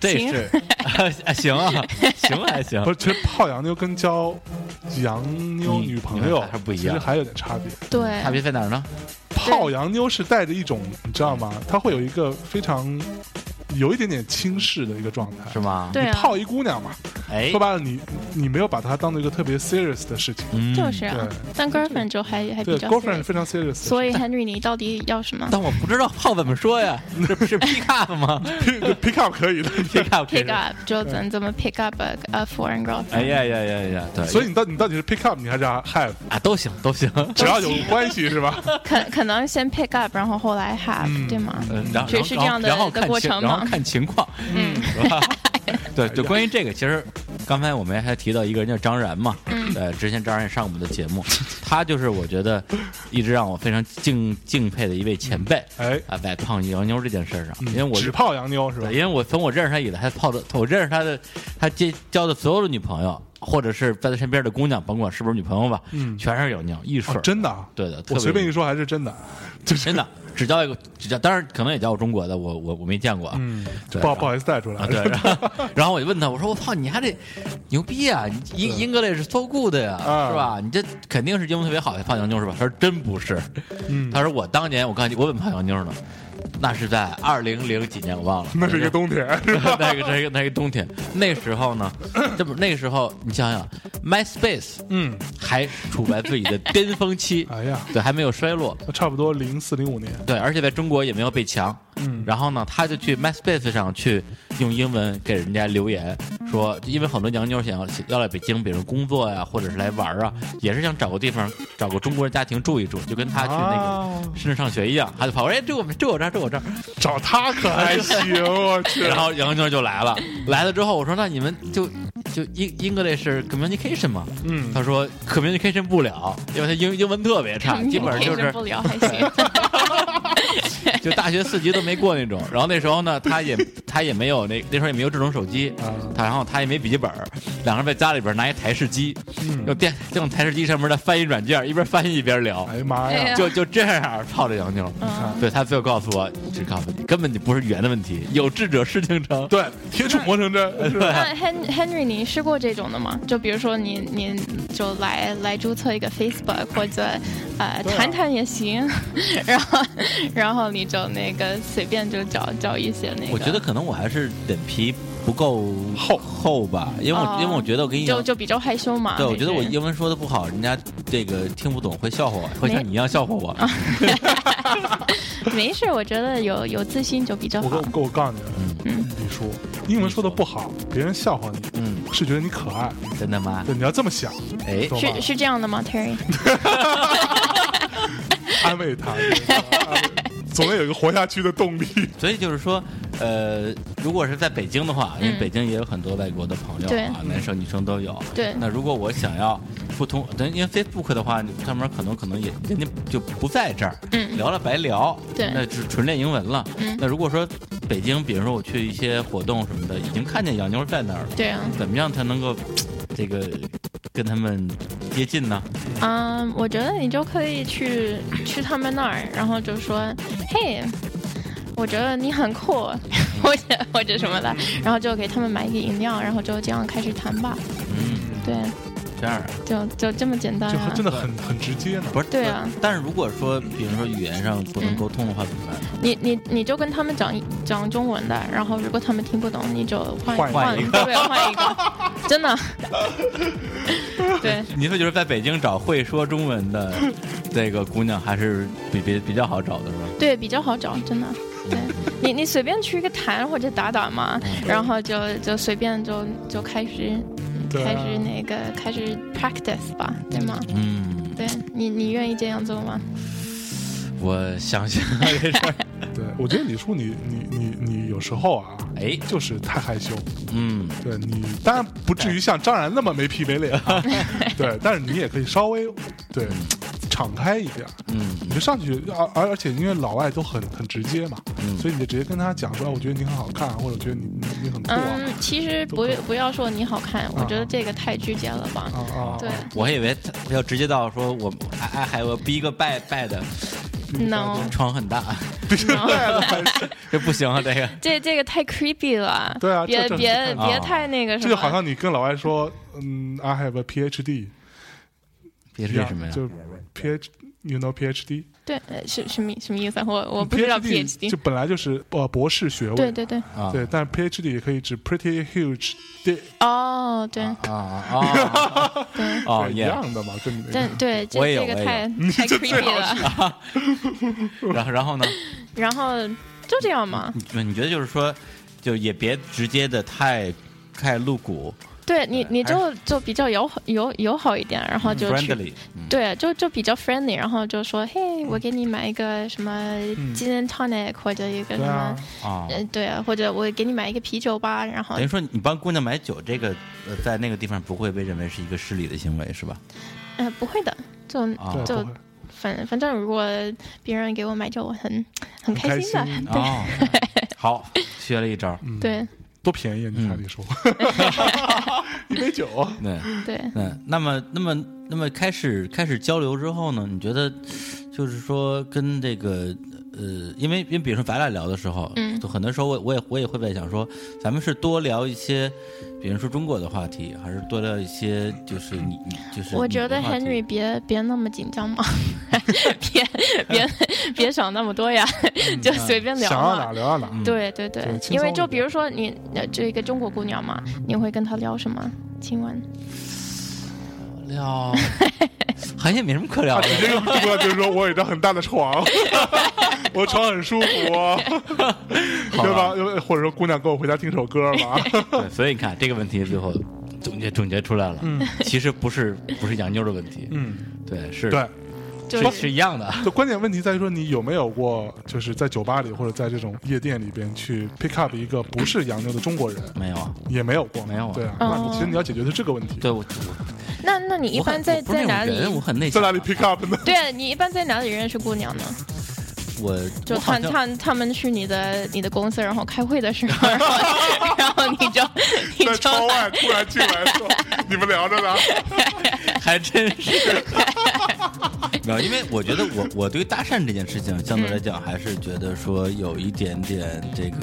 [SPEAKER 2] 这
[SPEAKER 1] 行
[SPEAKER 2] 是 啊，行啊，行还行
[SPEAKER 3] 不，是，其实泡洋妞跟交洋妞
[SPEAKER 2] 嗯
[SPEAKER 3] 女朋友
[SPEAKER 2] 还不一
[SPEAKER 3] 其
[SPEAKER 2] 样
[SPEAKER 3] 实还有点差别。
[SPEAKER 1] 对
[SPEAKER 2] 差，别在哪儿呢？
[SPEAKER 3] 泡洋妞是带着一种，你知道吗？她会有一个非常有一点点轻视的一个状态。
[SPEAKER 2] 是吗？
[SPEAKER 1] 对啊，
[SPEAKER 3] 泡一姑娘嘛，
[SPEAKER 2] 哎
[SPEAKER 3] 说，白了，你你没有把她当做一个特别 serious 的事情。
[SPEAKER 2] 嗯
[SPEAKER 1] 就是啊
[SPEAKER 3] 对，
[SPEAKER 1] 但 girlfriend 就还还
[SPEAKER 3] 对
[SPEAKER 1] 比较
[SPEAKER 3] ，girlfriend 是
[SPEAKER 1] serious
[SPEAKER 3] 非常 serious，的
[SPEAKER 1] 所以 Henry 你到底要什么
[SPEAKER 2] 但我不知道泡怎么说呀，这是 pick up 吗
[SPEAKER 3] pick up 可 以的。
[SPEAKER 2] ？pick up 这是
[SPEAKER 1] ？Pick up 就怎怎么 pick up a a foreign girlfriend？
[SPEAKER 2] 哎呀呀呀呀，对，
[SPEAKER 3] 所以你到你到底是 pick up 你还是 have，
[SPEAKER 2] 啊都行都行，
[SPEAKER 3] 只要有关系是吧？
[SPEAKER 1] 可可能先 pick up，然后后来 have，、
[SPEAKER 3] 嗯
[SPEAKER 1] 对吗？
[SPEAKER 2] 嗯，然后
[SPEAKER 1] 是是这样的
[SPEAKER 2] 然后
[SPEAKER 1] 的
[SPEAKER 2] 然后看
[SPEAKER 1] 过
[SPEAKER 2] 情
[SPEAKER 1] 程吗
[SPEAKER 2] 然后看情况，
[SPEAKER 1] 嗯哎
[SPEAKER 2] 是吧？对 对，关于这个，其实刚才我们还提到一个人叫张然嘛，
[SPEAKER 1] 嗯
[SPEAKER 2] 呃，之前张然也上我们的节目，他就是我觉得一直让我非常敬敬佩的一位前辈
[SPEAKER 3] 哎，
[SPEAKER 2] 啊，在胖洋妞这件事上，
[SPEAKER 3] 嗯
[SPEAKER 2] 因为我
[SPEAKER 3] 只泡洋妞是吧
[SPEAKER 2] 对，因？为我从我认识他以来，他泡的，我认识他的，他结交的所有的女朋友，或者是在他身边的姑娘，甭管是不是女朋友吧，
[SPEAKER 3] 嗯
[SPEAKER 2] 全是有妞一水
[SPEAKER 3] 哦
[SPEAKER 2] 儿、
[SPEAKER 3] 真的啊，
[SPEAKER 2] 对的，
[SPEAKER 3] 我
[SPEAKER 2] 特别
[SPEAKER 3] 随便一说还是真的，啊就是
[SPEAKER 2] 真的只交一个，只交，当然可能也交过中国的，我我我没见过啊，
[SPEAKER 3] 嗯，
[SPEAKER 2] 对
[SPEAKER 3] 不好
[SPEAKER 2] 然后
[SPEAKER 3] 不好意思带出来
[SPEAKER 2] 啊，，对， 然后然后我就问他，我说我操，你还得牛逼啊，英英格 s 是 so good 呀，
[SPEAKER 3] 啊
[SPEAKER 2] 是吧？你这肯定是英文特别好的胖洋妞是吧？他说真不是，
[SPEAKER 3] 嗯
[SPEAKER 2] 他说我当年我告诉你，我怎么胖洋妞呢？那是在二零零几年，我忘了，
[SPEAKER 3] 那是一个冬天，是吧？
[SPEAKER 2] 那个那个那个冬天，那时候呢，这不那个时候你想想，MySpace
[SPEAKER 3] 嗯，
[SPEAKER 2] 还处在自己的巅峰期，
[SPEAKER 3] 哎呀，
[SPEAKER 2] 对，还没有衰落，
[SPEAKER 3] 那差不多零四零五年，
[SPEAKER 2] 对，而且在中国也没有被强。
[SPEAKER 3] 嗯，
[SPEAKER 2] 然后呢，他就去 MySpace 上去用英文给人家留言，说，因为很多洋妞想要要来北京，比如工作呀，或者是来玩啊，也是想找个地方，找个中国人家庭住一住，就跟他去那个
[SPEAKER 3] 啊
[SPEAKER 2] 深圳上学一样，他就跑，哎，住我们住我这儿，住我这儿。
[SPEAKER 3] 找他可还行，我去
[SPEAKER 2] 然，后杨妞就来了，来了之后我说那你们就就英 English communication 嘛，
[SPEAKER 3] 嗯，
[SPEAKER 2] 他说 communication 不了，因为他英英文特别差，基本上 就
[SPEAKER 1] Communication
[SPEAKER 2] 是
[SPEAKER 1] 不了还行。
[SPEAKER 2] 就大学四级都没过那种。然后那时候呢，他也他也没有那那时候也没有智能手机，
[SPEAKER 3] 啊，
[SPEAKER 2] 他然后他也没笔记本儿，两个人在家里边拿一台式机，用
[SPEAKER 3] 嗯，
[SPEAKER 2] 电用台式机上面的翻译软件一边翻译一边聊，
[SPEAKER 3] 哎呀妈
[SPEAKER 1] 哎
[SPEAKER 3] 呀
[SPEAKER 1] 呀，
[SPEAKER 2] 就就这样泡着洋妞。
[SPEAKER 1] 嗯，
[SPEAKER 2] 对他最后告诉我，只告诉你根本就不是语言的问题，有志者事竟成。
[SPEAKER 3] 对，铁杵磨成针，是吧？
[SPEAKER 1] 那 Hen Henry 你试过这种的吗？就比如说你你就来来注册一个 Facebook 或者呃
[SPEAKER 3] 对啊
[SPEAKER 1] 谈谈也行， 然后然后你就那个随便就找找一些那个。
[SPEAKER 2] 我觉得可能我还是脸皮不够厚厚吧，因为我、
[SPEAKER 1] 哦
[SPEAKER 2] 因为我觉得我跟你讲
[SPEAKER 1] 就，就比较害羞嘛。
[SPEAKER 2] 对我觉得我
[SPEAKER 1] 就是
[SPEAKER 2] 英文说的不好，人家这个听不懂会笑话我，会像你一样笑话
[SPEAKER 1] 啊
[SPEAKER 2] 我。
[SPEAKER 1] 没事，我觉得有有自信就比较
[SPEAKER 3] 我
[SPEAKER 1] 好
[SPEAKER 3] 跟。我我告诉你，李叔，英文说的不好，别人笑话你，
[SPEAKER 2] 嗯，
[SPEAKER 3] 是觉得你可爱，
[SPEAKER 2] 真的吗？
[SPEAKER 3] 对，你要这么想，
[SPEAKER 2] 哎，
[SPEAKER 3] 懂吗
[SPEAKER 1] 是？是这样的吗，Terry？
[SPEAKER 3] 安慰他， 对安慰总得有一个活下去的动 力。
[SPEAKER 2] 所以就是说，呃，如果是在北京的话，因为北京也有很多外国的朋友
[SPEAKER 1] 嗯对
[SPEAKER 2] 啊，男生女生都有。
[SPEAKER 1] 对
[SPEAKER 2] 那如果我想要不通，等因为 Facebook 的话，上面可能可能也人家就不在这儿，
[SPEAKER 1] 嗯
[SPEAKER 2] 聊了白聊，
[SPEAKER 1] 对
[SPEAKER 2] 那只纯练英文了。
[SPEAKER 1] 嗯
[SPEAKER 2] 那如果说北京，比如说我去一些活动什么的，已经看见洋妞在那儿了，
[SPEAKER 1] 对啊，
[SPEAKER 2] 怎么样才能够这个跟他们接近呢？
[SPEAKER 1] 嗯，我觉得你就可以去去他们那儿，然后就说，嘿。我觉得你很酷， 或者或者什么的，然后就给他们买一个饮料，然后就这样开始谈吧。
[SPEAKER 2] 嗯，
[SPEAKER 1] 对，
[SPEAKER 2] 这样啊。
[SPEAKER 1] 就就这么简单
[SPEAKER 3] 就
[SPEAKER 1] 啊
[SPEAKER 3] 真。的很很直接呢。
[SPEAKER 2] 不是
[SPEAKER 1] 对啊嗯
[SPEAKER 2] 但是如果说，比如说语言上不能沟通的话，怎么办？
[SPEAKER 1] 你你你就跟他们讲讲中文的，然后如果他们听不懂，你就换
[SPEAKER 3] 换一
[SPEAKER 1] 换
[SPEAKER 2] 个
[SPEAKER 1] 对，换一个，真的。 对，
[SPEAKER 2] 你会觉得在北京找会说中 文的这个姑娘还是比比比较好找的是吧？
[SPEAKER 1] 对，比较好找，真的。对你，你随便去一个坛或者打打嘛，然后就就随便就就开始
[SPEAKER 3] 对啊
[SPEAKER 1] 开始那个开始 practice 吧，对吗？
[SPEAKER 2] 嗯，
[SPEAKER 1] 对你，你愿意这样做吗？
[SPEAKER 2] 我想想这事儿，
[SPEAKER 3] 对，我觉得李叔你，你你你有时候啊，
[SPEAKER 2] 哎，
[SPEAKER 3] 就是太害羞。
[SPEAKER 2] 嗯，
[SPEAKER 3] 对你 当然不至于像张然那么没皮没 脸、啊，对，但是你也可以稍微对敞开一点儿。
[SPEAKER 2] 嗯
[SPEAKER 3] 你就上去，而而而且因为老外都很很直接嘛，
[SPEAKER 2] 嗯
[SPEAKER 3] 所以你就直接跟他讲说，啊我觉得你很好看，或者我觉得你你你很酷啊
[SPEAKER 1] 嗯，其实
[SPEAKER 3] 都
[SPEAKER 1] 不
[SPEAKER 3] 可以
[SPEAKER 1] 不要说你好看，我觉得这个太直接了吧。
[SPEAKER 3] 啊啊啊！
[SPEAKER 1] 嗯对
[SPEAKER 2] 我还以为他要直接到说我还还还有逼个拜拜的
[SPEAKER 1] ，no
[SPEAKER 2] 床很大，
[SPEAKER 1] no。
[SPEAKER 3] 啊
[SPEAKER 2] 这不行啊，这个
[SPEAKER 1] 这这个太 creepy 了，
[SPEAKER 3] 对啊
[SPEAKER 1] 别
[SPEAKER 3] 这这
[SPEAKER 1] 别
[SPEAKER 2] 啊
[SPEAKER 1] 别太那个什么，
[SPEAKER 3] 这就好像你跟老外说，嗯，I have a PhD，
[SPEAKER 2] 别
[SPEAKER 3] 一
[SPEAKER 2] 是
[SPEAKER 3] 样
[SPEAKER 2] 什么呀？
[SPEAKER 3] 就 PH。You know PhD，
[SPEAKER 1] 对，呃是什么什么意思啊？我我不知道 PhD，
[SPEAKER 3] 就本来就是呃博士学位，
[SPEAKER 1] 对对对，
[SPEAKER 2] 啊
[SPEAKER 3] 对，但 PhD 也可以指 pretty huge dick，
[SPEAKER 1] 哦对
[SPEAKER 2] 啊啊
[SPEAKER 1] 对
[SPEAKER 2] 啊哦
[SPEAKER 3] 对一
[SPEAKER 2] 耶！
[SPEAKER 3] 样的嘛，跟你那个
[SPEAKER 1] 但对这
[SPEAKER 2] 我也有
[SPEAKER 1] 这个
[SPEAKER 2] 我也
[SPEAKER 1] 太太 creepy 了，
[SPEAKER 2] 然后然后呢？
[SPEAKER 1] 然后就这样嘛。
[SPEAKER 2] 你你觉得就是说，就也别直接的太太露骨
[SPEAKER 1] 对你
[SPEAKER 2] 对
[SPEAKER 1] 你
[SPEAKER 2] 还嗯
[SPEAKER 1] 就就比较友好友友好一点，然后就去
[SPEAKER 2] ，friendly，
[SPEAKER 1] 对，就就比较 friendly，然后就说嘿，我给你买一个什么
[SPEAKER 3] 嗯
[SPEAKER 1] gin and tonic 或者一个什
[SPEAKER 3] 对啊
[SPEAKER 1] 么，，
[SPEAKER 2] 啊，
[SPEAKER 1] 呃对啊，或者我给你买一个啤酒吧，然后
[SPEAKER 2] 等于说你帮姑娘买酒，这个呃，在那个地方不会被认为是一个失礼的行为，是吧？
[SPEAKER 1] 呃不会的，就
[SPEAKER 2] 啊
[SPEAKER 3] 对，
[SPEAKER 1] 就
[SPEAKER 3] 不会
[SPEAKER 1] 反反正如果别人给我买酒，我很很开心的。
[SPEAKER 3] 很开心啊
[SPEAKER 1] 对、
[SPEAKER 2] 哦，好，学了一招。
[SPEAKER 3] 嗯，
[SPEAKER 1] 对嗯
[SPEAKER 3] 多便宜啊！你看
[SPEAKER 2] 嗯
[SPEAKER 3] 你说， 一杯酒，
[SPEAKER 2] 对，
[SPEAKER 1] 对，
[SPEAKER 2] 嗯，那么，那么，那么开始开始交流之后呢？你觉得，就是说跟这个呃，因为因为比如说咱俩聊的时候，
[SPEAKER 1] 嗯
[SPEAKER 2] 就很多时候我我也我也会在想说，咱们是多聊一些，比如说中国的话题，还是多聊一些就是你你就是
[SPEAKER 1] 我
[SPEAKER 2] 你
[SPEAKER 1] 觉
[SPEAKER 2] 的
[SPEAKER 1] 得
[SPEAKER 2] 话题
[SPEAKER 1] Henry 别别那么紧张嘛， 别别别想那么多呀， 就随便聊嗯
[SPEAKER 3] 想要哪
[SPEAKER 1] 嘛。
[SPEAKER 3] 儿聊到哪儿。
[SPEAKER 2] 嗯
[SPEAKER 1] 对对对
[SPEAKER 3] 对，轻
[SPEAKER 1] 因为
[SPEAKER 3] 松
[SPEAKER 1] 就
[SPEAKER 3] 一
[SPEAKER 1] 比
[SPEAKER 3] 点
[SPEAKER 1] 如说你呃这一个中国姑娘嘛，你会跟她聊什么？请问，
[SPEAKER 2] 聊，好像也没什么可聊
[SPEAKER 3] 啊，
[SPEAKER 2] 的
[SPEAKER 3] 你。这个不要就是说我有一张很大的床，我床很舒服、 对吧？又或者说姑娘跟我回家听首歌 吧，
[SPEAKER 2] 对，所以你看这个问题最后总结总结出来了，其实不是不是洋妞的问题，
[SPEAKER 3] 嗯，
[SPEAKER 2] 对，是
[SPEAKER 3] 对。
[SPEAKER 1] 就是是
[SPEAKER 2] 是一样的。
[SPEAKER 3] 就关键问题在于说，你有没有过就是在酒吧里或者在这种夜店里边去 pick up 一个不是洋妞的中国人？
[SPEAKER 2] 没有啊，
[SPEAKER 3] 也没有过，
[SPEAKER 2] 没有啊
[SPEAKER 3] 对啊，
[SPEAKER 1] 嗯
[SPEAKER 3] 那你其实你要解决的是这个问题，
[SPEAKER 2] 对我
[SPEAKER 1] 那那你一
[SPEAKER 2] 我很
[SPEAKER 1] 般在
[SPEAKER 2] 我不是
[SPEAKER 1] 在
[SPEAKER 2] 那种
[SPEAKER 1] 哪里？
[SPEAKER 2] 人我很内
[SPEAKER 3] 在
[SPEAKER 2] 向啊，
[SPEAKER 3] 哪里 pick up 呢？
[SPEAKER 1] 对啊，你一般在哪里认识姑娘呢？
[SPEAKER 2] 我
[SPEAKER 1] 就
[SPEAKER 2] 我好
[SPEAKER 1] 他
[SPEAKER 2] 像
[SPEAKER 1] 他他们去你的你的公司，然后开会的时候，然 后然后你就你
[SPEAKER 3] 在
[SPEAKER 1] 就
[SPEAKER 3] 窗外突然进来 说：“你们聊着呢。
[SPEAKER 2] 还真 是。没有，因为我觉得我我对于搭讪这件事情，相对来讲还是觉得说有一点点这个，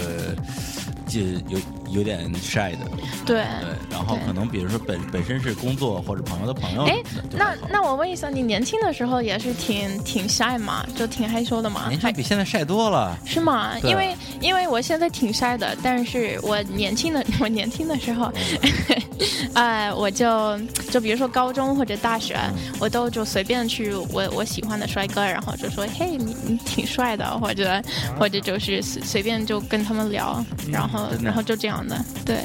[SPEAKER 2] 这有有点 shy 的，
[SPEAKER 1] 对。
[SPEAKER 2] 对，然后
[SPEAKER 1] 对
[SPEAKER 2] 可能比如说本本身是工作或者朋友的朋友，
[SPEAKER 1] 哎
[SPEAKER 2] 对，吧
[SPEAKER 1] 那那我问一下，你年轻的时候也是挺挺 shy 嘛，就挺害羞的嘛
[SPEAKER 2] 年，轻
[SPEAKER 1] 还
[SPEAKER 2] 比现在 shy 多了，
[SPEAKER 1] 是吗？
[SPEAKER 2] 对
[SPEAKER 1] 因为因为我现在挺 shy 的，但是我年轻的 我年轻的时候，
[SPEAKER 3] 嗯
[SPEAKER 1] 呃，我就就比如说高中或者大学，
[SPEAKER 3] 嗯
[SPEAKER 1] 我都就随便去我我喜欢的帅哥，然后就说嘿，你你挺帅的，或
[SPEAKER 3] 啊
[SPEAKER 1] 者或者就是随随便就跟他们聊，
[SPEAKER 3] 嗯
[SPEAKER 1] 然后
[SPEAKER 2] 真的
[SPEAKER 1] 然后就这样的，对。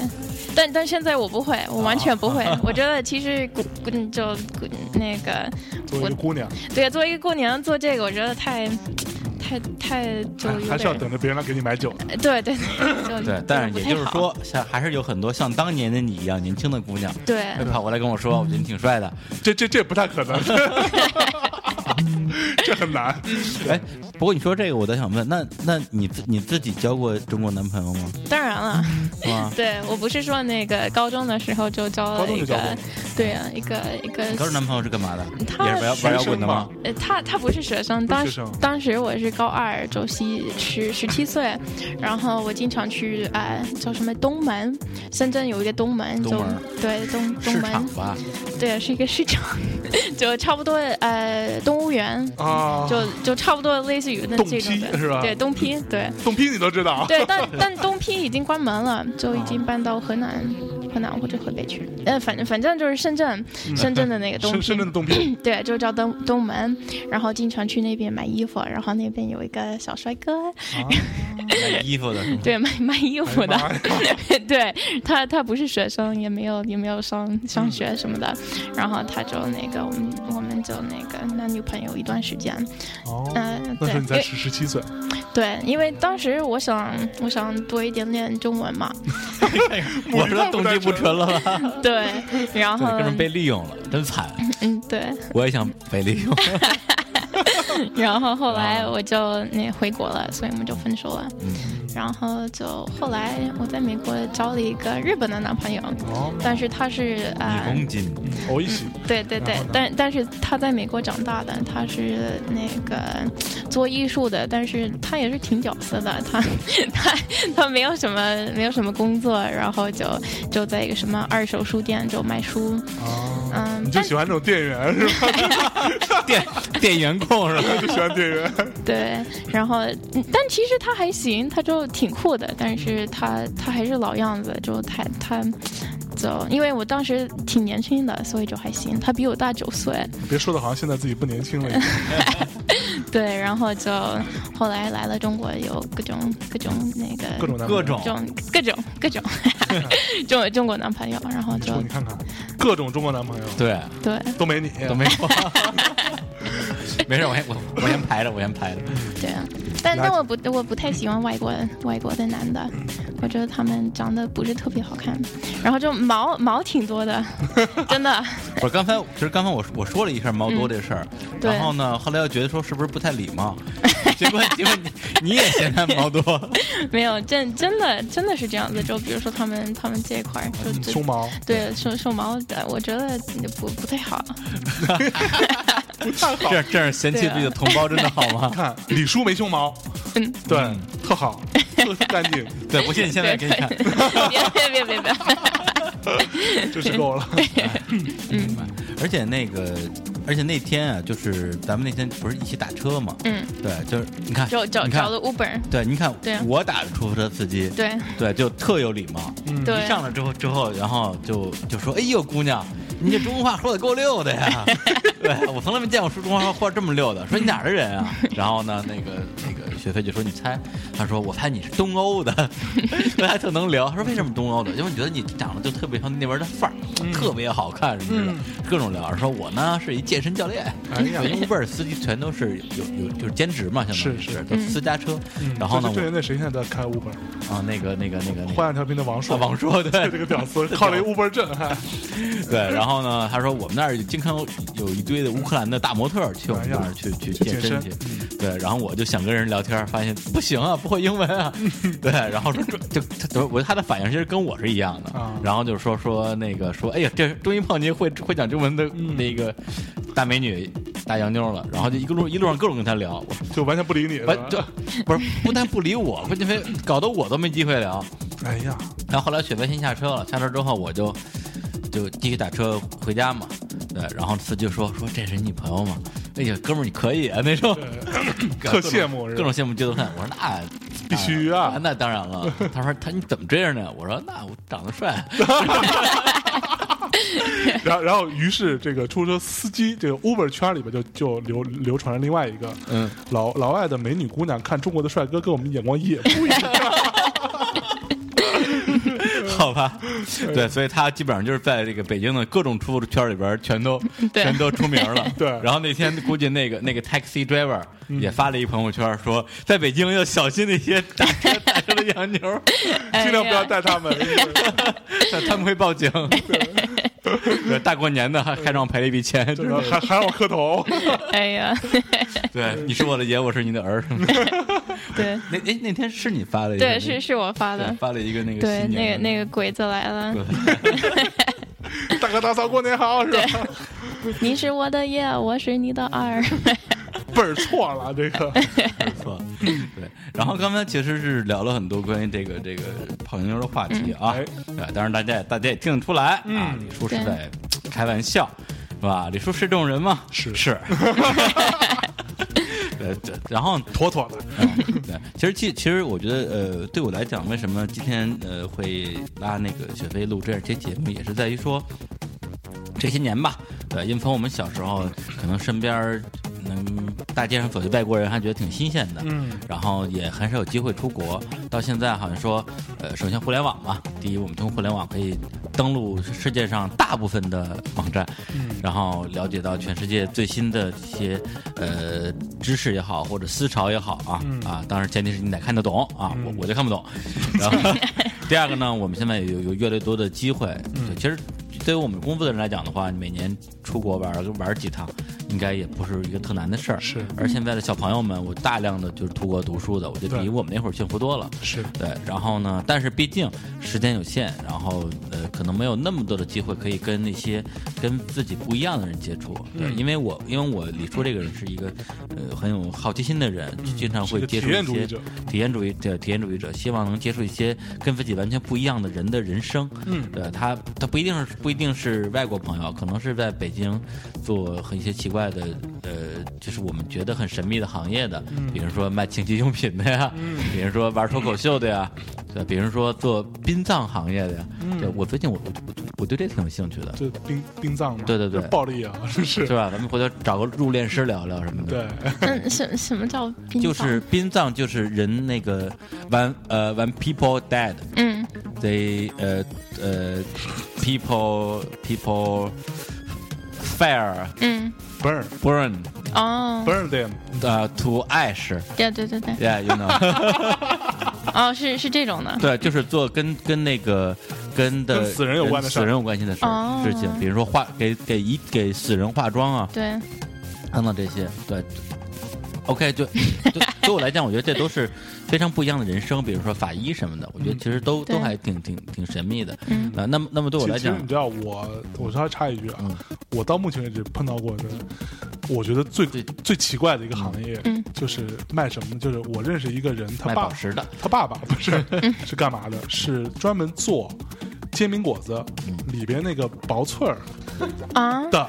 [SPEAKER 1] 但但现在我不会，我完全不会。
[SPEAKER 3] 啊
[SPEAKER 1] 我觉得其实古古就古那个
[SPEAKER 3] 作为一个姑娘，
[SPEAKER 1] 对，作为一个过年做这个，我觉得太太太就
[SPEAKER 3] 还
[SPEAKER 1] 有
[SPEAKER 3] 还是要
[SPEAKER 1] 点
[SPEAKER 3] 等着别人来给你买酒的。
[SPEAKER 1] 对对对，就
[SPEAKER 2] 对
[SPEAKER 1] 就，
[SPEAKER 2] 但
[SPEAKER 1] 嗯不
[SPEAKER 2] 是也
[SPEAKER 1] 太
[SPEAKER 2] 就是
[SPEAKER 1] 好，
[SPEAKER 2] 说，像还是有很多像当年的你一样年轻的姑娘，
[SPEAKER 1] 对
[SPEAKER 2] 会跑过来跟我
[SPEAKER 1] 嗯
[SPEAKER 2] 说，我觉得你挺帅的。
[SPEAKER 3] 这这这不太 可能，这很难。
[SPEAKER 2] 哎，不过你说这个，我倒想问，那那你自你自己交过中国男朋友吗？
[SPEAKER 1] 当然了，
[SPEAKER 2] 啊，
[SPEAKER 1] 对我不是说那个高中的时候就交
[SPEAKER 3] 高
[SPEAKER 1] 了
[SPEAKER 3] 中
[SPEAKER 1] 一
[SPEAKER 3] 就交过
[SPEAKER 1] 个，对啊，一个一个
[SPEAKER 2] 你。高中男朋友是干嘛的？
[SPEAKER 1] 他
[SPEAKER 2] 呃也是玩玩摇滚的吗？
[SPEAKER 1] 呃，他他不是学生，
[SPEAKER 3] 不
[SPEAKER 1] 当
[SPEAKER 3] 是学
[SPEAKER 1] 时
[SPEAKER 3] 生
[SPEAKER 1] 当时我是高二，就十十十七岁，然后我经常去啊、呃叫什么东门，深圳有一个东门，就
[SPEAKER 2] 东门
[SPEAKER 1] 对东东
[SPEAKER 2] 市场
[SPEAKER 1] 门，
[SPEAKER 2] 吧，
[SPEAKER 1] 对是一个市场，就差不多呃动物园，
[SPEAKER 3] 啊，
[SPEAKER 1] 就就差不多类似于那
[SPEAKER 3] 冻
[SPEAKER 1] 这种
[SPEAKER 3] 批
[SPEAKER 1] 的，
[SPEAKER 3] 是吧
[SPEAKER 1] 对，东批，对
[SPEAKER 3] 冻批你都知 道，
[SPEAKER 1] 对，但但东批已经关门了，就已经搬到河南、河南或者河北去了。呃，反正反正就是深圳，深圳的那个
[SPEAKER 3] 嗯
[SPEAKER 1] 东
[SPEAKER 3] 深
[SPEAKER 1] 批
[SPEAKER 3] 深，圳的冻批，
[SPEAKER 1] 对，就叫东东门，然后经常去那边买衣服，然后那边有一个小帅哥，
[SPEAKER 2] 卖衣服的 是吗。
[SPEAKER 1] 对，卖卖衣服的
[SPEAKER 3] 哎呀，
[SPEAKER 1] 对他他不是学生，也没有也没有上上学什么的，然后他就那个我们我们就那个男女朋友一段时间，
[SPEAKER 3] 哦
[SPEAKER 1] 嗯、
[SPEAKER 3] 那
[SPEAKER 1] 对，
[SPEAKER 3] 时候你
[SPEAKER 1] 因
[SPEAKER 3] 才
[SPEAKER 1] 为
[SPEAKER 3] 十十七岁，
[SPEAKER 1] 对，因为当时我想，我想多一点点中文嘛，
[SPEAKER 2] 我说动机不嗯纯了 吧？
[SPEAKER 1] 对，然
[SPEAKER 2] 对，
[SPEAKER 1] 后
[SPEAKER 2] 哥们儿被利用了，真惨。
[SPEAKER 1] 嗯对，
[SPEAKER 2] 我也想被利 用。
[SPEAKER 1] 然后后
[SPEAKER 3] 啊
[SPEAKER 1] 来我就那回国了，所以我们就分手了。
[SPEAKER 3] 嗯
[SPEAKER 1] 然后就后来我在美国交了一个日本的男朋友，但是他是
[SPEAKER 2] 一
[SPEAKER 1] 呃，
[SPEAKER 2] 公斤，
[SPEAKER 3] 哦，一起
[SPEAKER 1] 对对对
[SPEAKER 3] 然后呢，
[SPEAKER 1] 但但是他在美国长大的，他是那个做艺术的，但是他也是挺屌丝的，他他他没有什么没有什么工作，然后就就在一个什么二手书店就卖书，
[SPEAKER 3] 啊，
[SPEAKER 1] 嗯
[SPEAKER 3] 你，就
[SPEAKER 1] 但
[SPEAKER 3] 喜欢这种店员是吧？
[SPEAKER 2] 电电员控是吧？
[SPEAKER 3] 就喜欢店员，
[SPEAKER 1] 对，然后嗯但其实他还行，他就挺酷的，但是他他还是老样子，就他他。就因为我当时挺年轻的，所以就还行。他比我大九岁，
[SPEAKER 3] 别说的好像现在自己不年轻了一样。
[SPEAKER 1] 对，然后就后来来了中国，有各种各种那个
[SPEAKER 3] 各种男朋友
[SPEAKER 2] 各种
[SPEAKER 1] 各种各种各 种中中国男朋友，然后
[SPEAKER 3] 你
[SPEAKER 1] 就
[SPEAKER 3] 说你看看，各种中国男朋友
[SPEAKER 2] 对，
[SPEAKER 1] 对
[SPEAKER 3] 都没你，
[SPEAKER 2] 都没说。 没事，我先我我先排着，我先排着。
[SPEAKER 1] 对啊。但但我不我不太喜欢外国外国的男的，我觉得他们长得不是特别好看，然后就毛毛挺多的，真的。
[SPEAKER 2] 不是，刚才其实刚才我我说了一下猫多这事儿，
[SPEAKER 1] 嗯对
[SPEAKER 2] 然后呢，后来又觉得说是不是不太礼貌，结果结果你你也嫌他 毛多，
[SPEAKER 1] 没有，真真的真的是这样子。就比如说他们他们这一块儿，就
[SPEAKER 3] 嗯
[SPEAKER 1] 就
[SPEAKER 3] 胸毛
[SPEAKER 1] 对手手毛的，我觉得不不太好。
[SPEAKER 2] 这这样嫌弃自己的同胞真的好吗？
[SPEAKER 3] 看李叔没胸毛，
[SPEAKER 1] 嗯，
[SPEAKER 3] 对，特 好，特干净，
[SPEAKER 2] 对，不信你现在给你看。
[SPEAKER 1] 别别别别别，
[SPEAKER 3] 这是够了。
[SPEAKER 2] 而且那个，而且那天啊，就是咱们那天不是一起打车嘛，
[SPEAKER 1] 嗯，
[SPEAKER 2] 对，就是你看，
[SPEAKER 1] 就找
[SPEAKER 2] 你看
[SPEAKER 1] 找了 Uber，
[SPEAKER 2] 对，你看
[SPEAKER 1] 对啊
[SPEAKER 2] 我打的出租车司机，
[SPEAKER 1] 对嗯
[SPEAKER 2] 对，就特有礼貌。
[SPEAKER 3] 嗯
[SPEAKER 1] 对
[SPEAKER 2] 一上来之后之后，然后就就说：“哎呦，姑娘，你这中国话说的够溜的 呀！”对我从来没见过说中国话话这么溜的。说你哪儿的人啊？然后呢，那个那个雪飞就说：“你猜？”他说：“我猜你是东欧的。” 大家特能聊。他说：“为什么东欧的？因为你觉得你长得就特别像那边的范儿，
[SPEAKER 3] 嗯
[SPEAKER 2] 特别好看什么的，各种聊。”说：“我呢是一健身教练，
[SPEAKER 3] 哎呀
[SPEAKER 2] 因为 Uber 司机全都是有有就是兼职嘛，相当于
[SPEAKER 3] 是嗯
[SPEAKER 2] 是都私家车。嗯然后呢，
[SPEAKER 3] 就是
[SPEAKER 2] 我
[SPEAKER 3] 对那谁现在在开 Uber？
[SPEAKER 2] 啊，那个那个那个那个
[SPEAKER 3] 花样调频的王硕，
[SPEAKER 2] 啊王硕对
[SPEAKER 3] 这个屌丝靠了一 Uber 证，还
[SPEAKER 2] 对，然后呢，他说我们那儿经常有有一堆的乌克兰的大模特儿去我们那儿去去健身嗯去
[SPEAKER 3] 健，
[SPEAKER 2] 对，然后我就想跟人聊天儿，发现不行啊，不会英文啊，对，然后说就他他我他的反应其实跟我是一样的
[SPEAKER 3] 啊，
[SPEAKER 2] 然后就说说那个说，哎呀，这终于碰见会会讲中文的那个大美女大洋妞了，然后就一个路一路上各种跟他聊，我
[SPEAKER 3] 就完全不
[SPEAKER 2] 哎
[SPEAKER 3] 理你，是
[SPEAKER 2] 不
[SPEAKER 3] 吧
[SPEAKER 2] 就不是不但不理我，关键非搞得我都没机会聊，
[SPEAKER 3] 哎呀，
[SPEAKER 2] 然后后来雪白先下车了，下车之后我就就继续打车回家嘛，对，然后司机就说说这是你朋友吗？那个哥们儿你可以啊，那时候
[SPEAKER 3] 特羡慕是吧
[SPEAKER 2] 各种羡慕嫉妒恨。我说那哎
[SPEAKER 3] 必须啊
[SPEAKER 2] 那当然了。他说他你怎么这样呢？我说那我长得帅，
[SPEAKER 3] 然后，然后，于是这个出租车司机，这个 Uber 圈里边就就流流传另外一个，
[SPEAKER 2] 嗯，
[SPEAKER 3] 老老外的美女姑娘看中国的帅哥，跟我们眼光也不一样。
[SPEAKER 2] 好吧，对，所以他基本上就是在这个北京的各种出租圈里边儿全都
[SPEAKER 1] 对
[SPEAKER 2] 全都出名 了。
[SPEAKER 3] 对
[SPEAKER 2] 然后那天估计那个那个 taxi driver
[SPEAKER 1] 嗯
[SPEAKER 2] 也发了一朋友圈说，在北京要小心那些打车 打车的洋妞儿，
[SPEAKER 3] 尽量不要
[SPEAKER 1] 哎呀
[SPEAKER 3] 带他们。
[SPEAKER 2] 他们会 报警。对，大过年的还还让我赔了一笔钱，
[SPEAKER 3] 这
[SPEAKER 2] 真
[SPEAKER 3] 个
[SPEAKER 2] 的。
[SPEAKER 3] 还还让我磕头，
[SPEAKER 1] 哎呀，
[SPEAKER 2] 对，你是我的爷，我是你 的儿。
[SPEAKER 1] 对
[SPEAKER 2] 那哎，那天是你发的一个那
[SPEAKER 1] 对
[SPEAKER 2] 个？
[SPEAKER 1] 是是我发
[SPEAKER 2] 对
[SPEAKER 1] 的，
[SPEAKER 2] 发了一个那个
[SPEAKER 1] 对
[SPEAKER 2] 新
[SPEAKER 1] 那个
[SPEAKER 2] 年
[SPEAKER 1] 那个鬼子来了，
[SPEAKER 3] 大哥大嫂过年好，是 吧？
[SPEAKER 1] 你是我的夜，我是你的二，
[SPEAKER 3] 倍儿错了，这 个
[SPEAKER 2] 不错，对。然后刚才其实是聊了很多关于这个这个泡妞的话题啊，
[SPEAKER 3] 哎
[SPEAKER 2] 对，当然大家也大家也听得出来、啊，李叔是在开玩笑，是吧？李叔是这种人吗？
[SPEAKER 3] 是
[SPEAKER 2] 是。 对，对然后
[SPEAKER 3] 妥妥的。
[SPEAKER 2] 嗯对，其实其其实我觉得，呃，对我来讲，为什么今天呃会拉那个雪飞录这样一期节目，也是在于说这些年吧，对，因为从我们小时候，可能身边儿能大街上走一外国人，还觉得挺新鲜的，
[SPEAKER 3] 嗯，
[SPEAKER 2] 然后也很少有机会出国。到现在好像说，呃，首先互联网嘛，第一，我们通过互联网可以登录世界上大部分的网站，
[SPEAKER 3] 嗯
[SPEAKER 2] 然后了解到全世界最新的这些呃知识也好，或者思潮也好啊、啊，当然前提是你得看得懂啊，我我就看不懂。然后第二个呢，我们现在有有越来越多的机会，对，其实。对于我们工作的人来讲的话，你每年出国玩儿玩儿几趟，应该也不是一个特难的事儿。
[SPEAKER 3] 是
[SPEAKER 2] 而现在的小朋友们，我大量的就是出国读书的，我觉得
[SPEAKER 3] 对
[SPEAKER 2] 比我们那会儿幸福多了。
[SPEAKER 3] 是
[SPEAKER 2] 对，然后呢，但是毕竟时间有限，然后呃，可能没有那么多的机会可以跟那些跟自己不一样的人接触。对，
[SPEAKER 3] 嗯
[SPEAKER 2] 因为我因为我李叔这个人是一个呃很有好奇心的人，就经常
[SPEAKER 3] 嗯是一
[SPEAKER 2] 会
[SPEAKER 3] 个
[SPEAKER 2] 接
[SPEAKER 3] 体
[SPEAKER 2] 触一些
[SPEAKER 3] 验主义者
[SPEAKER 2] 体验主义对体验主义者，希望能接触一些跟自己完全不一样的人的人生。
[SPEAKER 3] 嗯
[SPEAKER 2] 对他他不一定是不一定是外国朋友，可能是在北京做和一些奇怪的呃，就是我们觉得很神秘的行业的，比
[SPEAKER 3] 嗯
[SPEAKER 2] 如说卖清洁用品的呀，比如说玩脱口秀的呀，对，比如说做殡葬行业的呀。
[SPEAKER 3] 嗯
[SPEAKER 2] 对，我最近我我我我对这挺有兴趣的。
[SPEAKER 3] 这殡殡葬嘛，
[SPEAKER 2] 对对对
[SPEAKER 3] 这暴力啊， 是是
[SPEAKER 2] 是，吧？咱们回头找个入殓师聊聊什么的。
[SPEAKER 3] 对，
[SPEAKER 1] 嗯，什什么叫冰
[SPEAKER 2] 就是殡葬，就是人那个 when 呃 when people dead，
[SPEAKER 1] 嗯
[SPEAKER 2] they 呃呃 people people fire
[SPEAKER 1] 嗯
[SPEAKER 3] burn
[SPEAKER 2] burn
[SPEAKER 1] 哦，
[SPEAKER 3] burn them，
[SPEAKER 2] 呃 to ash，
[SPEAKER 1] 对对对对，
[SPEAKER 2] yeah you know，
[SPEAKER 1] 哦是是这种的，
[SPEAKER 2] 对，就是做跟跟那个跟的
[SPEAKER 3] 跟死人有关的事儿
[SPEAKER 2] 死人有关系的事
[SPEAKER 1] 哦
[SPEAKER 2] 儿事情，比如说化给给一给死人化妆啊
[SPEAKER 1] 对，
[SPEAKER 2] 等等这些，对。OK，就对对我来讲，我觉得这都是非常不一样的人生。比如说法医什么的，我觉得其实都、
[SPEAKER 1] 嗯对
[SPEAKER 2] 都还挺挺挺神秘的。
[SPEAKER 1] 嗯
[SPEAKER 2] 那那么那么对我
[SPEAKER 3] 其
[SPEAKER 2] 来
[SPEAKER 3] 其实
[SPEAKER 2] 讲
[SPEAKER 3] 你，知道我，我稍微插一句啊，
[SPEAKER 2] 嗯
[SPEAKER 3] 我到目前为止碰到过的，我觉得最
[SPEAKER 2] 最
[SPEAKER 3] 最奇怪的一个行业，
[SPEAKER 1] 嗯
[SPEAKER 3] 就是卖什么呢？就是我认识一个人，他
[SPEAKER 2] 卖
[SPEAKER 3] 爸
[SPEAKER 2] 宝石的，
[SPEAKER 3] 他爸爸不是、 是干嘛的？是专门做煎饼果子
[SPEAKER 2] 嗯
[SPEAKER 3] 里边那个薄脆儿
[SPEAKER 1] 啊
[SPEAKER 3] 的，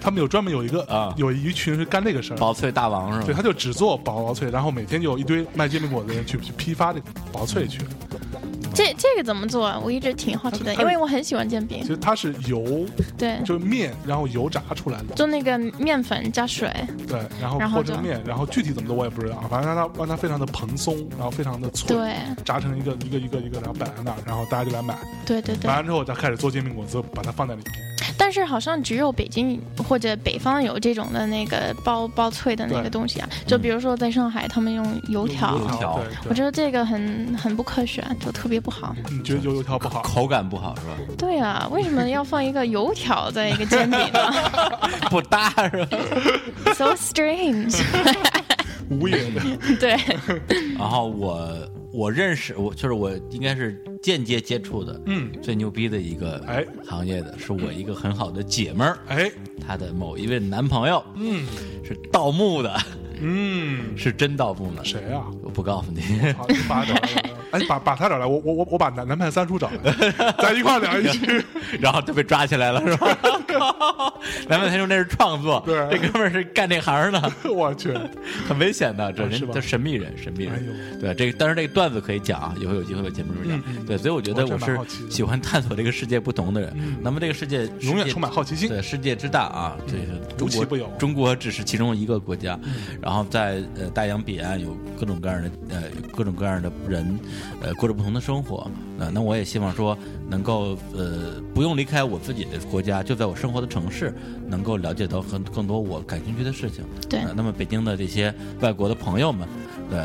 [SPEAKER 3] 他们有专门有一个
[SPEAKER 2] 嗯啊
[SPEAKER 3] 有一群是干这个事儿。
[SPEAKER 2] 薄脆大王是
[SPEAKER 3] 对，
[SPEAKER 2] 吧？
[SPEAKER 3] 他就只做薄薄脆，然后每天就有一堆卖煎饼果子的人去去批发这个薄脆去。
[SPEAKER 2] 嗯
[SPEAKER 1] 这这个怎么做啊？我一直挺好奇的，
[SPEAKER 3] 它
[SPEAKER 1] 因为我很喜欢煎饼
[SPEAKER 3] 其。实它是油，
[SPEAKER 1] 对，
[SPEAKER 3] 就是面，然后油炸出来的。
[SPEAKER 1] 做那个面粉加水。
[SPEAKER 3] 对，然后
[SPEAKER 1] 然后
[SPEAKER 3] 和成
[SPEAKER 1] 就
[SPEAKER 3] 面，然后具体怎么做我也不知道，啊反正让它让它非常的蓬松，然后非常的脆，
[SPEAKER 1] 对
[SPEAKER 3] 炸成一个一个一个一个，然后摆在那儿，然后大家就来买，
[SPEAKER 1] 对对对
[SPEAKER 3] 买，完之后再开始做煎饼果子，把它放在里面。
[SPEAKER 1] 但是好像只有北京或者北方有这种的那个包包脆的那个
[SPEAKER 3] 对
[SPEAKER 1] 东西啊。就比如说在上海，他们用油条，
[SPEAKER 3] 油
[SPEAKER 2] 条
[SPEAKER 3] 对，对
[SPEAKER 1] 我觉得这个很很不科学，就特别不好。
[SPEAKER 3] 你觉得油油条不好？
[SPEAKER 2] 口感不好是吧？
[SPEAKER 1] 对啊，为什么要放一个油条在一个煎饼呢
[SPEAKER 2] 不搭是吧？
[SPEAKER 1] ？So strange。
[SPEAKER 3] 无言的，
[SPEAKER 1] 对，
[SPEAKER 2] 然后我我认识我就是我应该是间接接触的，
[SPEAKER 3] 嗯，
[SPEAKER 2] 最牛逼的一个
[SPEAKER 3] 哎
[SPEAKER 2] 行业的是我一个很好的姐们儿，
[SPEAKER 3] 哎，
[SPEAKER 2] 她的某一位男朋友，
[SPEAKER 3] 嗯，
[SPEAKER 2] 是盗墓的，
[SPEAKER 3] 嗯，
[SPEAKER 2] 是真盗墓的，
[SPEAKER 3] 谁啊？
[SPEAKER 2] 我不告诉你，
[SPEAKER 3] 好，你发着了哎，把把他找来，我我我我把南南派三叔找来， 咱一块儿聊一期。
[SPEAKER 2] 然后就被抓起来了，是吧？ 靠难怪他说那是创作，
[SPEAKER 3] 对
[SPEAKER 2] 这哥们儿是干这行的，
[SPEAKER 3] 我去，
[SPEAKER 2] 很危险的，这
[SPEAKER 3] 啊是
[SPEAKER 2] 人
[SPEAKER 3] 吧
[SPEAKER 2] 他神秘人，神秘
[SPEAKER 3] 哎
[SPEAKER 2] 人。
[SPEAKER 3] 呦
[SPEAKER 2] 对，这个但是这个段子可以讲啊，以后有机会在节目里面
[SPEAKER 3] 嗯
[SPEAKER 2] 讲。
[SPEAKER 3] 嗯
[SPEAKER 2] 对，所以我觉
[SPEAKER 3] 我
[SPEAKER 2] 得
[SPEAKER 3] 真
[SPEAKER 2] 我
[SPEAKER 3] 蛮
[SPEAKER 2] 是
[SPEAKER 3] 好奇的嗯
[SPEAKER 2] 喜欢探索这个世界不同的人。那么这个世界
[SPEAKER 3] 永
[SPEAKER 2] 世
[SPEAKER 3] 远
[SPEAKER 2] 界
[SPEAKER 3] 充满好奇心。
[SPEAKER 2] 对世界之大啊，这个
[SPEAKER 3] 嗯
[SPEAKER 2] 中
[SPEAKER 3] 无奇
[SPEAKER 2] 国
[SPEAKER 3] 不有嗯
[SPEAKER 2] 中国只是其中一个国家，然后在呃大洋彼岸有各种各样的呃各种各样的人，呃过着不同的生活。呃，那我也希望说能够呃不用离开我自己的国家，就在我生活的城市，能够了解到很更多我感兴趣的事情。
[SPEAKER 1] 对
[SPEAKER 2] 呃那么北京的这些外国的朋友们，对。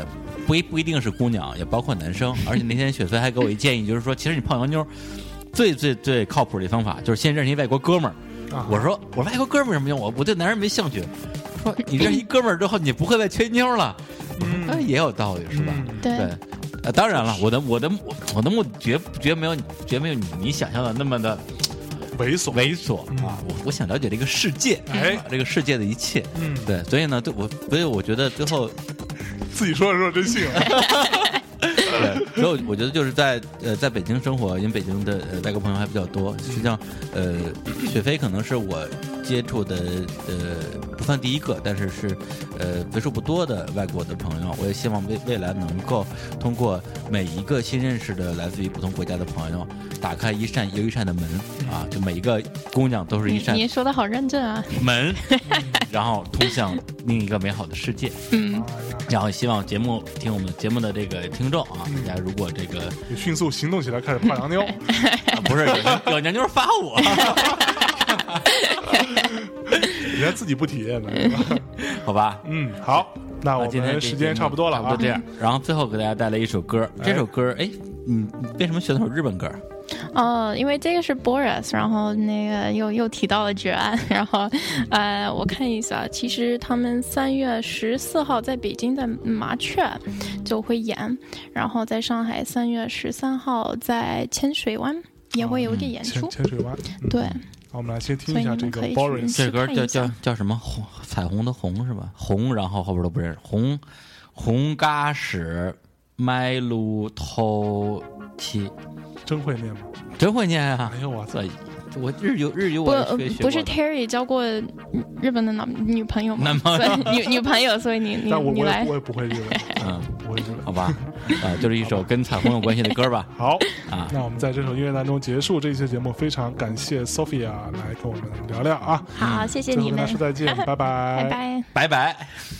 [SPEAKER 2] 不一不一定是姑娘，也包括男生。而且那天雪飞还给我一建议，就是说，其实你泡洋妞，最最最靠谱的方法就是先认识一外国哥们儿，
[SPEAKER 3] 啊
[SPEAKER 2] 我说哎我外国哥们儿什么用？我我对男人没兴趣。说你认识一哥们儿之后，你不会再缺妞了，那、也有道理是吧？
[SPEAKER 3] 嗯
[SPEAKER 1] 对
[SPEAKER 2] 对，呃，当然了，我的我的我我的目的绝绝没有绝没有你你想象的那么的
[SPEAKER 3] 猥琐，
[SPEAKER 2] 猥琐啊！我我想了解这个世界，
[SPEAKER 3] 嗯哎
[SPEAKER 2] 啊这个世界的一切。
[SPEAKER 3] 嗯，
[SPEAKER 2] 对，所以呢，对我，所以我觉得最后
[SPEAKER 3] 自己说着说着真信啊了。
[SPEAKER 2] 对，所以我觉得就是在呃，在北京生活，因为北京的呃外国朋友还比较多。实际上，呃，雪飞可能是我接触的呃不算第一个，但是是呃为数不多的外国的朋友。我也希望未未来能够通过每一个新认识的来自于不同国家的朋友，打开一扇又一扇的门啊，就每一个姑娘都是一
[SPEAKER 1] 你
[SPEAKER 2] 扇
[SPEAKER 1] 你说的好认真啊，
[SPEAKER 2] 门，然后通向另一个美好的世界。
[SPEAKER 1] 嗯，
[SPEAKER 2] 然后希望节目听我们节目的这个听众啊，大家如果这个。
[SPEAKER 3] 你迅速行动起来，开始泡洋妞。
[SPEAKER 2] 啊 不是有娘有娘妞发 我，
[SPEAKER 3] 人家自己不体验呢。是吧
[SPEAKER 2] 好吧？
[SPEAKER 3] 嗯，好，那我
[SPEAKER 2] 那今天
[SPEAKER 3] 们
[SPEAKER 2] 这
[SPEAKER 3] 时
[SPEAKER 2] 节
[SPEAKER 3] 间
[SPEAKER 2] 目
[SPEAKER 3] 差不多了
[SPEAKER 2] 差不
[SPEAKER 3] 啊
[SPEAKER 2] 多。这样。然后最后给大家带来一首歌，这首歌，哎，你你为什么选了首日本歌？
[SPEAKER 1] 哦，因为这个是 Boris，然后那个又又提到了绝案， 然后呃，我看一下，其实他们三月十四号在北京的麻雀就会演，然后在上海三月十三号在千水湾也会有一个演
[SPEAKER 3] 潜
[SPEAKER 1] 出，
[SPEAKER 3] 潜水湾，嗯
[SPEAKER 1] 对，
[SPEAKER 3] 好，我们来先听
[SPEAKER 1] 所
[SPEAKER 3] 一
[SPEAKER 1] 以
[SPEAKER 3] 下
[SPEAKER 1] 你
[SPEAKER 3] 这
[SPEAKER 1] 们
[SPEAKER 3] 个
[SPEAKER 1] 可以去
[SPEAKER 3] Boris
[SPEAKER 2] 这首歌
[SPEAKER 1] 看
[SPEAKER 2] 叫
[SPEAKER 1] 一下
[SPEAKER 2] 叫叫什么？红彩虹的红是吧？红，然后后边都不认识。红红嘎屎麦路偷七，
[SPEAKER 3] 真会念吗？
[SPEAKER 2] 真会念啊！
[SPEAKER 3] 哎呦我操
[SPEAKER 2] 这我日语日语
[SPEAKER 1] 不呃
[SPEAKER 2] 我也学学
[SPEAKER 1] 不是
[SPEAKER 2] 过的
[SPEAKER 1] Terry 交过日本的男女朋友吗？
[SPEAKER 2] 男朋友
[SPEAKER 1] 所以女女朋友，所以你你
[SPEAKER 3] 但我
[SPEAKER 1] 你
[SPEAKER 3] 我也
[SPEAKER 1] 来
[SPEAKER 3] 我也不会日文，
[SPEAKER 2] 嗯，
[SPEAKER 3] 不会日文。
[SPEAKER 2] 好。吧，啊，就是一首跟彩虹有关系的歌吧
[SPEAKER 3] 好
[SPEAKER 2] 啊
[SPEAKER 3] 那我们在这首音乐当中结束这一期节目，非常感谢 Sophia 来跟我们聊聊啊。
[SPEAKER 7] 好，谢谢
[SPEAKER 3] 最后
[SPEAKER 7] 你
[SPEAKER 3] 跟
[SPEAKER 7] 们
[SPEAKER 3] 大家，说再见，拜拜，拜
[SPEAKER 1] 拜拜。
[SPEAKER 2] 拜拜。